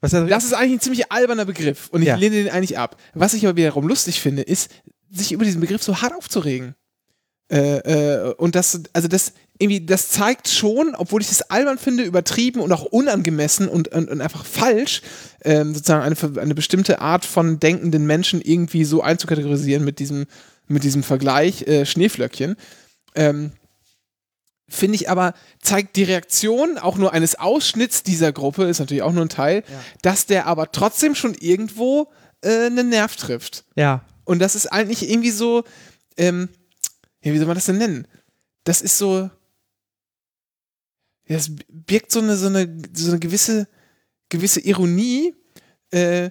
Speaker 2: Was ist
Speaker 1: Also, Das ist eigentlich ein ziemlich alberner Begriff und ich
Speaker 2: Ja.
Speaker 1: lehne den eigentlich ab. Was ich aber wiederum lustig finde, ist, sich über diesen Begriff so hart aufzuregen. Äh, äh, und das, also das irgendwie, das zeigt schon, obwohl ich das albern finde, übertrieben und auch unangemessen und, und, und einfach falsch, ähm, sozusagen eine, ver- eine bestimmte Art von denkenden Menschen irgendwie so einzukategorisieren mit diesem, mit diesem Vergleich äh, Schneeflöckchen. Ähm, finde ich aber, zeigt die Reaktion auch nur eines Ausschnitts dieser Gruppe, ist natürlich auch nur ein Teil, dass der aber trotzdem schon irgendwo äh, einen Nerv trifft.
Speaker 2: ja.
Speaker 1: Und das ist eigentlich irgendwie so, ähm, ja, wie soll man das denn nennen? Das ist so, ja, es birgt so eine, so eine, so eine gewisse, gewisse Ironie, äh,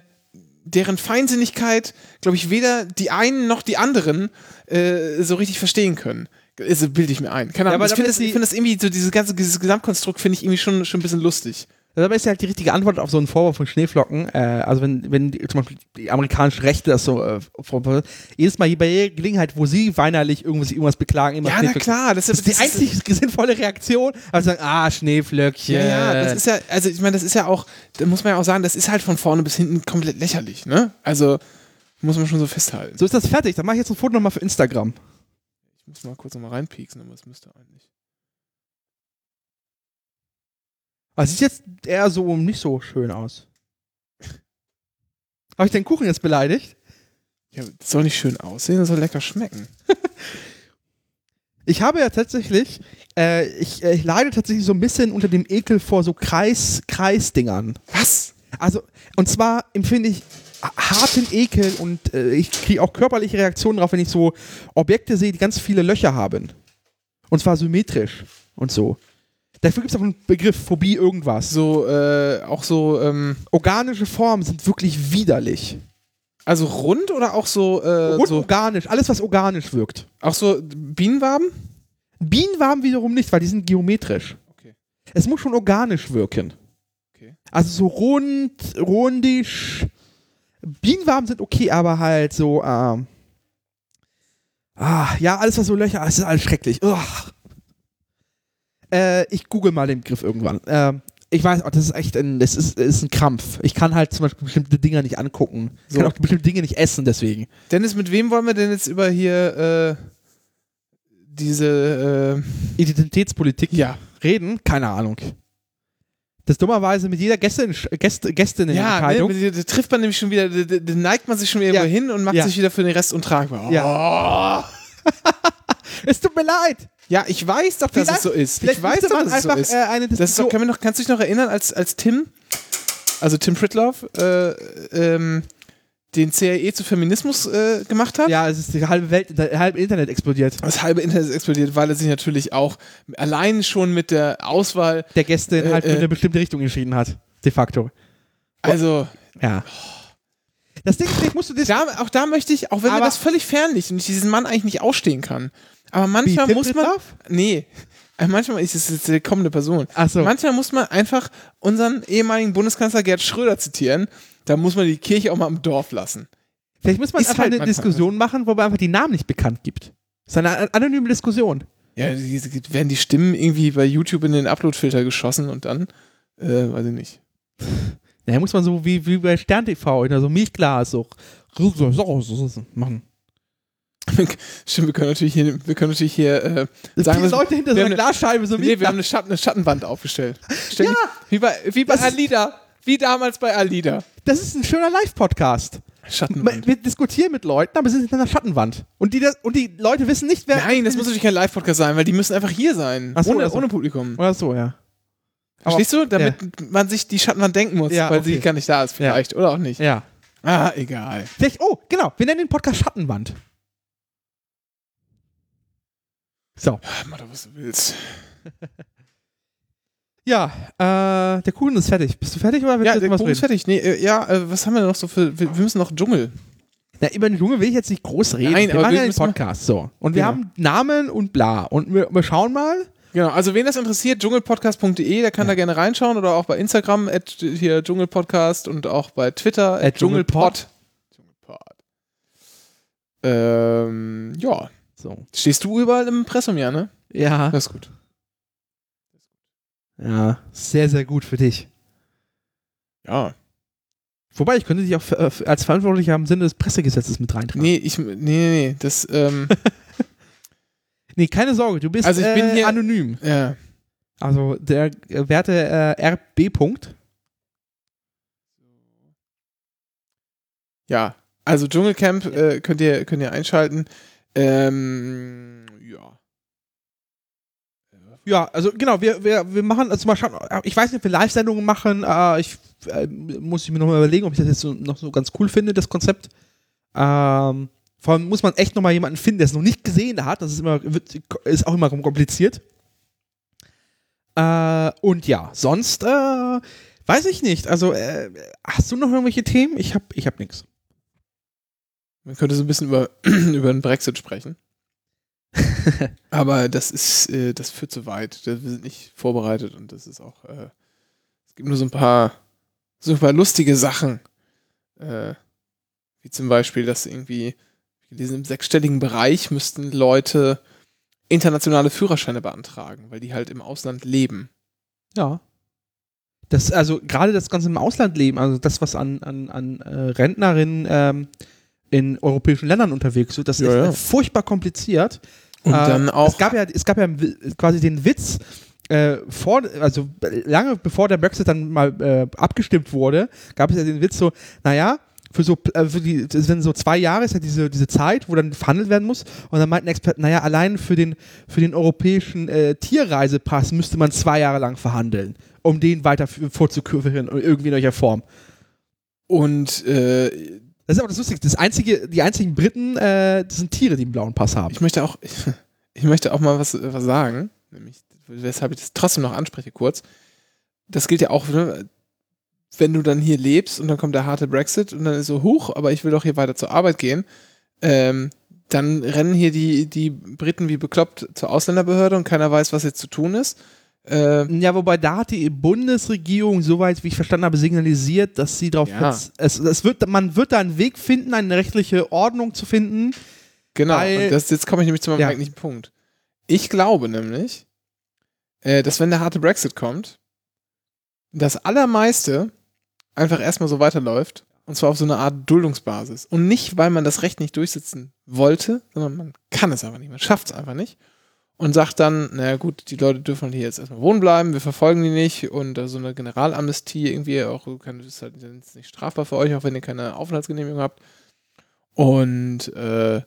Speaker 1: deren Feinsinnigkeit, glaube ich, weder die einen noch die anderen äh, so richtig verstehen können. Also bilde ich mir ein. Keine Ahnung.
Speaker 2: Ja, aber
Speaker 1: ich finde
Speaker 2: damit
Speaker 1: das,
Speaker 2: die-
Speaker 1: ich finde das irgendwie, so dieses ganze dieses Gesamtkonstrukt finde ich irgendwie schon, schon ein bisschen lustig.
Speaker 2: Dabei ist ja halt die richtige Antwort auf so einen Vorwurf von Schneeflocken. Äh, also wenn, wenn die, zum Beispiel die amerikanische Rechte das so äh, vor, jedes Mal bei jeder Gelegenheit, wo sie weinerlich irgendwas, irgendwas beklagen, immer
Speaker 1: Ja, na
Speaker 2: Schneeflocken-
Speaker 1: klar, das ist
Speaker 2: Das ist die einzig sinnvolle Reaktion, also sagen, ah, Schneeflöckchen. Äh,
Speaker 1: Ja, ja, das ist ja, also ich meine, das ist ja auch, da muss man ja auch sagen, das ist halt von vorne bis hinten komplett lächerlich, ne? Also muss man schon so festhalten.
Speaker 2: So ist das fertig. Dann mache ich jetzt ein Foto nochmal für Instagram.
Speaker 1: Ich muss mal kurz nochmal reinpieksen, aber es müsste eigentlich.
Speaker 2: Aber Ah, sieht jetzt eher so nicht so schön aus. Habe ich den Kuchen jetzt beleidigt?
Speaker 1: Ja, das soll nicht schön aussehen, das soll lecker schmecken.
Speaker 2: Ich habe ja tatsächlich, äh, ich, äh, ich leide tatsächlich so ein bisschen unter dem Ekel vor so Kreis, Kreisdingern.
Speaker 1: Was?
Speaker 2: Also, und zwar empfinde ich ha- harten Ekel und äh, ich kriege auch körperliche Reaktionen drauf, wenn ich so Objekte sehe, die ganz viele Löcher haben. Und zwar symmetrisch und so. Dafür gibt es auch einen Begriff, Phobie irgendwas.
Speaker 1: So, äh, auch so, ähm,
Speaker 2: Organische Formen sind wirklich widerlich.
Speaker 1: also rund oder auch so, äh,
Speaker 2: Und
Speaker 1: so
Speaker 2: organisch, alles was organisch wirkt.
Speaker 1: auch so Bienenwaben?
Speaker 2: Bienenwaben wiederum nicht, weil die sind geometrisch.
Speaker 1: Okay.
Speaker 2: Es muss schon organisch wirken.
Speaker 1: Okay.
Speaker 2: Also so rund, rundisch. Bienenwaben sind okay, aber halt so, ähm, ah, ja, alles was so Löcher, es ist alles schrecklich. Uah. Äh, ich google mal den Begriff irgendwann. Ähm, ich weiß, auch, das ist echt ein, das ist, ist ein Krampf. Ich kann halt zum Beispiel bestimmte Dinger nicht angucken. Ich
Speaker 1: So.
Speaker 2: kann auch bestimmte Dinge nicht essen, deswegen.
Speaker 1: Dennis, mit wem wollen wir denn jetzt über hier äh, diese,
Speaker 2: Identitätspolitik
Speaker 1: äh, ja,
Speaker 2: reden? Keine Ahnung. Das ist dummerweise mit jeder Gästin, Gäste, Gästin in der
Speaker 1: ja,
Speaker 2: Kleidung.
Speaker 1: ne, da trifft man nämlich schon wieder, da- da da neigt man sich schon irgendwo
Speaker 2: Ja.
Speaker 1: hin und macht
Speaker 2: Ja.
Speaker 1: sich wieder für den Rest untragbar. Oh,
Speaker 2: Ja. es tut mir leid.
Speaker 1: Ja, Oh. ich weiß doch, dass
Speaker 2: Vielleicht-
Speaker 1: es so ist.
Speaker 2: Vielleicht
Speaker 1: Ich weiß
Speaker 2: müsste
Speaker 1: doch,
Speaker 2: man
Speaker 1: dass es so
Speaker 2: einfach
Speaker 1: ist.
Speaker 2: äh, eine
Speaker 1: Das ist doch,
Speaker 2: Diskussion.
Speaker 1: kann man noch, kannst du dich noch erinnern, als, als Tim, also Tim Pritloff, äh, ähm, den CAE zu Feminismus äh, gemacht hat?
Speaker 2: ja, es ist die halbe Welt, das halbe Internet explodiert.
Speaker 1: Das halbe Internet ist explodiert, weil er sich natürlich auch allein schon mit der Auswahl,
Speaker 2: Der Gästin
Speaker 1: Äh,
Speaker 2: halt für
Speaker 1: äh.
Speaker 2: eine bestimmte Richtung entschieden hat. De facto.
Speaker 1: also
Speaker 2: Ja. Das Ding ist, vielleicht musst du das.
Speaker 1: da, auch da möchte ich, auch wenn
Speaker 2: Aber-
Speaker 1: mir das völlig fern liegt und ich diesen Mann eigentlich nicht ausstehen kann, aber manchmal
Speaker 2: Tim
Speaker 1: muss man,
Speaker 2: Pritloff?
Speaker 1: nee, äh, manchmal ist es jetzt die kommende Person,
Speaker 2: Achso.
Speaker 1: Manchmal muss man einfach unseren ehemaligen Bundeskanzler Gerd Schröder zitieren. Da muss man die Kirche auch mal im Dorf lassen.
Speaker 2: Vielleicht muss man
Speaker 1: Ist
Speaker 2: einfach
Speaker 1: halt
Speaker 2: eine
Speaker 1: manchmal-
Speaker 2: Diskussion machen, wo man einfach die Namen nicht bekannt gibt. Das ist eine an- anonyme Diskussion.
Speaker 1: Ja, die, die- werden die Stimmen irgendwie bei YouTube in den Upload-Filter geschossen und dann, äh, weiß ich nicht.
Speaker 2: Naja, muss man so wie, wie bei Stern TV in so einem Milchglas so machen.
Speaker 1: Stimmt, wir können natürlich hier, wir können natürlich hier äh, sagen,
Speaker 2: Viele
Speaker 1: dass,
Speaker 2: Leute hinter so
Speaker 1: wir
Speaker 2: einer
Speaker 1: haben eine-
Speaker 2: Glasscheibe so
Speaker 1: nee, wir haben
Speaker 2: Milchglas.
Speaker 1: eine, Schatten, eine Schattenwand aufgestellt. Stell
Speaker 2: Ja!
Speaker 1: dich- wie bei, wie bei
Speaker 2: Das ist-
Speaker 1: Alida. Wie damals bei Alida.
Speaker 2: Das ist ein schöner Live-Podcast. Man-
Speaker 1: Schattenwand.
Speaker 2: Wir diskutieren mit Leuten, aber sie sind in einer Schattenwand. Und die, das, und die Leute wissen nicht, wer.
Speaker 1: Nein, das muss natürlich kein Live-Podcast sein, weil die müssen einfach hier sein.
Speaker 2: Ach so,
Speaker 1: ohne,
Speaker 2: also.
Speaker 1: ohne Publikum.
Speaker 2: Oder so, ja. Aber-
Speaker 1: Verstehst du? Damit man sich die Schattenwand denken muss,
Speaker 2: Ja,
Speaker 1: weil sie
Speaker 2: okay.
Speaker 1: gar nicht da ist, vielleicht. Oder auch nicht.
Speaker 2: Ja.
Speaker 1: Ah, egal.
Speaker 2: Vielleicht, oh, genau. Wir nennen den Podcast Schattenwand. So.
Speaker 1: Mach doch, Äh, was du willst.
Speaker 2: Ja, äh, der Kuchen ist fertig. Bist du fertig oder willst
Speaker 1: Ja,
Speaker 2: du
Speaker 1: der
Speaker 2: noch was
Speaker 1: Kuchen ist
Speaker 2: reden?
Speaker 1: fertig. Nee, äh, ja, äh, was haben wir noch so für. Wir, wir müssen noch Dschungel.
Speaker 2: Na, über den Dschungel will ich jetzt nicht groß reden.
Speaker 1: Nein,
Speaker 2: wir
Speaker 1: aber
Speaker 2: machen
Speaker 1: wir
Speaker 2: ja den
Speaker 1: müssen mal-
Speaker 2: Podcast. So. Und wir
Speaker 1: Genau.
Speaker 2: haben Namen und bla. Und wir, wir schauen mal.
Speaker 1: Genau, also wen das interessiert, dschungelpodcast.de, der kann da gerne reinschauen oder auch bei Instagram, at hier dschungelpodcast und auch bei Twitter, at
Speaker 2: dschungelpod.
Speaker 1: dschungelpod. Dschungelpod. Ähm, ja.
Speaker 2: So.
Speaker 1: Stehst du überall im Impressum, ja, ne?
Speaker 2: Ja.
Speaker 1: Das ist gut.
Speaker 2: Ja. Sehr, sehr gut für dich.
Speaker 1: Ja.
Speaker 2: Wobei, ich könnte dich auch für, äh, für- als Verantwortlicher im Sinne des Pressegesetzes mit reintragen.
Speaker 1: Nee, ich. Nee, nee, nee. Das, ähm,
Speaker 2: Nee, keine Sorge, du bist
Speaker 1: Also ich bin
Speaker 2: äh,
Speaker 1: hier-
Speaker 2: anonym.
Speaker 1: ja.
Speaker 2: Also der äh, werte äh, RB. -Punkt.
Speaker 1: Ja, also Dschungelcamp äh, könnt, ihr, könnt ihr einschalten. Ähm, ja.
Speaker 2: Ja, also genau, wir, wir, wir machen, also mal schauen, ich weiß nicht, ob wir Live-Sendungen machen, äh, ich äh, muss ich mir nochmal überlegen, ob ich das jetzt so, noch so ganz cool finde, das Konzept. Ähm, vor allem muss man echt nochmal jemanden finden, der es noch nicht gesehen hat, das ist, immer, wird, ist auch immer kompliziert. Äh, und ja, sonst, äh, weiß ich nicht, also äh, hast du noch irgendwelche Themen? Ich hab, ich hab nichts.
Speaker 1: Man könnte so ein bisschen über, über den Brexit sprechen. Aber das ist, äh, das führt zu weit. Wir sind nicht vorbereitet und das ist auch, äh, es gibt nur so ein paar, so ein paar lustige Sachen. Äh, wie zum Beispiel, dass irgendwie, in diesem sechsstelligen Bereich müssten Leute internationale Führerscheine beantragen, weil die halt im Ausland leben.
Speaker 2: Ja. Das, also gerade das ganze im Ausland leben, also das, was an, an, an äh, Rentnerinnen ähm, in europäischen Ländern unterwegs sind, das
Speaker 1: Ja,
Speaker 2: ist
Speaker 1: ja.
Speaker 2: Äh, furchtbar kompliziert.
Speaker 1: Und
Speaker 2: äh,
Speaker 1: dann auch
Speaker 2: Es gab ja, es gab ja wi- quasi den Witz, äh, vor, also lange bevor der Brexit dann mal äh, abgestimmt wurde, gab es ja den Witz so, naja, für so, äh, für die, wenn so zwei Jahre ist ja diese, diese Zeit, wo dann verhandelt werden muss. Und dann meinten Experten, naja, allein für den, für den europäischen äh, Tierreisepass müsste man zwei Jahre lang verhandeln, um den weiter f- vorzuführen, irgendwie in welcher Form.
Speaker 1: Und äh,
Speaker 2: Das ist aber das Lustige. Das einzige, die einzigen Briten, äh, das sind Tiere, die einen blauen Pass haben.
Speaker 1: ich möchte auch, ich möchte auch mal was, was sagen, nämlich, weshalb ich das trotzdem noch anspreche kurz. Das gilt ja auch, ne, wenn du dann hier lebst und dann kommt der harte Brexit und dann ist so hoch, aber ich will doch hier weiter zur Arbeit gehen, ähm, dann rennen hier die, die Briten wie bekloppt zur Ausländerbehörde und keiner weiß, was jetzt zu tun ist. Äh,
Speaker 2: Ja, wobei da hat die Bundesregierung, soweit wie ich verstanden habe, signalisiert, dass sie darauf.
Speaker 1: Ja.
Speaker 2: Es, es wird, man wird da einen Weg finden, eine rechtliche Ordnung zu finden.
Speaker 1: Genau,
Speaker 2: Weil-
Speaker 1: und das, jetzt komme ich nämlich zu meinem
Speaker 2: Ja.
Speaker 1: eigentlichen Punkt. Ich glaube nämlich, äh, dass wenn der harte Brexit kommt, das allermeiste einfach erstmal so weiterläuft. Und zwar auf so eine Art Duldungsbasis. Und nicht, weil man das Recht nicht durchsetzen wollte, sondern man kann es einfach nicht. Man schafft es einfach nicht. Und sagt dann, naja gut, die Leute dürfen halt hier jetzt erstmal wohnen bleiben, wir verfolgen die nicht und äh, so eine Generalamnestie irgendwie auch, kann, ist halt jetzt nicht strafbar für euch, auch wenn ihr keine Aufenthaltsgenehmigung habt. Und äh,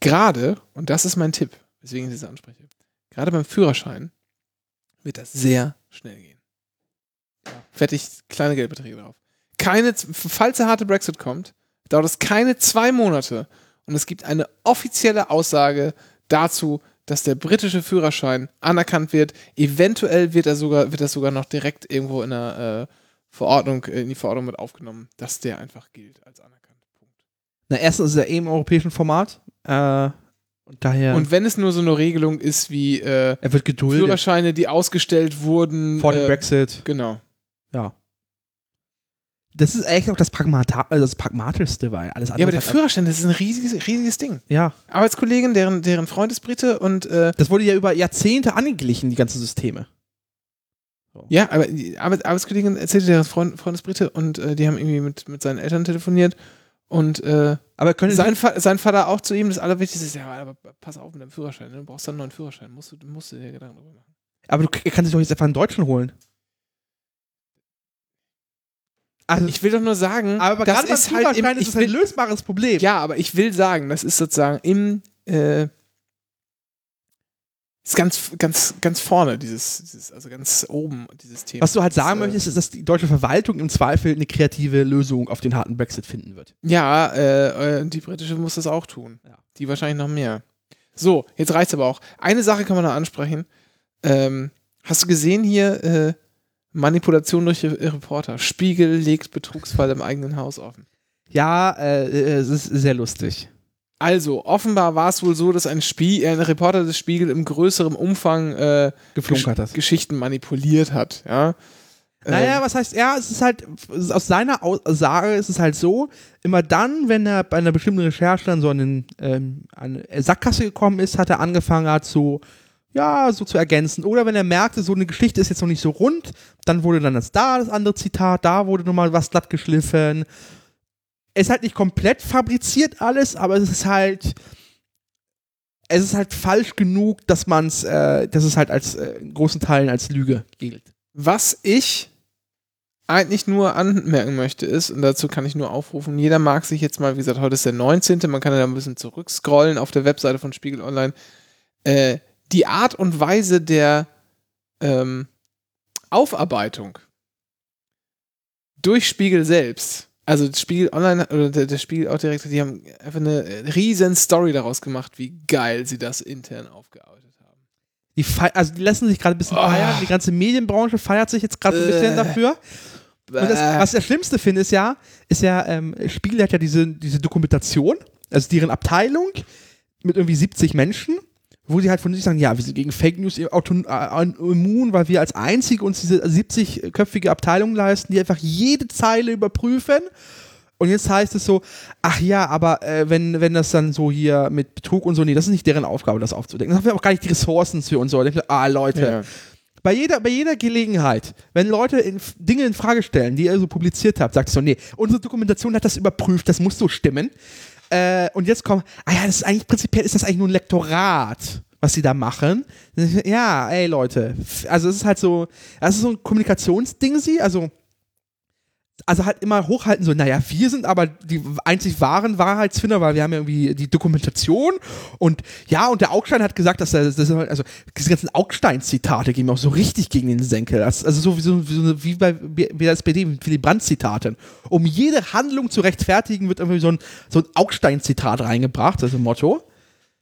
Speaker 1: gerade, und das ist mein Tipp, weswegen ich das anspreche, gerade beim Führerschein wird das sehr schnell gehen. Fette ich kleine Geldbeträge drauf. Keine, falls der harte Brexit kommt, dauert es keine zwei Monate und es gibt eine offizielle Aussage dazu, dass der britische Führerschein anerkannt wird. Eventuell wird er sogar, wird das sogar noch direkt irgendwo in der äh, Verordnung, in die Verordnung mit aufgenommen, dass der einfach gilt als anerkannt. Punkt.
Speaker 2: Na, erstens ist er eben im europäischen Format. Äh, und daher.
Speaker 1: Und wenn es nur so eine Regelung ist wie äh,
Speaker 2: er wird geduldet
Speaker 1: Führerscheine, die ausgestellt wurden.
Speaker 2: vor dem
Speaker 1: äh,
Speaker 2: Brexit.
Speaker 1: Genau.
Speaker 2: Ja. Das ist eigentlich auch das, Pragmata also das Pragmatischste, weil alles
Speaker 1: Ja, aber
Speaker 2: andere.
Speaker 1: der
Speaker 2: hat-
Speaker 1: Führerschein, das ist ein riesiges, riesiges Ding.
Speaker 2: ja.
Speaker 1: Arbeitskollegin, deren, deren Freund ist Brite und äh,
Speaker 2: Das wurde ja über Jahrzehnte angeglichen, die ganzen Systeme.
Speaker 1: ja, aber die Arbeit, Arbeitskollegin erzählte, deren Freund, Freund ist Brite und äh, die haben irgendwie mit, mit seinen Eltern telefoniert und äh,
Speaker 2: Aber können
Speaker 1: sein, Fa sein Vater auch zu ihm, das Allerwichtigste ist, ja, aber pass auf mit deinem Führerschein, ne? du brauchst dann einen neuen Führerschein, musst du, musst du dir Gedanken drüber machen.
Speaker 2: Aber du k- kannst dich doch jetzt einfach einen Deutschen holen. Also,
Speaker 1: Ich will doch nur sagen, das ist halt im, ich will,
Speaker 2: lösbares Problem.
Speaker 1: Ja, aber ich will sagen, das ist sozusagen im äh, ist ganz ganz ganz vorne dieses, dieses also ganz oben dieses Thema.
Speaker 2: Was du halt sagen
Speaker 1: Das, äh,
Speaker 2: möchtest, ist, dass die deutsche Verwaltung im Zweifel eine kreative Lösung auf den harten Brexit finden wird.
Speaker 1: Ja, äh, äh, die britische muss das auch tun.
Speaker 2: Ja.
Speaker 1: Die wahrscheinlich noch mehr. So, jetzt reicht's aber auch. Eine Sache kann man noch ansprechen. Ähm, hast du gesehen hier äh, Manipulation durch Re- Reporter? Spiegel legt Betrugsfall im eigenen Haus offen.
Speaker 2: Ja, äh, äh, es ist sehr lustig.
Speaker 1: Also, offenbar war es wohl so, dass ein, Spie äh, ein Reporter des Spiegel im größeren Umfang äh,
Speaker 2: Geflunkert
Speaker 1: Gesch-
Speaker 2: hat.
Speaker 1: Geschichten manipuliert hat. Ja? Ähm,
Speaker 2: Naja, was heißt, ja, es ist halt, es ist aus seiner Aussage ist es halt so, immer dann, wenn er bei einer bestimmten Recherche dann so an, den, ähm, an eine Sackgasse gekommen ist, hat er angefangen hat so, ja, so zu ergänzen. Oder wenn er merkte, so eine Geschichte ist jetzt noch nicht so rund, dann wurde dann das da, das andere Zitat, da wurde nochmal was glatt geschliffen. Es ist halt nicht komplett fabriziert alles, aber es ist halt, es ist halt falsch genug, dass man es, äh, dass es halt als, äh, in großen Teilen als Lüge gilt.
Speaker 1: Was ich eigentlich nur anmerken möchte ist, und dazu kann ich nur aufrufen, jeder mag sich jetzt mal, wie gesagt, heute ist der 19., man kann ja da ein bisschen zurückscrollen auf der Webseite von Spiegel Online. Äh, die Art und Weise der ähm, Aufarbeitung durch Spiegel selbst, also das Spiegel Online oder der, der Spiegel auch direkt, die haben einfach eine äh, riesen Story daraus gemacht, wie geil sie das intern aufgearbeitet haben.
Speaker 2: Die fei- also die lassen sich gerade ein bisschen
Speaker 1: Oh.
Speaker 2: feiern. Die ganze Medienbranche feiert sich jetzt gerade so ein bisschen
Speaker 1: Äh.
Speaker 2: dafür. Und das, was ich das Schlimmste finde, ist ja, ist ja, ähm, Spiegel hat ja diese, diese Dokumentation, also deren Abteilung mit irgendwie 70 Menschen, wo sie halt von sich sagen, ja, wir sind gegen Fake News im Auto- äh, immun, weil wir als einzige uns diese 70-köpfige Abteilung leisten, die einfach jede Zeile überprüfen. Und jetzt heißt es so, ach ja, aber äh, wenn, wenn das dann so hier mit Betrug und so, nee, das ist nicht deren Aufgabe, das aufzudecken. Da haben wir auch gar nicht die Ressourcen für und so. Und ich so, Ah, Leute,
Speaker 1: Ja.
Speaker 2: bei jeder, bei jeder Gelegenheit, wenn Leute in, Dinge in Frage stellen, die ihr so publiziert habt, sagst du, nee, unsere Dokumentation hat das überprüft, das muss so stimmen. Äh, und jetzt kommt, ah ja, das ist eigentlich, prinzipiell ist das eigentlich nur ein Lektorat, was sie da machen. Ja, ey Leute, f- also es ist halt so, das ist so ein Kommunikationsding, sie, also also halt immer hochhalten, so, naja, wir sind aber die einzig wahren Wahrheitsfinder, weil wir haben ja irgendwie die Dokumentation und ja, und der Augstein hat gesagt, dass er, das, also diese ganzen Augstein-Zitate gehen mir auch so richtig gegen den Senkel. Das, also so wie, so, wie, so, wie bei, wie bei der SPD mit Willy Brandt-Zitaten. Um jede Handlung zu rechtfertigen, wird irgendwie so ein, so ein Augstein-Zitat reingebracht, das ist ein Motto.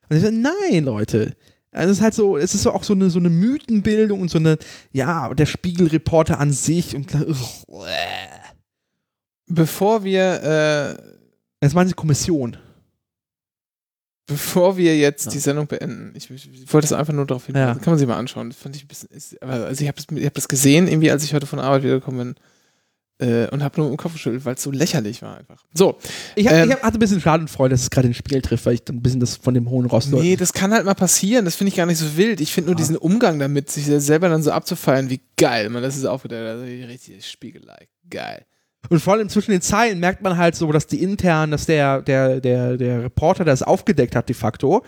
Speaker 2: Und ich so, nein, Leute. Also es ist halt so, es ist so auch so eine, so eine Mythenbildung und so eine, ja, der Spiegelreporter an sich und oh, äh. ugh,
Speaker 1: Bevor wir, äh,
Speaker 2: das meinen sie Kommission.
Speaker 1: bevor wir jetzt
Speaker 2: Ja.
Speaker 1: die Sendung beenden, ich, ich wollte es einfach nur darauf hinweisen. Also
Speaker 2: Ja.
Speaker 1: Kann man sich mal anschauen. Fand ich ein bisschen, ist, aber- also ich habe hab das gesehen, irgendwie, als ich heute von Arbeit wiedergekommen bin äh, und habe nur im Kopf geschüttelt, weil es so lächerlich war einfach. So,
Speaker 2: Ich, hab,
Speaker 1: Ähm.
Speaker 2: ich hab, hatte ein bisschen Schadenfreude, dass es gerade ein Spiel trifft, weil ich dann ein bisschen das von dem hohen Ross
Speaker 1: nee, das kann halt mal passieren. Das finde ich gar nicht so wild. Ich finde nur
Speaker 2: Ja.
Speaker 1: diesen Umgang damit, sich selber dann so abzufeiern, wie geil. Man, das ist aufgedeckt. Also, richtig Spiegelei. Geil.
Speaker 2: Und vor allem zwischen den Zeilen merkt man halt so, dass die intern, dass der, der, der, der Reporter, der es aufgedeckt hat, de facto,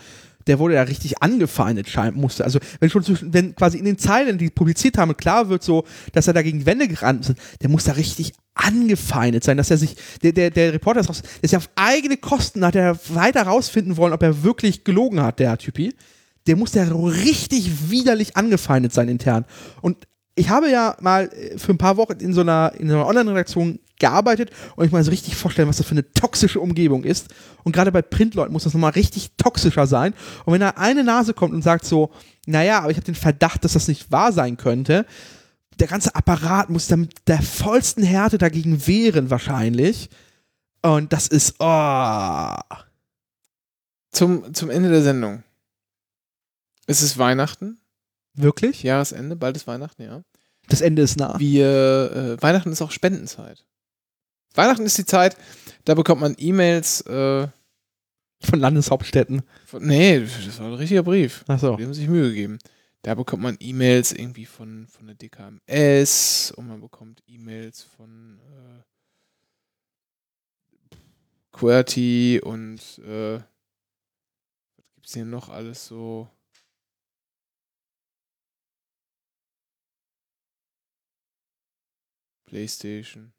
Speaker 2: der wurde ja richtig angefeindet scheint musste. Also wenn schon zwischen, wenn quasi in den Zeilen, die publiziert haben, klar wird so, dass er da gegen die Wände gerannt ist, der muss da richtig angefeindet sein, dass er sich, der, der, der Reporter ist, raus, ist ja auf eigene Kosten, hat er weiter rausfinden wollen, ob er wirklich gelogen hat, der Typi. Der muss ja richtig widerlich angefeindet sein intern. Und ich habe ja mal äh, für ein paar Wochen in so einer, in so einer Online-Redaktion gearbeitet und ich mal so richtig vorstellen, was das für eine toxische Umgebung ist. Und gerade bei Printleuten muss das nochmal richtig toxischer sein. Und wenn da eine Nase kommt und sagt so, naja, aber ich habe den Verdacht, dass das nicht wahr sein könnte, der ganze Apparat muss dann mit der vollsten Härte dagegen wehren wahrscheinlich. Und das ist, oh.
Speaker 1: Zum, zum Ende der Sendung. Es ist Weihnachten,
Speaker 2: Wirklich?
Speaker 1: Jahresende, bald ist Weihnachten, ja.
Speaker 2: Das Ende ist nah.
Speaker 1: Wir, äh, Weihnachten ist auch Spendenzeit. Weihnachten ist die Zeit, da bekommt man E-Mails, äh,
Speaker 2: Von Landeshauptstädten.
Speaker 1: von, nee, das war ein richtiger Brief.
Speaker 2: Achso.
Speaker 1: Die haben sich Mühe gegeben. Da bekommt man E-Mails irgendwie von, von der DKMS und man bekommt E-Mails von äh, QWERTY und äh, was gibt's hier noch alles so? PlayStation.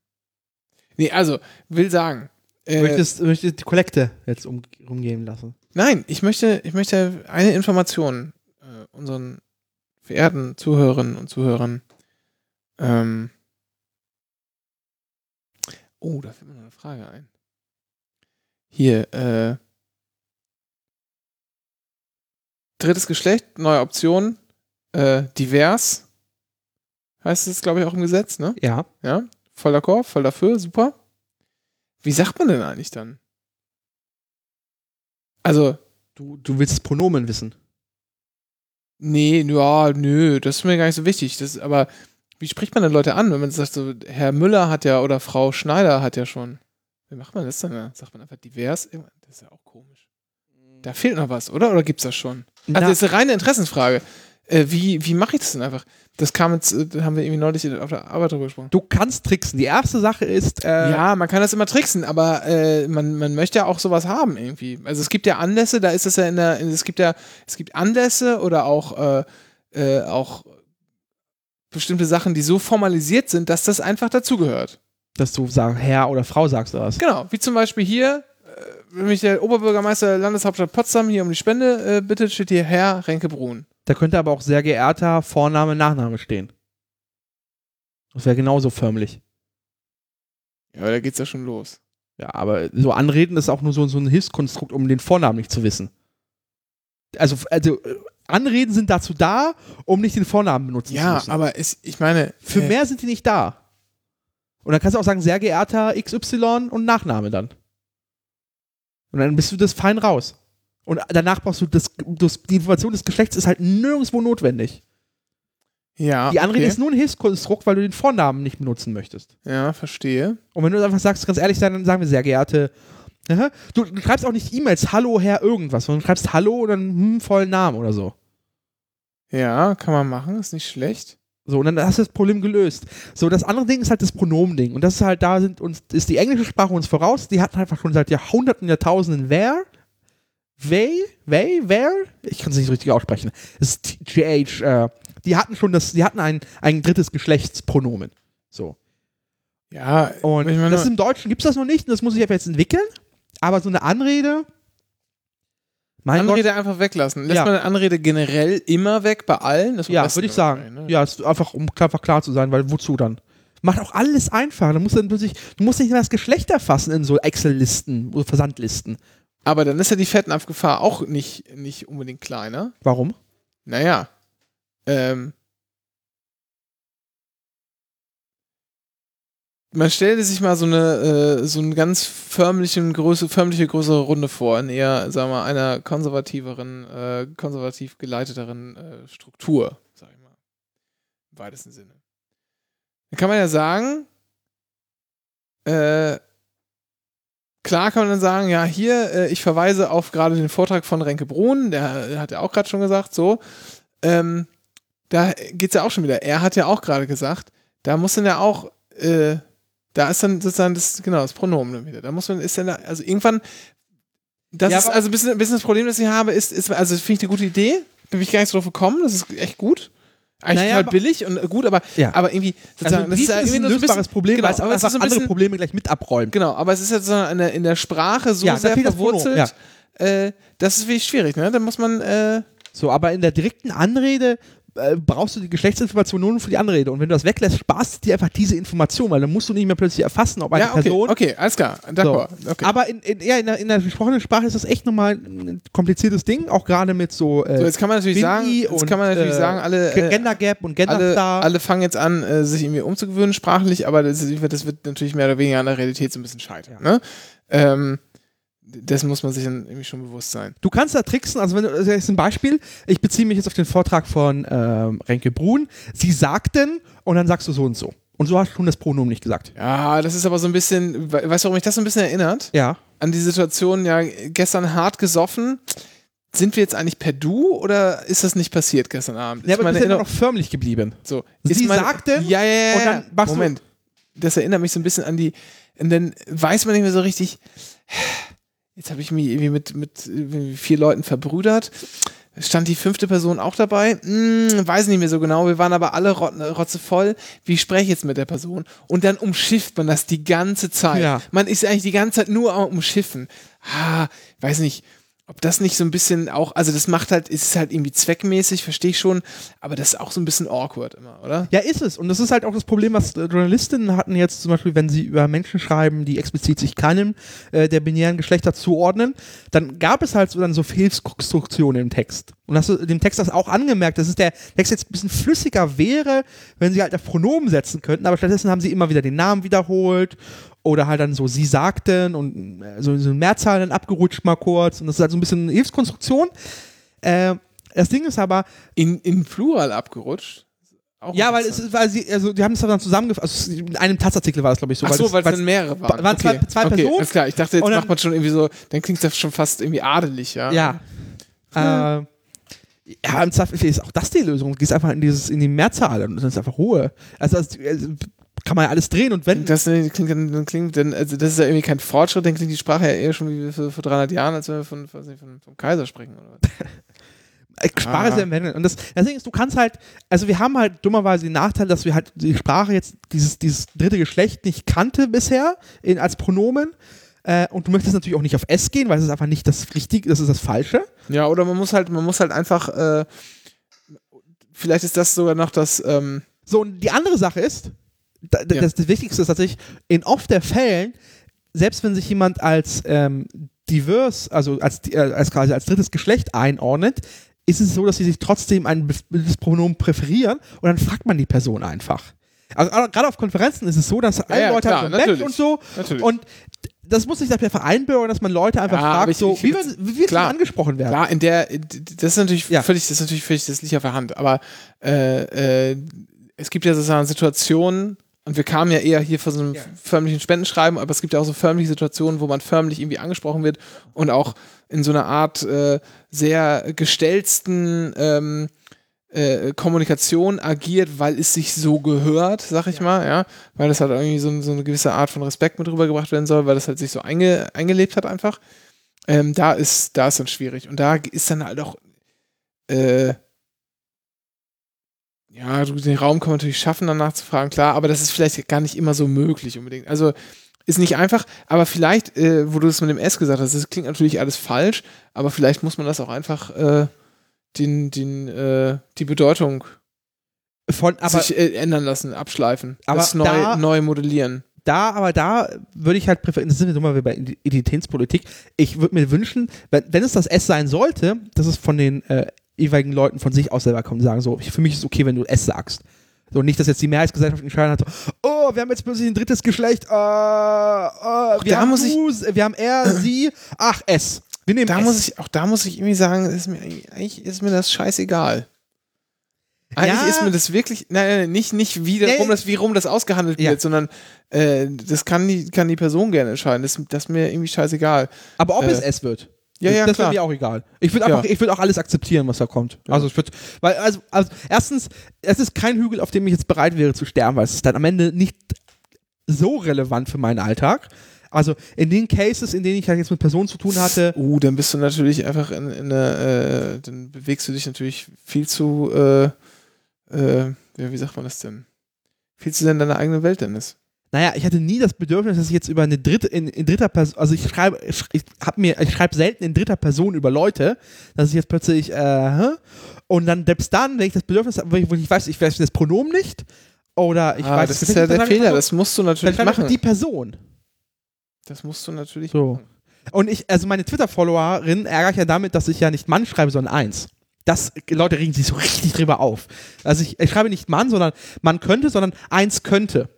Speaker 1: Nee, also, will sagen. äh,
Speaker 2: Möchtest, möchtest die Kollekte jetzt um, umgehen lassen?
Speaker 1: Nein, ich möchte, ich möchte eine Information äh, unseren verehrten Zuhörerinnen und Zuhörern. Ähm oh, da fällt mir noch eine Frage ein. Hier, äh, drittes Geschlecht, neue Option, äh, divers heißt es, glaube ich, auch im Gesetz, ne?
Speaker 2: Ja.
Speaker 1: Ja, voll d'accord, voll dafür, super. Wie sagt man denn eigentlich dann? Also,
Speaker 2: Du, du willst das Pronomen wissen.
Speaker 1: nee, ja, nö, das ist mir gar nicht so wichtig. Das, aber wie spricht man denn Leute an, wenn man sagt, so, Herr Müller hat ja oder Frau Schneider hat ja schon. Wie macht man das denn? da? Sagt man einfach divers? Das ist ja auch komisch. Da fehlt noch was, oder? Oder gibt's das schon? Also, das ist eine reine Interessensfrage. Äh, wie wie mache ich das denn einfach? Das kam jetzt, äh, da haben wir irgendwie neulich auf der Arbeit drüber gesprochen.
Speaker 2: du kannst tricksen. Die erste Sache ist, äh,
Speaker 1: Ja, man kann das immer tricksen, aber äh, man, man möchte ja auch sowas haben irgendwie. Also es gibt ja Anlässe, da ist es ja in der, in, es gibt ja, es gibt Anlässe oder auch, äh, äh, auch bestimmte Sachen, die so formalisiert sind, dass das einfach dazugehört.
Speaker 2: dass du sag, Herr oder Frau sagst du das.
Speaker 1: Genau, wie zum Beispiel hier, äh, wenn mich der Oberbürgermeister der Landeshauptstadt Potsdam hier um die Spende äh, bittet, steht hier Herr Renke Brun.
Speaker 2: Da könnte aber auch sehr geehrter Vorname, Nachname stehen. Das wäre genauso förmlich.
Speaker 1: Ja, aber da geht's ja schon los.
Speaker 2: Ja, aber so anreden ist auch nur so, so ein Hilfskonstrukt, um den Vornamen nicht zu wissen. Also, also äh, Anreden sind dazu da, um nicht den Vornamen benutzen zu
Speaker 1: Ja,
Speaker 2: müssen.
Speaker 1: aber es, ich meine,
Speaker 2: Für
Speaker 1: äh,
Speaker 2: mehr sind die nicht da. Und dann kannst du auch sagen, sehr geehrter XY und Nachname dann. Und dann bist du das fein raus. Und danach brauchst du das, das die Information des Geschlechts ist halt nirgendwo notwendig.
Speaker 1: ja,
Speaker 2: Die Anrede
Speaker 1: Ah, okay.
Speaker 2: ist nur ein Hilfskonstrukt, weil du den Vornamen nicht benutzen möchtest.
Speaker 1: ja, verstehe.
Speaker 2: Und wenn du einfach sagst, ganz ehrlich sein, dann sagen wir sehr geehrte. aha. Du, du schreibst auch nicht E-Mails, hallo Herr irgendwas, sondern du schreibst hallo und dann hm, vollen Namen oder so.
Speaker 1: Ja, kann man machen, ist nicht schlecht.
Speaker 2: So, und dann hast du das Problem gelöst. So, das andere Ding ist halt das Pronomending. Und das ist halt, da sind uns, ist die englische Sprache uns voraus. Die hatten einfach schon seit Jahrhunderten, Jahrtausenden wer, they, they, where. Ich kann es nicht so richtig aussprechen. Das ist TH. Äh, die hatten schon das, die hatten ein, ein drittes Geschlechtspronomen. So.
Speaker 1: Ja,
Speaker 2: Und
Speaker 1: ich meine,
Speaker 2: das ist im Deutschen gibt es das noch nicht und das muss ich jetzt entwickeln. Aber so eine Anrede. Mein
Speaker 1: Anrede einfach weglassen. Lässt
Speaker 2: Ja.
Speaker 1: man eine Anrede generell immer weg bei allen? Das ist
Speaker 2: Gott.
Speaker 1: am
Speaker 2: Ja,
Speaker 1: besten
Speaker 2: würde ich sagen.
Speaker 1: irgendwie, ne?
Speaker 2: Ja, ist einfach, um einfach klar zu sein, weil wozu dann? Macht auch alles einfach. Du musst, dann plötzlich, du musst nicht mehr das Geschlecht erfassen in so Excel-Listen oder Versandlisten.
Speaker 1: Aber dann ist ja die Fettnapfgefahr auch nicht, nicht unbedingt kleiner.
Speaker 2: Warum?
Speaker 1: Naja. Ähm, man stellte sich mal so eine, äh, so eine ganz förmliche, Größe, förmliche größere Runde vor, in eher, sagen wir mal, einer konservativeren, äh, konservativ geleiteteren äh, Struktur, sag ich mal. Im weitesten Sinne. Dann kann man ja sagen, äh, Klar kann man dann sagen, ja, hier, äh, ich verweise auf gerade den Vortrag von Renke Bruhn, der, äh, hat ja auch gerade schon gesagt, so. Ähm, da geht's ja auch schon wieder. Er hat ja auch gerade gesagt, da muss dann ja auch, äh, da ist dann sozusagen das, genau, das Pronomen dann wieder. Da muss man, ist dann, da, also irgendwann, das
Speaker 2: Ja,
Speaker 1: ist
Speaker 2: aber-
Speaker 1: also ein bisschen, ein bisschen das Problem, das ich habe, ist, ist also finde ich eine gute Idee, bin ich gar nicht so drauf gekommen, das ist echt gut. Eigentlich
Speaker 2: Naja,
Speaker 1: total
Speaker 2: aber-
Speaker 1: billig und äh, gut, aber,
Speaker 2: Ja.
Speaker 1: aber irgendwie,
Speaker 2: Also
Speaker 1: sozusagen, das ist
Speaker 2: Briefen
Speaker 1: ja irgendwie nur so ein bisschen,
Speaker 2: Problem,
Speaker 1: genau,
Speaker 2: weil es
Speaker 1: aber es
Speaker 2: einfach
Speaker 1: ist so ein
Speaker 2: andere
Speaker 1: bisschen-
Speaker 2: Probleme gleich mit abräumt.
Speaker 1: Genau, aber es ist ja so eine, in der Sprache so
Speaker 2: Ja, da
Speaker 1: sehr
Speaker 2: fehlt das Pronomen,
Speaker 1: verwurzelt, äh, das ist wirklich schwierig, ne? Da muss man, äh,
Speaker 2: So, aber in der direkten Anrede äh, brauchst du die Geschlechtsinformation nur für die Anrede. Und wenn du das weglässt, sparst du dir einfach diese Information, weil dann musst du nicht mehr plötzlich erfassen, ob eine
Speaker 1: ja, okay,
Speaker 2: Person. Ah,
Speaker 1: okay, alles klar, d'accord, okay.
Speaker 2: Aber in, in, ja, in, der, in der gesprochenen Sprache ist das echt nochmal ein kompliziertes Ding, auch gerade mit so, äh,
Speaker 1: So, jetzt kann man natürlich sagen,
Speaker 2: Bindi
Speaker 1: jetzt
Speaker 2: und,
Speaker 1: kann man natürlich
Speaker 2: äh,
Speaker 1: sagen, alle,
Speaker 2: Ge-
Speaker 1: äh,
Speaker 2: Gender Gap und Gender
Speaker 1: alle,
Speaker 2: Star.
Speaker 1: alle fangen jetzt an, äh, sich irgendwie umzugewöhnen sprachlich, aber das, ist- das wird natürlich mehr oder weniger an der Realität so ein bisschen scheitern, ne? Ähm, das muss man sich dann irgendwie schon bewusst sein.
Speaker 2: Du kannst da tricksen, also wenn du, das ist ein Beispiel, ich beziehe mich jetzt auf den Vortrag von ähm, Renke Brun, sie sagten und dann sagst du so und so. Und so hast du schon das Pronomen nicht gesagt.
Speaker 1: Ja, das ist aber so ein bisschen, we- weißt du, warum mich das so ein bisschen erinnert?
Speaker 2: Ja.
Speaker 1: an die Situation, ja, gestern hart gesoffen. Sind wir jetzt eigentlich per Du oder ist das nicht passiert gestern Abend?
Speaker 2: Ja,
Speaker 1: Ist
Speaker 2: aber du bist ja
Speaker 1: Erinner-
Speaker 2: immer noch förmlich geblieben.
Speaker 1: so.
Speaker 2: Sie
Speaker 1: ist meine-
Speaker 2: sagten
Speaker 1: ja, ja, ja,
Speaker 2: und
Speaker 1: ja.
Speaker 2: dann machst du-
Speaker 1: Moment. Das erinnert mich so ein bisschen an die, und dann weiß man nicht mehr so richtig, jetzt habe ich mich irgendwie mit, mit irgendwie vier Leuten verbrüdert. Stand die fünfte Person auch dabei? Hm, weiß nicht mehr so genau. Wir waren aber alle rot- rotzevoll. Wie spreche ich jetzt mit der Person? Und dann umschifft man das die ganze Zeit.
Speaker 2: Ja.
Speaker 1: Man ist eigentlich die ganze Zeit nur am Umschiffen. Ah, weiß nicht, ob das nicht so ein bisschen auch, also das macht halt, ist halt irgendwie zweckmäßig, verstehe ich schon, aber das ist auch so ein bisschen awkward immer, oder?
Speaker 2: Ja, ist es. Und das ist halt auch das Problem, was äh, Journalistinnen hatten jetzt zum Beispiel, wenn sie über Menschen schreiben, die explizit sich keinem äh, der binären Geschlechter zuordnen, dann gab es halt so, dann so Fehlkonstruktionen im Text. Und hast du dem Text das auch angemerkt, dass es der Text jetzt ein bisschen flüssiger wäre, wenn sie halt auf Pronomen setzen könnten, aber stattdessen haben sie immer wieder den Namen wiederholt oder halt dann so sie sagten und äh, so, so eine Mehrzahl dann abgerutscht mal kurz und das ist halt so ein bisschen eine Hilfskonstruktion. Äh, das Ding ist aber,
Speaker 1: In, in Plural abgerutscht. Auch
Speaker 2: ja, weil es
Speaker 1: interessant.
Speaker 2: ist- weil sie, also die haben es dann zusammengefasst. Also es- in einem Taz-Artikel war das, glaube ich, so.
Speaker 1: Ach so, weil es
Speaker 2: das,
Speaker 1: dann mehrere waren.
Speaker 2: waren zwei- zwei
Speaker 1: okay,
Speaker 2: Personen.
Speaker 1: Alles klar, ich dachte, jetzt
Speaker 2: Und dann-
Speaker 1: macht man schon irgendwie so, dann klingt das schon fast irgendwie adelig, ja.
Speaker 2: ja. Äh, ja, im Zweifel ist auch das die Lösung. Du gehst einfach in dieses, in die Mehrzahl und dann ist einfach Ruhe. Also, das, also kann man ja alles drehen und wenden.
Speaker 1: Das äh, klingt dann, dann klingt dann, also das ist ja irgendwie kein Fortschritt, dann klingt die Sprache ja eher schon wie vor, vor 300 Jahren, als wenn wir von, weiß nicht, von, vom Kaiser sprechen. Oder? was.
Speaker 2: Äh, Sprache ist
Speaker 1: Ah.
Speaker 2: ja im Wenden. Und das, das Ding ist, du kannst halt, also wir haben halt dummerweise den Nachteil, dass wir halt die Sprache jetzt, dieses, dieses dritte Geschlecht nicht kannte bisher in, als Pronomen. Äh, und du möchtest natürlich auch nicht auf S gehen, weil es ist einfach nicht das Richtige, das ist das Falsche.
Speaker 1: Ja, oder man muss halt, man muss halt einfach, äh, vielleicht ist das sogar noch das, ähm,
Speaker 2: So, und die andere Sache ist, da, da-
Speaker 1: Ja.
Speaker 2: das, das Wichtigste ist tatsächlich, in oft der Fällen, selbst wenn sich jemand als ähm, diverse, also als, äh, als quasi als drittes Geschlecht einordnet, ist es so, dass sie sich trotzdem ein bestimmtes Pronomen präferieren und dann fragt man die Person einfach. Also also gerade auf Konferenzen ist es so, dass alle
Speaker 1: ja,
Speaker 2: Leute
Speaker 1: klar,
Speaker 2: haben so ein Badge
Speaker 1: natürlich.
Speaker 2: und so
Speaker 1: Natürlich.
Speaker 2: und das muss sich dafür vereinbaren, dass man Leute einfach
Speaker 1: Ja, aber
Speaker 2: fragt,
Speaker 1: ich-
Speaker 2: so,
Speaker 1: ich-
Speaker 2: wie wir, wie wir
Speaker 1: klar.
Speaker 2: angesprochen werden.
Speaker 1: Klar, in der, das ist natürlich
Speaker 2: Ja.
Speaker 1: völlig, das ist natürlich völlig, das liegt auf der Hand, aber äh, äh, es gibt ja sozusagen Situationen, und wir kamen ja eher hier von so einem
Speaker 2: Ja.
Speaker 1: förmlichen Spendenschreiben, aber es gibt ja auch so förmliche Situationen, wo man förmlich irgendwie angesprochen wird und auch in so einer Art äh, sehr gestellten ähm, äh, Kommunikation agiert, weil es sich so gehört, sag ich mal, ja, weil das halt irgendwie so, so eine gewisse Art von Respekt mit rübergebracht werden soll, weil das halt sich so einge, eingelebt hat einfach. Ähm, da ist, da ist dann schwierig. Und da ist dann halt auch, äh, Ja, du- den Raum kann man natürlich schaffen, danach zu fragen, klar, aber das ist vielleicht gar nicht immer so möglich unbedingt. Also ist nicht einfach, aber vielleicht, äh, wo du es mit dem S gesagt hast, das klingt natürlich alles falsch, aber vielleicht muss man das auch einfach äh, den, den, äh, die Bedeutung
Speaker 2: Von, aber
Speaker 1: sich äh, ändern lassen, abschleifen,
Speaker 2: Aber
Speaker 1: das neu,
Speaker 2: da-
Speaker 1: neu modellieren.
Speaker 2: da, aber da würde ich halt präferieren, das sind wir nochmal bei Identitätspolitik. Ich würde mir wünschen, wenn, wenn es das S sein sollte, dass es von den äh, jeweiligen Leuten von sich aus selber kommt und sagen, so, ich- für mich ist es okay, wenn du S sagst. So, nicht, dass jetzt die Mehrheitsgesellschaft entscheiden hat, so, oh, wir haben jetzt plötzlich ein drittes Geschlecht, äh, äh, wir,
Speaker 1: da
Speaker 2: haben
Speaker 1: muss ich-
Speaker 2: du, wir haben er, sie, ach, S. Wir nehmen
Speaker 1: Da
Speaker 2: S.
Speaker 1: muss ich, auch da muss ich irgendwie sagen, ist mir, eigentlich- eigentlich ist mir das scheißegal. Eigentlich
Speaker 2: Ja.
Speaker 1: ist mir das wirklich, nein, nein, nein nicht, nicht wie, das,
Speaker 2: Nee.
Speaker 1: rum das, wie rum das ausgehandelt
Speaker 2: Ja.
Speaker 1: wird, sondern äh, das kann die, kann die Person gerne entscheiden. Das, das ist mir irgendwie scheißegal.
Speaker 2: Aber ob
Speaker 1: Äh,
Speaker 2: es S wird,
Speaker 1: ja, ja,
Speaker 2: das wäre
Speaker 1: klar.
Speaker 2: mir auch egal. Ich würde
Speaker 1: Ja.
Speaker 2: einfach, ich würde auch alles akzeptieren, was da kommt. Also ich würde, weil also, also erstens, es ist kein Hügel, auf dem ich jetzt bereit wäre zu sterben, weil es ist dann am Ende nicht so relevant für meinen Alltag. Also in den Cases, in denen ich halt jetzt mit Personen zu tun hatte,
Speaker 1: Uh, dann bist du natürlich einfach in, in der, äh, dann bewegst du dich natürlich viel zu, äh, äh, ja, wie sagt man das denn? Viel zu sehr in deiner eigenen Welt, Dennis.
Speaker 2: naja, ich hatte nie das Bedürfnis, dass ich jetzt über eine dritte, in, in dritter Person, also ich schreibe, ich, ich hab mir, ich schreibe selten in dritter Person über Leute, dass ich jetzt plötzlich, äh, hä? und dann selbst dann, wenn ich das Bedürfnis habe, wo ich, wo ich weiß, ich weiß das Pronomen nicht, oder ich
Speaker 1: Ah,
Speaker 2: weiß
Speaker 1: das
Speaker 2: ich
Speaker 1: ist
Speaker 2: weiß
Speaker 1: ja
Speaker 2: nicht,
Speaker 1: der
Speaker 2: dann sag ich
Speaker 1: Fehler,
Speaker 2: so,
Speaker 1: das musst du natürlich
Speaker 2: Dann schreib
Speaker 1: machen.
Speaker 2: einfach Die Person.
Speaker 1: Das musst du natürlich
Speaker 2: So.
Speaker 1: machen.
Speaker 2: Und ich, also meine Twitter-Followerin ärgere ich ja damit, dass ich ja nicht Mann schreibe, sondern eins. Das, Leute regen sich so richtig drüber auf. Also ich, ich schreibe nicht Mann, sondern Mann könnte, sondern eins könnte.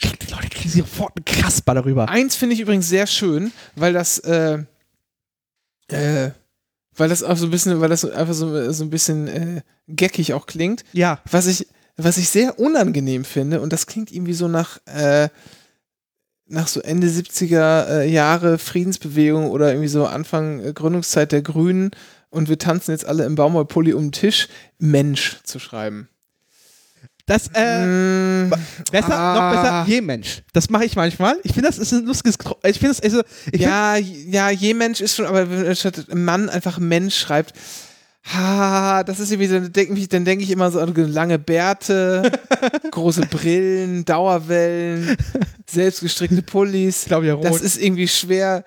Speaker 2: Die Leute kriegen sich sofort einen Kasper darüber.
Speaker 1: Eins finde ich übrigens sehr schön, weil das, äh, äh, weil das auch so ein bisschen, weil das so- einfach so, so ein bisschen äh, geckig auch klingt.
Speaker 2: Ja.
Speaker 1: Was ich, was ich sehr unangenehm finde, und das klingt irgendwie so nach, äh, nach so Ende 70er äh, Jahre Friedensbewegung oder irgendwie so Anfang äh, Gründungszeit der Grünen und wir tanzen jetzt alle im Baumwollpulli um den Tisch, Mensch zu schreiben.
Speaker 2: Das, äh,
Speaker 1: Mm,
Speaker 2: besser,
Speaker 1: ah.
Speaker 2: noch besser, je Mensch. Das mache ich manchmal. Ich finde, das ist ein lustiges, Gro- ich finde, das, also, ich find,
Speaker 1: ja, j- ja, je Mensch ist schon, aber wenn statt Mann einfach Mensch schreibt, ha, das ist irgendwie so, dann denke ich, dann denk ich immer so an lange Bärte, große Brillen, Dauerwellen, selbstgestrickte Pullis.
Speaker 2: ich glaube ja,
Speaker 1: Das
Speaker 2: rot.
Speaker 1: ist irgendwie schwer,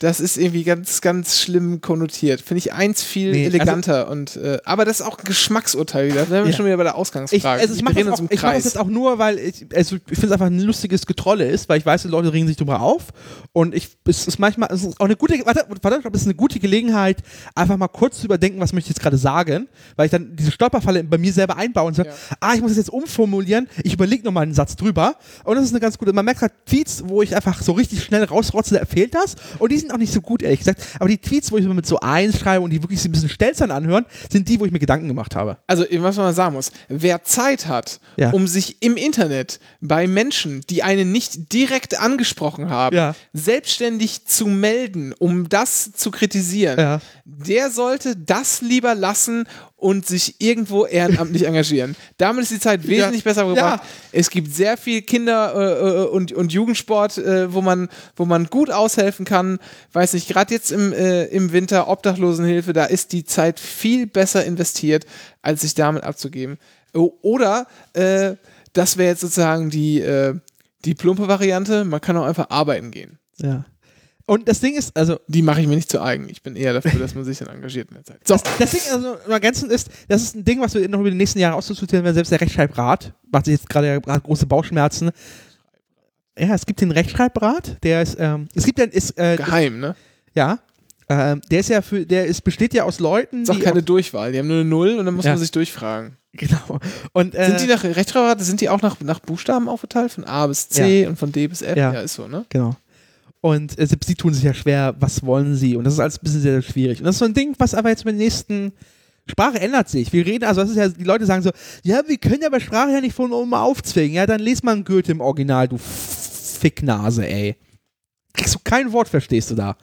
Speaker 1: das ist irgendwie ganz, ganz schlimm konnotiert. Finde ich eins viel
Speaker 2: Nee, also-
Speaker 1: eleganter und äh, aber das ist auch ein Geschmacksurteil wieder. Da sind wir
Speaker 2: Ja.
Speaker 1: schon wieder bei der
Speaker 2: Ich,
Speaker 1: Ausgangsfrage.
Speaker 2: also ich
Speaker 1: Wir
Speaker 2: mache
Speaker 1: drehen
Speaker 2: das,
Speaker 1: uns
Speaker 2: auch-
Speaker 1: im
Speaker 2: ich mach das
Speaker 1: Kreis.
Speaker 2: jetzt auch nur, weil ich, also ich finde es einfach ein lustiges Getrolle ist, weil ich weiß, die Leute regen sich drüber auf und ich, es ist manchmal, es ist auch eine gute, warte, warte, ich glaube, es ist eine gute Gelegenheit, einfach mal kurz zu überdenken, was möchte ich jetzt gerade sagen, weil ich dann diese Stolperfalle bei mir selber einbaue und sage,
Speaker 1: Ja.
Speaker 2: ah, ich muss das jetzt umformulieren, ich überlege nochmal einen Satz drüber und das ist eine ganz gute, man merkt halt Tweets, wo ich einfach so richtig schnell rausrotze, da fehlt das und die sind auch nicht so gut, ehrlich gesagt, aber die Tweets, wo ich immer mit so eins schreibe und die wirklich so ein bisschen stelzern anhören, sind die, wo ich mir Gedanken gemacht habe.
Speaker 1: Also, was man mal sagen muss, wer Zeit hat,
Speaker 2: Ja.
Speaker 1: um sich im Internet bei Menschen, die einen nicht direkt angesprochen haben,
Speaker 2: Ja.
Speaker 1: selbstständig zu melden, um das zu kritisieren,
Speaker 2: Ja.
Speaker 1: der sollte das lieber lassen und sich irgendwo ehrenamtlich engagieren. Damit ist die Zeit wesentlich besser verbracht. Es gibt sehr viel Kinder- äh, äh, und, und Jugendsport, äh, wo, man, wo man gut aushelfen kann. Weiß nicht, gerade jetzt im, äh, im Winter Obdachlosenhilfe, da ist die Zeit viel besser investiert, als sich damit abzugeben. O- Oder äh, das wäre jetzt sozusagen die, äh, die plumpe Variante, man kann auch einfach arbeiten gehen.
Speaker 2: Ja. Und das Ding ist, also,
Speaker 1: Die mache ich mir nicht zu eigen. Ich bin eher dafür, dass man sich dann engagiert in der Zeit. So.
Speaker 2: das, das Ding also, im Ergänzenden ist, das ist ein Ding, was wir noch über die nächsten Jahre auszudiskutieren werden. Selbst der Rechtschreibrat macht sich jetzt gerade ja gerade große Bauchschmerzen. Ja, es gibt den Rechtschreibrat, der ist, ähm, es gibt ja, ist, äh,
Speaker 1: Geheim, ne?
Speaker 2: ja, ähm, der ist ja für, der ist, besteht ja aus Leuten,
Speaker 1: Ist auch
Speaker 2: die.
Speaker 1: keine Durchwahl. Die haben nur eine Null und dann muss
Speaker 2: Ja.
Speaker 1: man sich durchfragen.
Speaker 2: genau. Und, äh,
Speaker 1: Sind die nach Rechtschreibrate, sind die auch nach, nach Buchstaben aufgeteilt? Von A bis C und von D bis F?
Speaker 2: Ja.
Speaker 1: Ja, ist so, ne?
Speaker 2: Genau. Und äh, selbst sie tun sich ja schwer, was wollen sie? Und das ist alles ein bisschen sehr, sehr schwierig. Und das ist so ein Ding, was aber jetzt mit den nächsten. Sprache ändert sich. Wir reden, also das ist ja, die Leute sagen so, ja, wir können ja bei Sprache ja nicht von oben aufzwingen. Ja, dann les mal einen Goethe im Original, du Ficknase, ey. Kriegst du kein Wort, verstehst du da.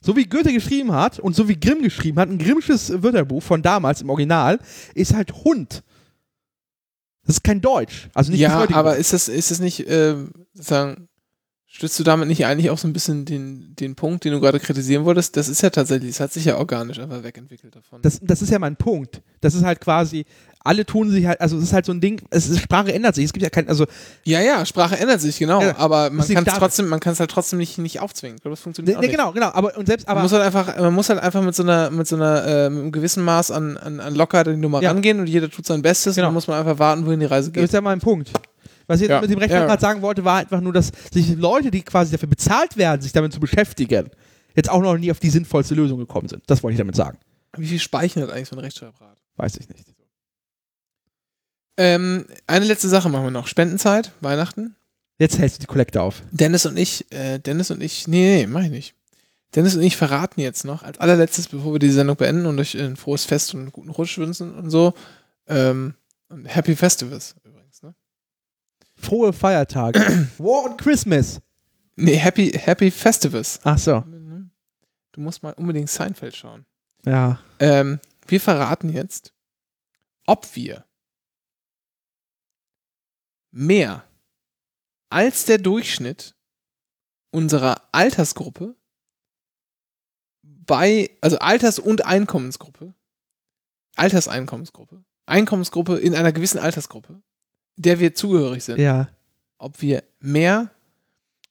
Speaker 2: So wie Goethe geschrieben hat und so wie Grimm geschrieben hat, ein Grimmsches Wörterbuch von damals im Original, ist halt Hund. Das ist kein Deutsch. Also nicht das
Speaker 1: ja,
Speaker 2: heutige
Speaker 1: aber ist das, ist das nicht, ähm, sozusagen, stützt du damit nicht eigentlich auch so ein bisschen den, den Punkt, den du gerade kritisieren wolltest? Das ist ja tatsächlich, es hat sich ja organisch einfach wegentwickelt davon.
Speaker 2: Das, das ist ja mein Punkt. Das ist halt quasi, alle tun sich halt, also es ist halt so ein Ding, es ist, Sprache ändert sich. Es gibt ja kein, also
Speaker 1: Ja, ja, Sprache ändert sich, genau.
Speaker 2: Ja,
Speaker 1: aber man
Speaker 2: das liegt
Speaker 1: kann es
Speaker 2: daran.
Speaker 1: trotzdem, man kann es halt trotzdem nicht, nicht aufzwingen. Ich glaube, das funktioniert
Speaker 2: ne,
Speaker 1: auch
Speaker 2: ne,
Speaker 1: nicht.
Speaker 2: genau, genau, aber und selbst aber
Speaker 1: man muss halt einfach, man muss halt einfach mit so einer, mit so einer, äh, mit einem gewissen Maß an, an, an Lockerheit in die Nummer
Speaker 2: Ja.
Speaker 1: rangehen und jeder tut sein Bestes und
Speaker 2: Genau.
Speaker 1: dann muss man einfach warten, wohin die Reise
Speaker 2: Das
Speaker 1: geht.
Speaker 2: ist ja mal ein Punkt. Was ich jetzt
Speaker 1: Ja.
Speaker 2: mit dem Rechner
Speaker 1: Ja.
Speaker 2: gerade sagen wollte, war einfach nur, dass sich Leute, die quasi dafür bezahlt werden, sich damit zu beschäftigen, jetzt auch noch nie auf die sinnvollste Lösung gekommen sind. Das wollte ich damit sagen.
Speaker 1: Wie viel Speichen hat eigentlich so ein Rechtschreibrat?
Speaker 2: Weiß ich nicht.
Speaker 1: Ähm, eine letzte Sache machen wir noch. Spendenzeit, Weihnachten.
Speaker 2: Jetzt hältst du die Kollekte auf.
Speaker 1: Dennis und ich, äh, Dennis und ich, nee, nee, mach ich nicht. Dennis und ich verraten jetzt noch, als allerletztes, bevor wir die Sendung beenden und euch ein frohes Fest und einen guten Rutsch wünschen und so. Ähm, und Happy Festivals übrigens, ne?
Speaker 2: Frohe Feiertage. War und Christmas.
Speaker 1: Nee, Happy, Happy Festivals.
Speaker 2: Ach so.
Speaker 1: Du musst mal unbedingt Seinfeld schauen.
Speaker 2: Ja.
Speaker 1: Ähm, wir verraten jetzt, ob wir mehr als der Durchschnitt unserer Altersgruppe bei, also Alters- und Einkommensgruppe, Alterseinkommensgruppe, Einkommensgruppe in einer gewissen Altersgruppe, der wir zugehörig sind,
Speaker 2: Ja.
Speaker 1: ob wir mehr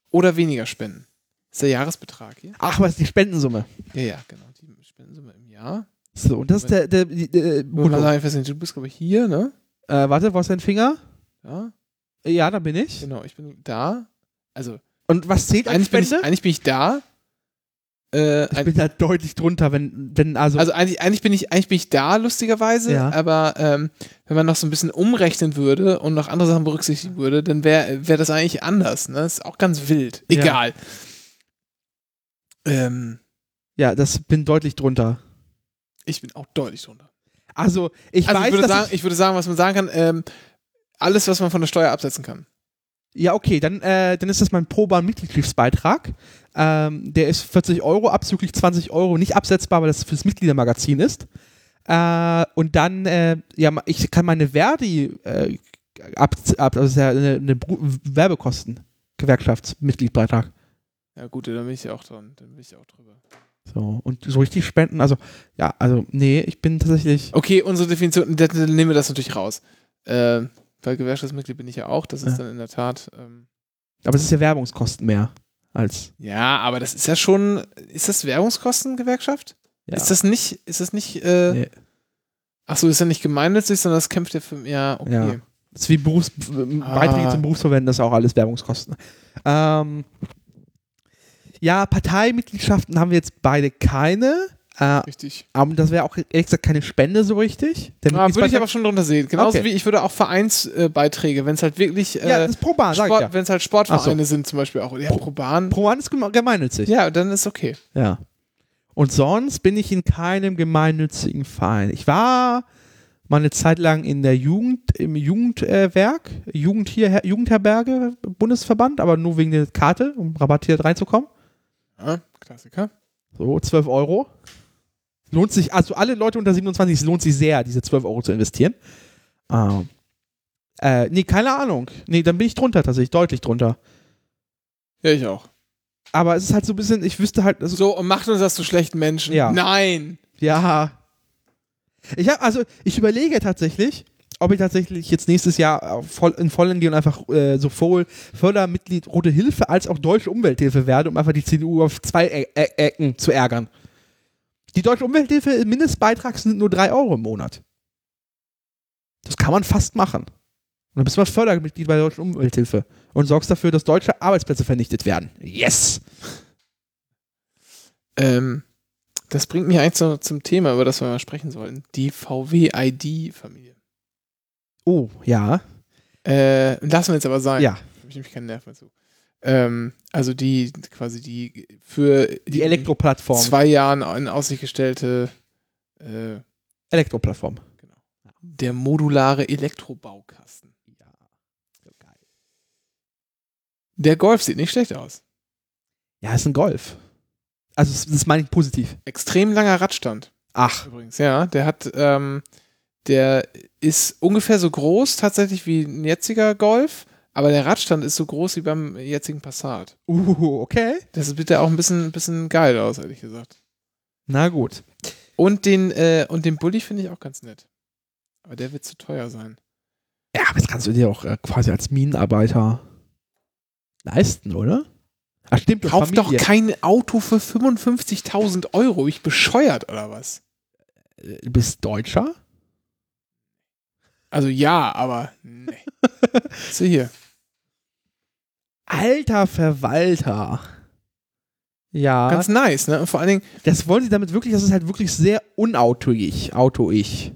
Speaker 1: oder weniger spenden. Das ist der Jahresbetrag hier.
Speaker 2: Ach, was die Spendensumme.
Speaker 1: Ja, ja, genau. Die Spendensumme im Jahr.
Speaker 2: So, und das ist der. der, die- der
Speaker 1: Gut,
Speaker 2: Brutto.
Speaker 1: ich weiß nicht, du bist, glaube ich, hier, ne?
Speaker 2: äh, warte, wo ist dein Finger?
Speaker 1: Ja,
Speaker 2: Ja, da bin ich.
Speaker 1: genau, ich bin da. Also,
Speaker 2: Und was zählt als
Speaker 1: eigentlich bin, ich,
Speaker 2: Spende?
Speaker 1: eigentlich bin ich da. Äh,
Speaker 2: Ich
Speaker 1: ein,
Speaker 2: bin da deutlich drunter, wenn, wenn also.
Speaker 1: also eigentlich, eigentlich, bin ich, eigentlich bin ich da, lustigerweise,
Speaker 2: Ja.
Speaker 1: aber ähm, wenn man noch so ein bisschen umrechnen würde und noch andere Sachen berücksichtigen würde, dann wäre wär das eigentlich anders. Ne? Ist auch ganz wild.
Speaker 2: Ja.
Speaker 1: Egal. Ähm,
Speaker 2: ja, das bin deutlich drunter.
Speaker 1: ich bin auch deutlich drunter.
Speaker 2: Also, ich
Speaker 1: also
Speaker 2: weiß,
Speaker 1: ich würde,
Speaker 2: dass
Speaker 1: sagen,
Speaker 2: ich-
Speaker 1: ich, würde sagen, was man sagen kann, ähm, alles, was man von der Steuer absetzen kann.
Speaker 2: Ja, okay, dann, äh, dann ist das mein Proban-Mitgliedschaftsbeitrag. Ähm, der ist 40 Euro, abzüglich 20 Euro, nicht absetzbar, weil das fürs Mitgliedermagazin ist. Äh, und dann, äh, ja, ma- ich kann meine Verdi äh, ab, ab, also das ist ja eine, eine Bru- Werbekosten, Gewerkschaftsmitgliedbeitrag.
Speaker 1: Ja gut, dann bin ich ja auch dran. Dann bin ich auch drüber.
Speaker 2: So, und so richtig spenden, also, ja, also, nee, ich bin tatsächlich.
Speaker 1: Okay, unsere Definition, dann dann nehmen wir das natürlich raus. Ähm, weil Gewerkschaftsmitglied bin ich ja auch, das ist
Speaker 2: Ja.
Speaker 1: dann in der Tat. Ähm,
Speaker 2: Aber es ist ja Werbungskosten mehr als.
Speaker 1: ja, aber das ist ja schon. Ist das Währungskostengewerkschaft?
Speaker 2: Ja.
Speaker 1: Ist das nicht, ist das nicht, äh,
Speaker 2: Nee.
Speaker 1: ach so, ist ja nicht gemeinnützig, sondern das kämpft ja für, ja, okay.
Speaker 2: Ja. Das ist wie Berufs
Speaker 1: Ah.
Speaker 2: Beiträge zum Berufsverbänden, das ist auch alles Werbungskosten. Ähm, ja, Parteimitgliedschaften haben wir jetzt beide keine. Äh,
Speaker 1: Richtig.
Speaker 2: aber das wäre auch ehrlich gesagt keine Spende so richtig. Der
Speaker 1: Ah, würde ich
Speaker 2: Mitgliedsbeitrag-
Speaker 1: aber schon drunter sehen. Genauso
Speaker 2: Okay.
Speaker 1: wie ich würde auch Vereinsbeiträge, äh, Beiträge, wenn es halt wirklich, äh,
Speaker 2: ja, das ist Proban, sag ich ja.
Speaker 1: Sport, wenn es halt Sportvereine sind zum Beispiel auch. Ja,
Speaker 2: Pro-
Speaker 1: Proban.
Speaker 2: Proban ist geme- gemeinnützig.
Speaker 1: Ja, dann ist okay.
Speaker 2: Ja. Und sonst bin ich in keinem gemeinnützigen Verein. Ich war mal eine Zeit lang in der Jugend, im Jugendwerk, Jugend hier, Jugendherberge, Bundesverband, aber nur wegen der Karte, um rabattiert reinzukommen.
Speaker 1: Ja, Klassiker.
Speaker 2: So, 12 Euro. Lohnt sich, also alle Leute unter 27, es lohnt sich sehr, diese 12 Euro zu investieren. Ähm, äh, nee, keine Ahnung. Nee, dann bin ich drunter tatsächlich, deutlich drunter.
Speaker 1: Ja, ich auch.
Speaker 2: Aber es ist halt so ein bisschen, ich wüsste halt, also,
Speaker 1: So, und macht uns das zu schlechten Menschen.
Speaker 2: Ja.
Speaker 1: Nein.
Speaker 2: ja. Ich habe also, ich überlege tatsächlich, ob ich tatsächlich jetzt nächstes Jahr äh, voll, in vollen gehe und einfach äh, sowohl Fördermitglied Rote Hilfe als auch Deutsche Umwelthilfe werde, um einfach die CDU auf zwei e e Ecken zu ärgern. Die Deutsche Umwelthilfe im Mindestbeitrag sind nur 3 Euro im Monat. Das kann man fast machen. Und dann bist du mal Fördermitglied bei der Deutschen Umwelthilfe und sorgst dafür, dass deutsche Arbeitsplätze vernichtet werden. Yes!
Speaker 1: Ähm, das bringt mich eigentlich so zum Thema, über das wir mal sprechen sollten. Die VW-ID-Familie.
Speaker 2: Oh, ja.
Speaker 1: Äh, lassen wir jetzt aber sein.
Speaker 2: Ja.
Speaker 1: Da habe ich nämlich keinen Nerv mehr zu. Ähm, also die quasi die für
Speaker 2: Die Elektroplattform.
Speaker 1: zwei Jahren in Aussicht gestellte äh,
Speaker 2: Elektroplattform.
Speaker 1: der modulare Elektrobaukasten. Der Golf sieht nicht schlecht aus.
Speaker 2: Ja, ist ein Golf. Also, das, das meine ich positiv.
Speaker 1: Extrem langer Radstand.
Speaker 2: Ach.
Speaker 1: Übrigens, ja. Der hat, ähm, der ist ungefähr so groß tatsächlich wie ein jetziger Golf, aber der Radstand ist so groß wie beim jetzigen Passat.
Speaker 2: Uh, okay.
Speaker 1: Das sieht ja auch ein bisschen, bisschen geil aus, ehrlich gesagt.
Speaker 2: Na gut.
Speaker 1: Und den, äh, und den Bulli finde ich auch ganz nett. Aber der wird zu teuer sein.
Speaker 2: Ja, aber das kannst du dir auch äh, quasi als Minenarbeiter leisten, oder? Ach, stimmt, du hast
Speaker 1: Kauf doch
Speaker 2: Familie.
Speaker 1: kein Auto für 55.000 Euro. Ich bescheuert oder was?
Speaker 2: Äh, Du bist Deutscher?
Speaker 1: Also ja, aber nee. Sieh hier.
Speaker 2: Alter Verwalter. Ja.
Speaker 1: Ganz nice, ne? Und vor allen Dingen,
Speaker 2: das wollen sie damit wirklich, das ist halt wirklich sehr unautoig. Autoig.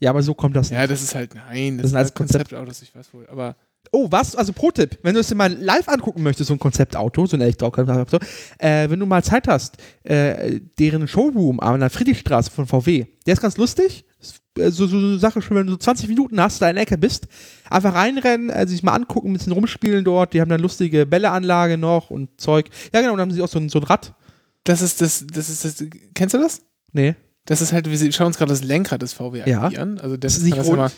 Speaker 2: Ja, aber so kommt das
Speaker 1: ja, das ist halt, nein, das,
Speaker 2: Das sind
Speaker 1: sind
Speaker 2: alles
Speaker 1: halt Konzeptautos, ich weiß wohl. Aber
Speaker 2: Oh, was? Also Pro-Tipp, wenn du es dir mal live angucken möchtest, so ein Konzeptauto, so ein Elektroauto, äh, wenn du mal Zeit hast, äh, deren Showroom an der Friedrichstraße von VW, der ist ganz lustig. Ist, äh, So, so, so eine Sache schon, wenn du so 20 Minuten hast, da in der Ecke bist, einfach reinrennen, äh, sich mal angucken, ein bisschen rumspielen dort. Die haben dann lustige Bälleanlage noch und Zeug. Ja, genau, und dann haben sie auch so ein, so ein Rad.
Speaker 1: das ist das, das ist das, kennst du das?
Speaker 2: Nee.
Speaker 1: Das ist halt, wir se- schauen uns gerade das Lenkrad des VW
Speaker 2: Ja.
Speaker 1: eigentlich an. Also das
Speaker 2: Das ist
Speaker 1: ist
Speaker 2: nicht
Speaker 1: nicht rund.
Speaker 2: rund.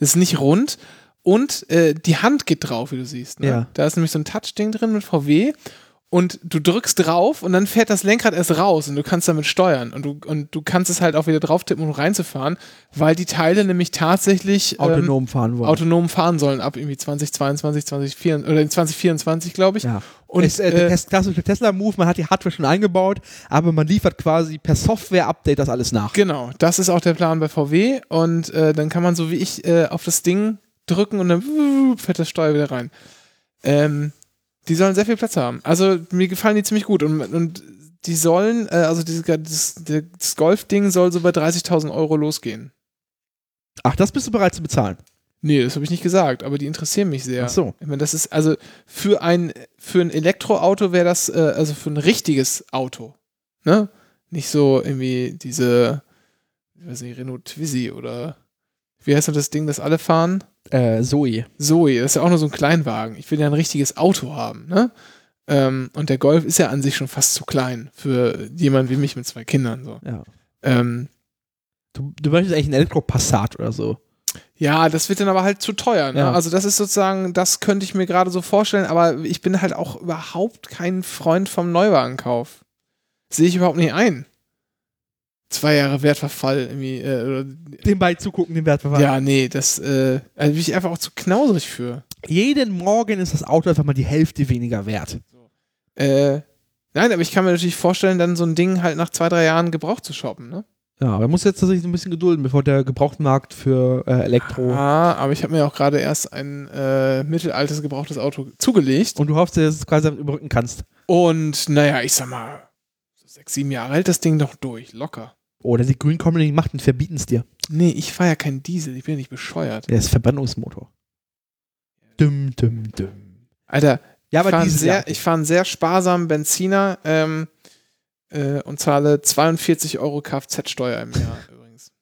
Speaker 1: Das ist nicht rund. Und äh, die Hand geht drauf, wie du siehst. Ne?
Speaker 2: Ja.
Speaker 1: Da ist nämlich so ein Touch-Ding drin mit VW. Und du drückst drauf und dann fährt das Lenkrad erst raus und du kannst damit steuern. Und du, und du kannst es halt auch wieder drauf tippen, um reinzufahren, weil die Teile nämlich tatsächlich ähm,
Speaker 2: Autonom fahren wollen.
Speaker 1: autonom fahren sollen ab irgendwie 2022, 2024 oder in 2024, glaube ich.
Speaker 2: Ja. Und
Speaker 1: Und,
Speaker 2: ist, äh,
Speaker 1: äh,
Speaker 2: der Tes- klassische Tesla-Move, man hat die Hardware schon eingebaut, aber man liefert quasi per Software-Update das alles nach.
Speaker 1: Genau, das ist auch der Plan bei VW und äh, dann kann man so wie ich äh, auf das Ding drücken und dann wup, fährt das Steuer wieder rein. Ähm, die sollen sehr viel Platz haben. Also mir gefallen die ziemlich gut und, und die sollen, äh, also dieses, das, das Golf-Ding soll so bei 30.000 Euro losgehen.
Speaker 2: Ach, das bist du bereit zu bezahlen.
Speaker 1: Nee, das habe ich nicht gesagt, aber die interessieren mich sehr.
Speaker 2: Ach so.
Speaker 1: Ich meine, das ist, also für ein, für ein Elektroauto wäre das, äh, also für ein richtiges Auto, ne? Nicht so irgendwie diese, ich weiß nicht, Renault Twizy oder wie heißt denn das Ding, das alle fahren?
Speaker 2: Äh, Zoe.
Speaker 1: Zoe, das ist ja auch nur so ein Kleinwagen. Ich will ja ein richtiges Auto haben, ne? Ähm, und der Golf ist ja an sich schon fast zu klein für jemanden wie mich mit zwei Kindern, so.
Speaker 2: Ja.
Speaker 1: Ähm,
Speaker 2: Du, du möchtest eigentlich einen Elektro-Passat oder so.
Speaker 1: Ja, das wird dann aber halt zu teuer. Ne?
Speaker 2: Ja.
Speaker 1: Also das ist sozusagen, das könnte ich mir gerade so vorstellen, aber ich bin halt auch überhaupt kein Freund vom Neuwagenkauf. Sehe ich überhaupt nicht ein. Zwei Jahre Wertverfall irgendwie. Äh, oder,
Speaker 2: Dem bei zugucken, dem Wertverfall.
Speaker 1: ja, nee, das äh, also bin ich einfach auch zu knauserig für.
Speaker 2: Jeden Morgen ist das Auto einfach mal die Hälfte weniger wert.
Speaker 1: Äh, nein, aber ich kann mir natürlich vorstellen, dann so ein Ding halt nach zwei, drei Jahren gebraucht zu shoppen. Ne?
Speaker 2: Ja, man muss jetzt tatsächlich ein bisschen gedulden, bevor der Gebrauchtmarkt für äh, Elektro.
Speaker 1: Ah, aber ich habe mir auch gerade erst ein äh, mittelaltes gebrauchtes Auto zugelegt.
Speaker 2: Und du hoffst, dass du es quasi damit überbrücken kannst.
Speaker 1: Und naja, ich sag mal, so sechs, sieben Jahre hält das Ding doch durch, locker.
Speaker 2: Oder die Green Company macht und verbieten es dir.
Speaker 1: Nee, ich fahre ja keinen Diesel, ich bin ja nicht bescheuert.
Speaker 2: Der ist Verbrennungsmotor. Düm, düm, düm.
Speaker 1: Alter, ich
Speaker 2: Ja, aber
Speaker 1: fahre einen
Speaker 2: dieses
Speaker 1: sehr,
Speaker 2: Jahr.
Speaker 1: ich fahr einen sehr sparsamen Benziner ähm, äh, und zahle 42 Euro Kfz-Steuer im Jahr übrigens.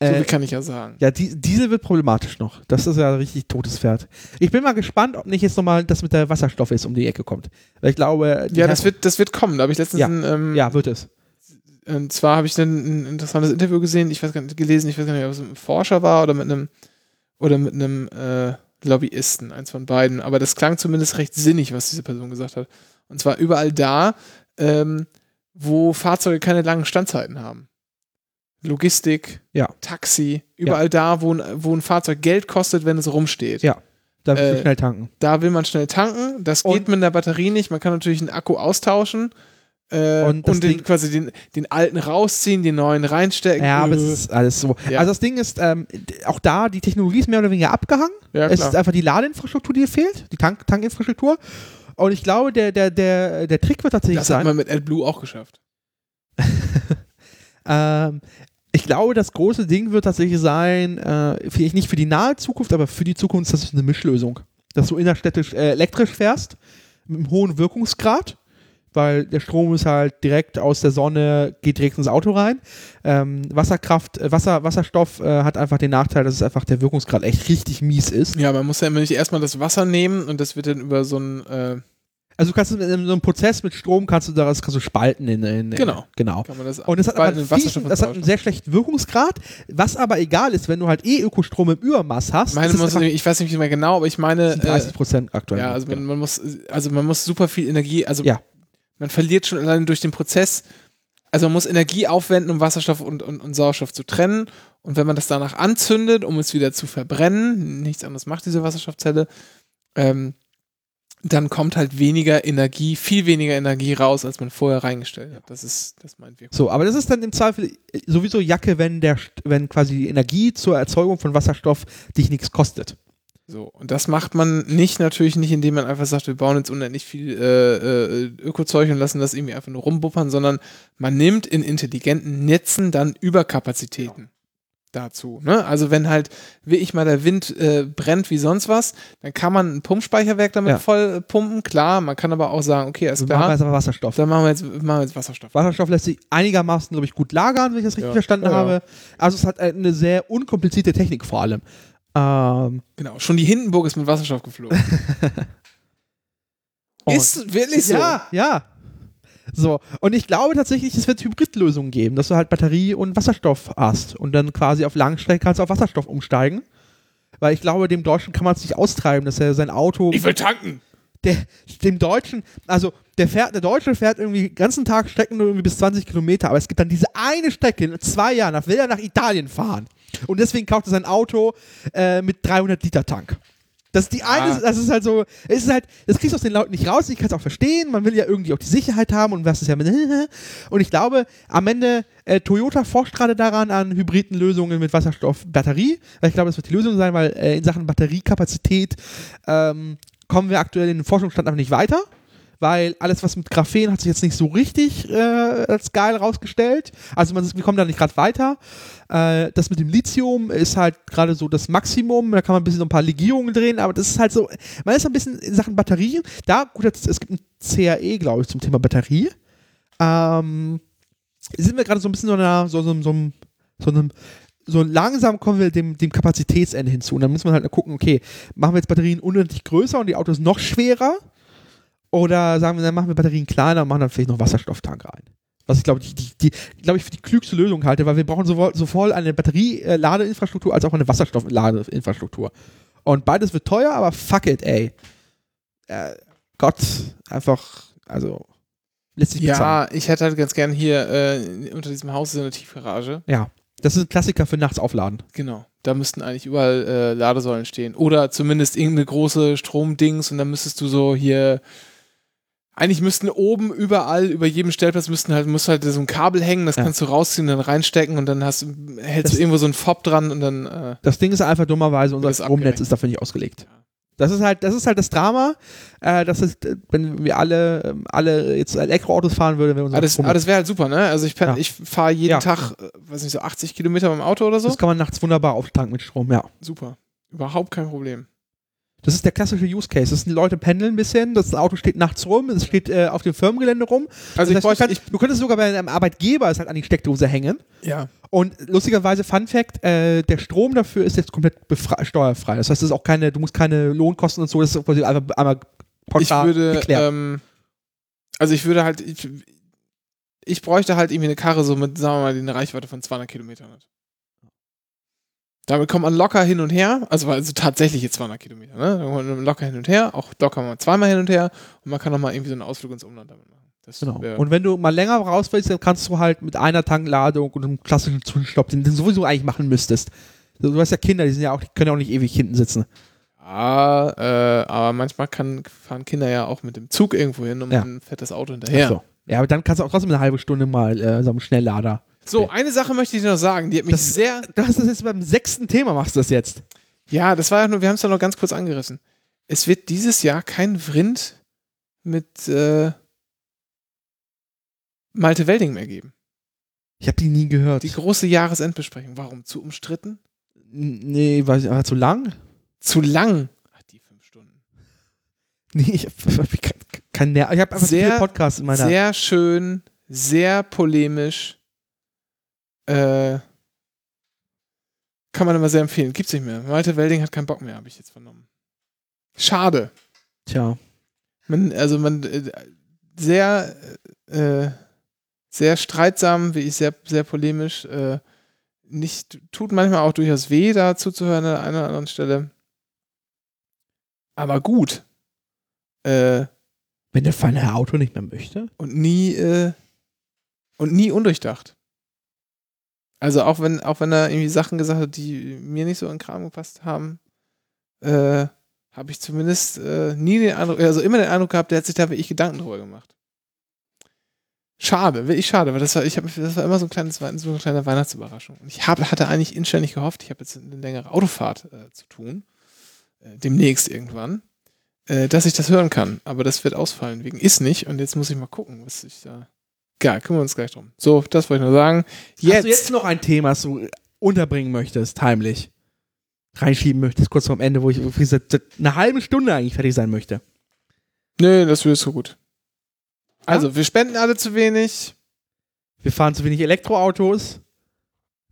Speaker 1: So
Speaker 2: Äh,
Speaker 1: viel kann ich ja sagen.
Speaker 2: Ja, die, Diesel wird problematisch noch. Das ist ja ein richtig totes Pferd. Ich bin mal gespannt, ob nicht jetzt nochmal das mit der Wasserstoff ist um die Ecke kommt. Weil ich glaube, die
Speaker 1: Ja,
Speaker 2: Her-
Speaker 1: das wird, das wird kommen. Da habe ich letztens
Speaker 2: Ja.
Speaker 1: ein, ähm,
Speaker 2: ja, wird es.
Speaker 1: Und zwar habe ich ein, ein interessantes Interview gesehen, ich weiß gar nicht, gelesen, ich weiß gar nicht, ob es mit einem Forscher war oder mit einem oder mit einem äh, Lobbyisten, eins von beiden. Aber das klang zumindest recht sinnig, was diese Person gesagt hat. Und zwar überall da, ähm, wo Fahrzeuge keine langen Standzeiten haben. Logistik,
Speaker 2: Ja.
Speaker 1: Taxi, überall da, wo ein, wo ein Fahrzeug Geld kostet, wenn es rumsteht.
Speaker 2: Ja. Da wirst du
Speaker 1: Äh,
Speaker 2: schnell tanken.
Speaker 1: Da will man schnell tanken, das
Speaker 2: Und-
Speaker 1: geht mit der Batterie nicht, man kann natürlich einen Akku austauschen. Äh,
Speaker 2: Und
Speaker 1: und
Speaker 2: das Ding-
Speaker 1: den, quasi den, den alten rausziehen, den neuen reinstecken.
Speaker 2: Ja, aber
Speaker 1: Äh.
Speaker 2: es ist alles so.
Speaker 1: Ja.
Speaker 2: Also das Ding ist, ähm, d- auch da, die Technologie ist mehr oder weniger abgehangen.
Speaker 1: ja,
Speaker 2: es
Speaker 1: klar.
Speaker 2: ist einfach die Ladeinfrastruktur, die dir fehlt, die Tank Tankinfrastruktur. Und ich glaube, der, der, der, der Trick wird tatsächlich
Speaker 1: das hat
Speaker 2: sein.
Speaker 1: man mit AdBlue auch geschafft.
Speaker 2: Ähm, ich glaube, das große Ding wird tatsächlich sein, äh, vielleicht nicht für die nahe Zukunft, aber für die Zukunft ist das eine Mischlösung. Dass du innerstädtisch äh, elektrisch fährst, mit einem hohen Wirkungsgrad, weil der Strom ist halt direkt aus der Sonne, geht direkt ins Auto rein. Ähm, Wasserkraft, äh, Wasser, Wasserstoff äh, hat einfach den Nachteil, dass es einfach der Wirkungsgrad echt richtig mies ist.
Speaker 1: Ja, man muss ja immer nicht erstmal das Wasser nehmen und das wird dann über so ein. Äh,
Speaker 2: Also du kannst in so einem Prozess mit Strom kannst du daraus kannst du spalten in, in
Speaker 1: Genau.
Speaker 2: genau.
Speaker 1: kann man das
Speaker 2: Und es hat, aber
Speaker 1: bald
Speaker 2: einen
Speaker 1: in
Speaker 2: fiesen, das hat einen sehr schlechten Wirkungsgrad, was aber egal ist, wenn du halt eh Ökostrom im Übermaß hast.
Speaker 1: meine,
Speaker 2: ist
Speaker 1: muss,
Speaker 2: es
Speaker 1: ich weiß nicht mehr genau, aber ich meine.
Speaker 2: einfach 30
Speaker 1: Äh,
Speaker 2: Prozent aktuell.
Speaker 1: ja, also man,
Speaker 2: Genau.
Speaker 1: man muss, also man muss super viel Energie, also
Speaker 2: Ja.
Speaker 1: man verliert schon allein durch den Prozess also man muss Energie aufwenden, um Wasserstoff und, und, und Sauerstoff zu trennen. Und wenn man das danach anzündet, um es wieder zu verbrennen, nichts anderes macht diese Wasserstoffzelle, ähm, dann kommt halt weniger Energie, viel weniger Energie raus, als man vorher reingestellt hat. Das ist, das meint wir.
Speaker 2: So, aber das ist dann im Zweifel sowieso Jacke, wenn der, St- wenn quasi die Energie zur Erzeugung von Wasserstoff dich nichts kostet.
Speaker 1: So. Und das macht man nicht, natürlich nicht, indem man einfach sagt, wir bauen jetzt unendlich viel äh, äh, Ökozeug und lassen das irgendwie einfach nur rumbuffern, sondern man nimmt in intelligenten Netzen dann Überkapazitäten dazu. Ne? Also wenn halt wirklich mal der Wind äh, brennt wie sonst was, dann kann man ein Pumpspeicherwerk damit
Speaker 2: Ja.
Speaker 1: voll äh, pumpen, klar. Man kann aber auch sagen, okay, alles
Speaker 2: Also machen wir
Speaker 1: klar,
Speaker 2: jetzt aber Wasserstoff.
Speaker 1: dann machen wir jetzt, machen wir jetzt Wasserstoff.
Speaker 2: Wasserstoff lässt sich einigermaßen, glaube ich, gut lagern, wenn ich das richtig
Speaker 1: Ja.
Speaker 2: verstanden
Speaker 1: Ja, ja.
Speaker 2: habe. Also es hat eine sehr unkomplizierte Technik vor allem. Ähm,
Speaker 1: Genau, schon die Hindenburg ist mit Wasserstoff geflogen. ist wirklich so.
Speaker 2: Ja, ja. So, und ich glaube tatsächlich, es wird Hybridlösungen geben, dass du halt Batterie und Wasserstoff hast und dann quasi auf Langstrecke kannst du auf Wasserstoff umsteigen. Weil ich glaube, dem Deutschen kann man es nicht austreiben, dass er sein Auto.
Speaker 1: Ich will tanken.
Speaker 2: der, dem Deutschen, also der, fährt, der Deutsche fährt irgendwie den ganzen Tag Strecken nur irgendwie bis 20 Kilometer, aber es gibt dann diese eine Strecke in zwei Jahren, nach will er nach Italien fahren. Und deswegen kauft er sein Auto äh, mit 300 Liter Tank. Das ist die eine,
Speaker 1: Ah.
Speaker 2: das ist halt so, es ist halt, das kriegst du aus den Leuten nicht raus, ich kann es auch verstehen, man will ja irgendwie auch die Sicherheit haben und was ist ja mit, und ich glaube, am Ende, äh, Toyota forscht gerade daran an hybriden Lösungen mit Wasserstoff, Batterie, weil ich glaube, das wird die Lösung sein, weil äh, in Sachen Batteriekapazität ähm, kommen wir aktuell in den Forschungsstand einfach nicht weiter, weil alles, was mit Graphen hat sich jetzt nicht so richtig äh, als geil rausgestellt. Also man, wir kommen da nicht gerade weiter. Äh, das mit dem Lithium ist halt gerade so das Maximum. Da kann man ein bisschen so ein paar Legierungen drehen, aber das ist halt so, man ist ein bisschen in Sachen Batterien. Da, gut, jetzt, es gibt ein CAE, glaube ich, zum Thema Batterie. Ähm, sind wir gerade so ein bisschen so einer, so, so, so, so, so einem so langsam kommen wir dem, dem Kapazitätsende hinzu. Und dann muss man halt gucken, okay, machen wir jetzt Batterien unendlich größer und die Autos noch schwerer? Oder sagen wir, dann machen wir Batterien kleiner und machen dann vielleicht noch Wasserstofftank rein? Was ich glaube, die, die, die, glaube ich, für die klügste Lösung halte, weil wir brauchen sowohl, sowohl eine Batterieladeinfrastruktur als auch eine Wasserstoffladeinfrastruktur. Und beides wird teuer, aber fuck it, ey. Äh, Gott, einfach, also, lässt sich bezahlen.
Speaker 1: Ja, ich hätte halt ganz gern hier äh, unter diesem Haus ist so eine Tiefgarage.
Speaker 2: Ja. Das ist ein Klassiker für nachts aufladen.
Speaker 1: Genau. Da müssten eigentlich überall äh, Ladesäulen stehen. Oder zumindest irgendeine große Stromdings und dann müsstest du so hier. Eigentlich müssten oben überall, über jedem Stellplatz müssten halt, musst halt so ein Kabel hängen, das
Speaker 2: Ja.
Speaker 1: kannst du rausziehen, dann reinstecken und dann hast, hältst
Speaker 2: Das-
Speaker 1: du irgendwo so einen Fob dran und dann. Äh,
Speaker 2: Das Ding ist einfach dummerweise, unser
Speaker 1: Das ist
Speaker 2: Stromnetz
Speaker 1: abgelenkt.
Speaker 2: ist dafür nicht ausgelegt. Das ist halt, das ist halt das Drama, äh, dass es, äh, wenn wir alle, ähm, alle jetzt Elektroautos fahren würden, wenn unser
Speaker 1: aber das, aber das wäre halt super, ne? Also ich, pen-
Speaker 2: Ja.
Speaker 1: ich fahre jeden
Speaker 2: Ja.
Speaker 1: Tag, äh, weiß nicht, so 80 Kilometer mit dem Auto oder so.
Speaker 2: das kann man nachts wunderbar auftanken mit Strom, ja.
Speaker 1: Super. Überhaupt kein Problem.
Speaker 2: Das ist der klassische Use Case. Das sind die Leute pendeln ein bisschen, das Auto steht nachts rum, es steht äh, auf dem Firmengelände rum.
Speaker 1: Also ich
Speaker 2: das heißt,
Speaker 1: bräuchte.
Speaker 2: du, kannst, du könntest sogar bei einem Arbeitgeber es halt an die Steckdose hängen.
Speaker 1: ich- ja.
Speaker 2: Und lustigerweise, Fun Fact, äh, der Strom dafür ist jetzt komplett befra- steuerfrei. Das heißt, es ist auch keine, du musst keine Lohnkosten und so, das ist quasi einfach einmal
Speaker 1: ich
Speaker 2: pauschal
Speaker 1: würde,
Speaker 2: geklärt.
Speaker 1: ähm, also ich würde halt, ich, ich bräuchte halt irgendwie eine Karre so mit, sagen wir mal, die eine Reichweite von 200 Kilometern hat. Damit kommt man locker hin und her, also, also tatsächlich jetzt 200 Kilometer, ne? Da kommt man Locker hin und her, auch locker mal zweimal hin und her und man kann auch mal irgendwie so einen Ausflug ins Umland damit machen. Das äh,
Speaker 2: Genau.
Speaker 1: wär-
Speaker 2: Und wenn du mal länger raus willst, dann kannst du halt mit einer Tankladung und einem klassischen Zwischenstopp, den du sowieso eigentlich machen müsstest. Du du hast ja Kinder, die sind ja auch, die können ja auch nicht ewig hinten sitzen.
Speaker 1: ah, äh, aber manchmal kann, fahren Kinder ja auch mit dem Zug irgendwo hin und
Speaker 2: Ja.
Speaker 1: dann fährt das Auto hinterher.
Speaker 2: Ach So. Ja, aber dann kannst du auch trotzdem eine halbe Stunde mal äh, so einem Schnelllader.
Speaker 1: so, eine Sache möchte ich noch sagen, die hat mich
Speaker 2: Das-
Speaker 1: sehr
Speaker 2: Du hast das jetzt beim sechsten Thema, machst du das jetzt.
Speaker 1: Ja, das war ja nur, wir haben es ja noch ganz kurz angerissen. Es wird dieses Jahr kein Vrind mit äh, Malte Welding mehr geben.
Speaker 2: Ich habe die nie gehört.
Speaker 1: Die große Jahresendbesprechung. Warum? Zu umstritten?
Speaker 2: N- nee, weiß ich, war zu lang?
Speaker 1: Zu lang? Ach, die fünf Stunden.
Speaker 2: Nee, ich habe hab ich kein, kein Ner- Ich habe einfach
Speaker 1: Sehr-
Speaker 2: viele Podcasts in meiner.
Speaker 1: Sehr schön, sehr polemisch. Äh, kann man immer sehr empfehlen. Gibt's nicht mehr. Malte Welding hat keinen Bock mehr, habe ich jetzt vernommen. Schade.
Speaker 2: Tja.
Speaker 1: Man, also man äh, sehr, äh, sehr streitsam, wirklich sehr, sehr polemisch. Äh, nicht, tut manchmal auch durchaus weh, da zuzuhören an einer oder anderen Stelle. Aber gut. Äh,
Speaker 2: Wenn der feine Herr Auto nicht mehr möchte.
Speaker 1: und nie, äh, Und nie undurchdacht. Also auch wenn, auch wenn er irgendwie Sachen gesagt hat, die mir nicht so in den Kram gepasst haben, äh, habe ich zumindest äh, nie den Eindruck, also immer den Eindruck gehabt, der hat sich da wirklich Gedanken drüber gemacht. Schade, wirklich schade, weil das war, ich hab, das war immer so, ein kleines, Wei- so eine kleine Weihnachtsüberraschung. Und Ich hab, hatte eigentlich inständig gehofft, ich habe jetzt eine längere Autofahrt äh, zu tun, äh, demnächst irgendwann, äh, dass ich das hören kann. Aber das wird ausfallen wegen ist nicht. Und jetzt muss ich mal gucken, was ich da. Geil, kümmern wir uns gleich drum. So, das wollte ich nur sagen.
Speaker 2: Hast du jetzt noch ein Thema, das du unterbringen möchtest, heimlich? Reinschieben möchtest, kurz vorm Ende, wo ich wie gesagt, seit einer halben Stunde eigentlich fertig sein möchte.
Speaker 1: Nee, das wird so gut. Also, wir spenden alle zu wenig.
Speaker 2: Wir fahren zu wenig Elektroautos.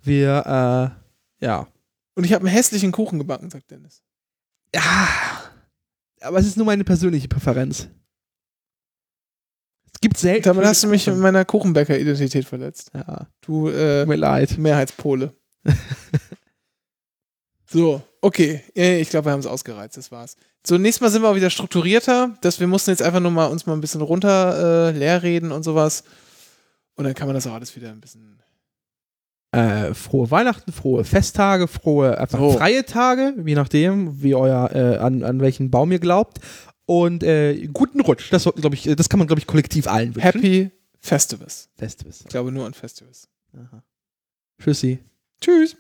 Speaker 2: Wir, äh, ja.
Speaker 1: Und ich habe einen hässlichen Kuchen gebacken, sagt Dennis.
Speaker 2: Ah, aber es ist nur meine persönliche Präferenz. Es gibt selten.
Speaker 1: Damit hast du mich in meiner Kuchenbäcker-Identität verletzt.
Speaker 2: Ja,
Speaker 1: Du äh,
Speaker 2: tut mir leid.
Speaker 1: Mehrheitspole. so, okay. Äh, Ich glaube, wir haben es ausgereizt. Das war's. So, nächstes Mal sind wir auch wieder strukturierter. Dass wir mussten jetzt einfach nur mal uns mal ein bisschen runter äh, leer reden und sowas. Und dann kann man das auch alles wieder ein bisschen.
Speaker 2: Äh, frohe Weihnachten, frohe Festtage, frohe einfach
Speaker 1: So.
Speaker 2: freie Tage, je nachdem, wie euer, äh, an, an welchen Baum ihr glaubt. Und äh, guten Rutsch. Das, sollten, glaub ich, äh, das kann man, glaube ich, kollektiv allen wünschen.
Speaker 1: Happy Festivals.
Speaker 2: Festivals.
Speaker 1: Ich glaube nur an Festivals.
Speaker 2: Aha. Tschüssi.
Speaker 1: Tschüss.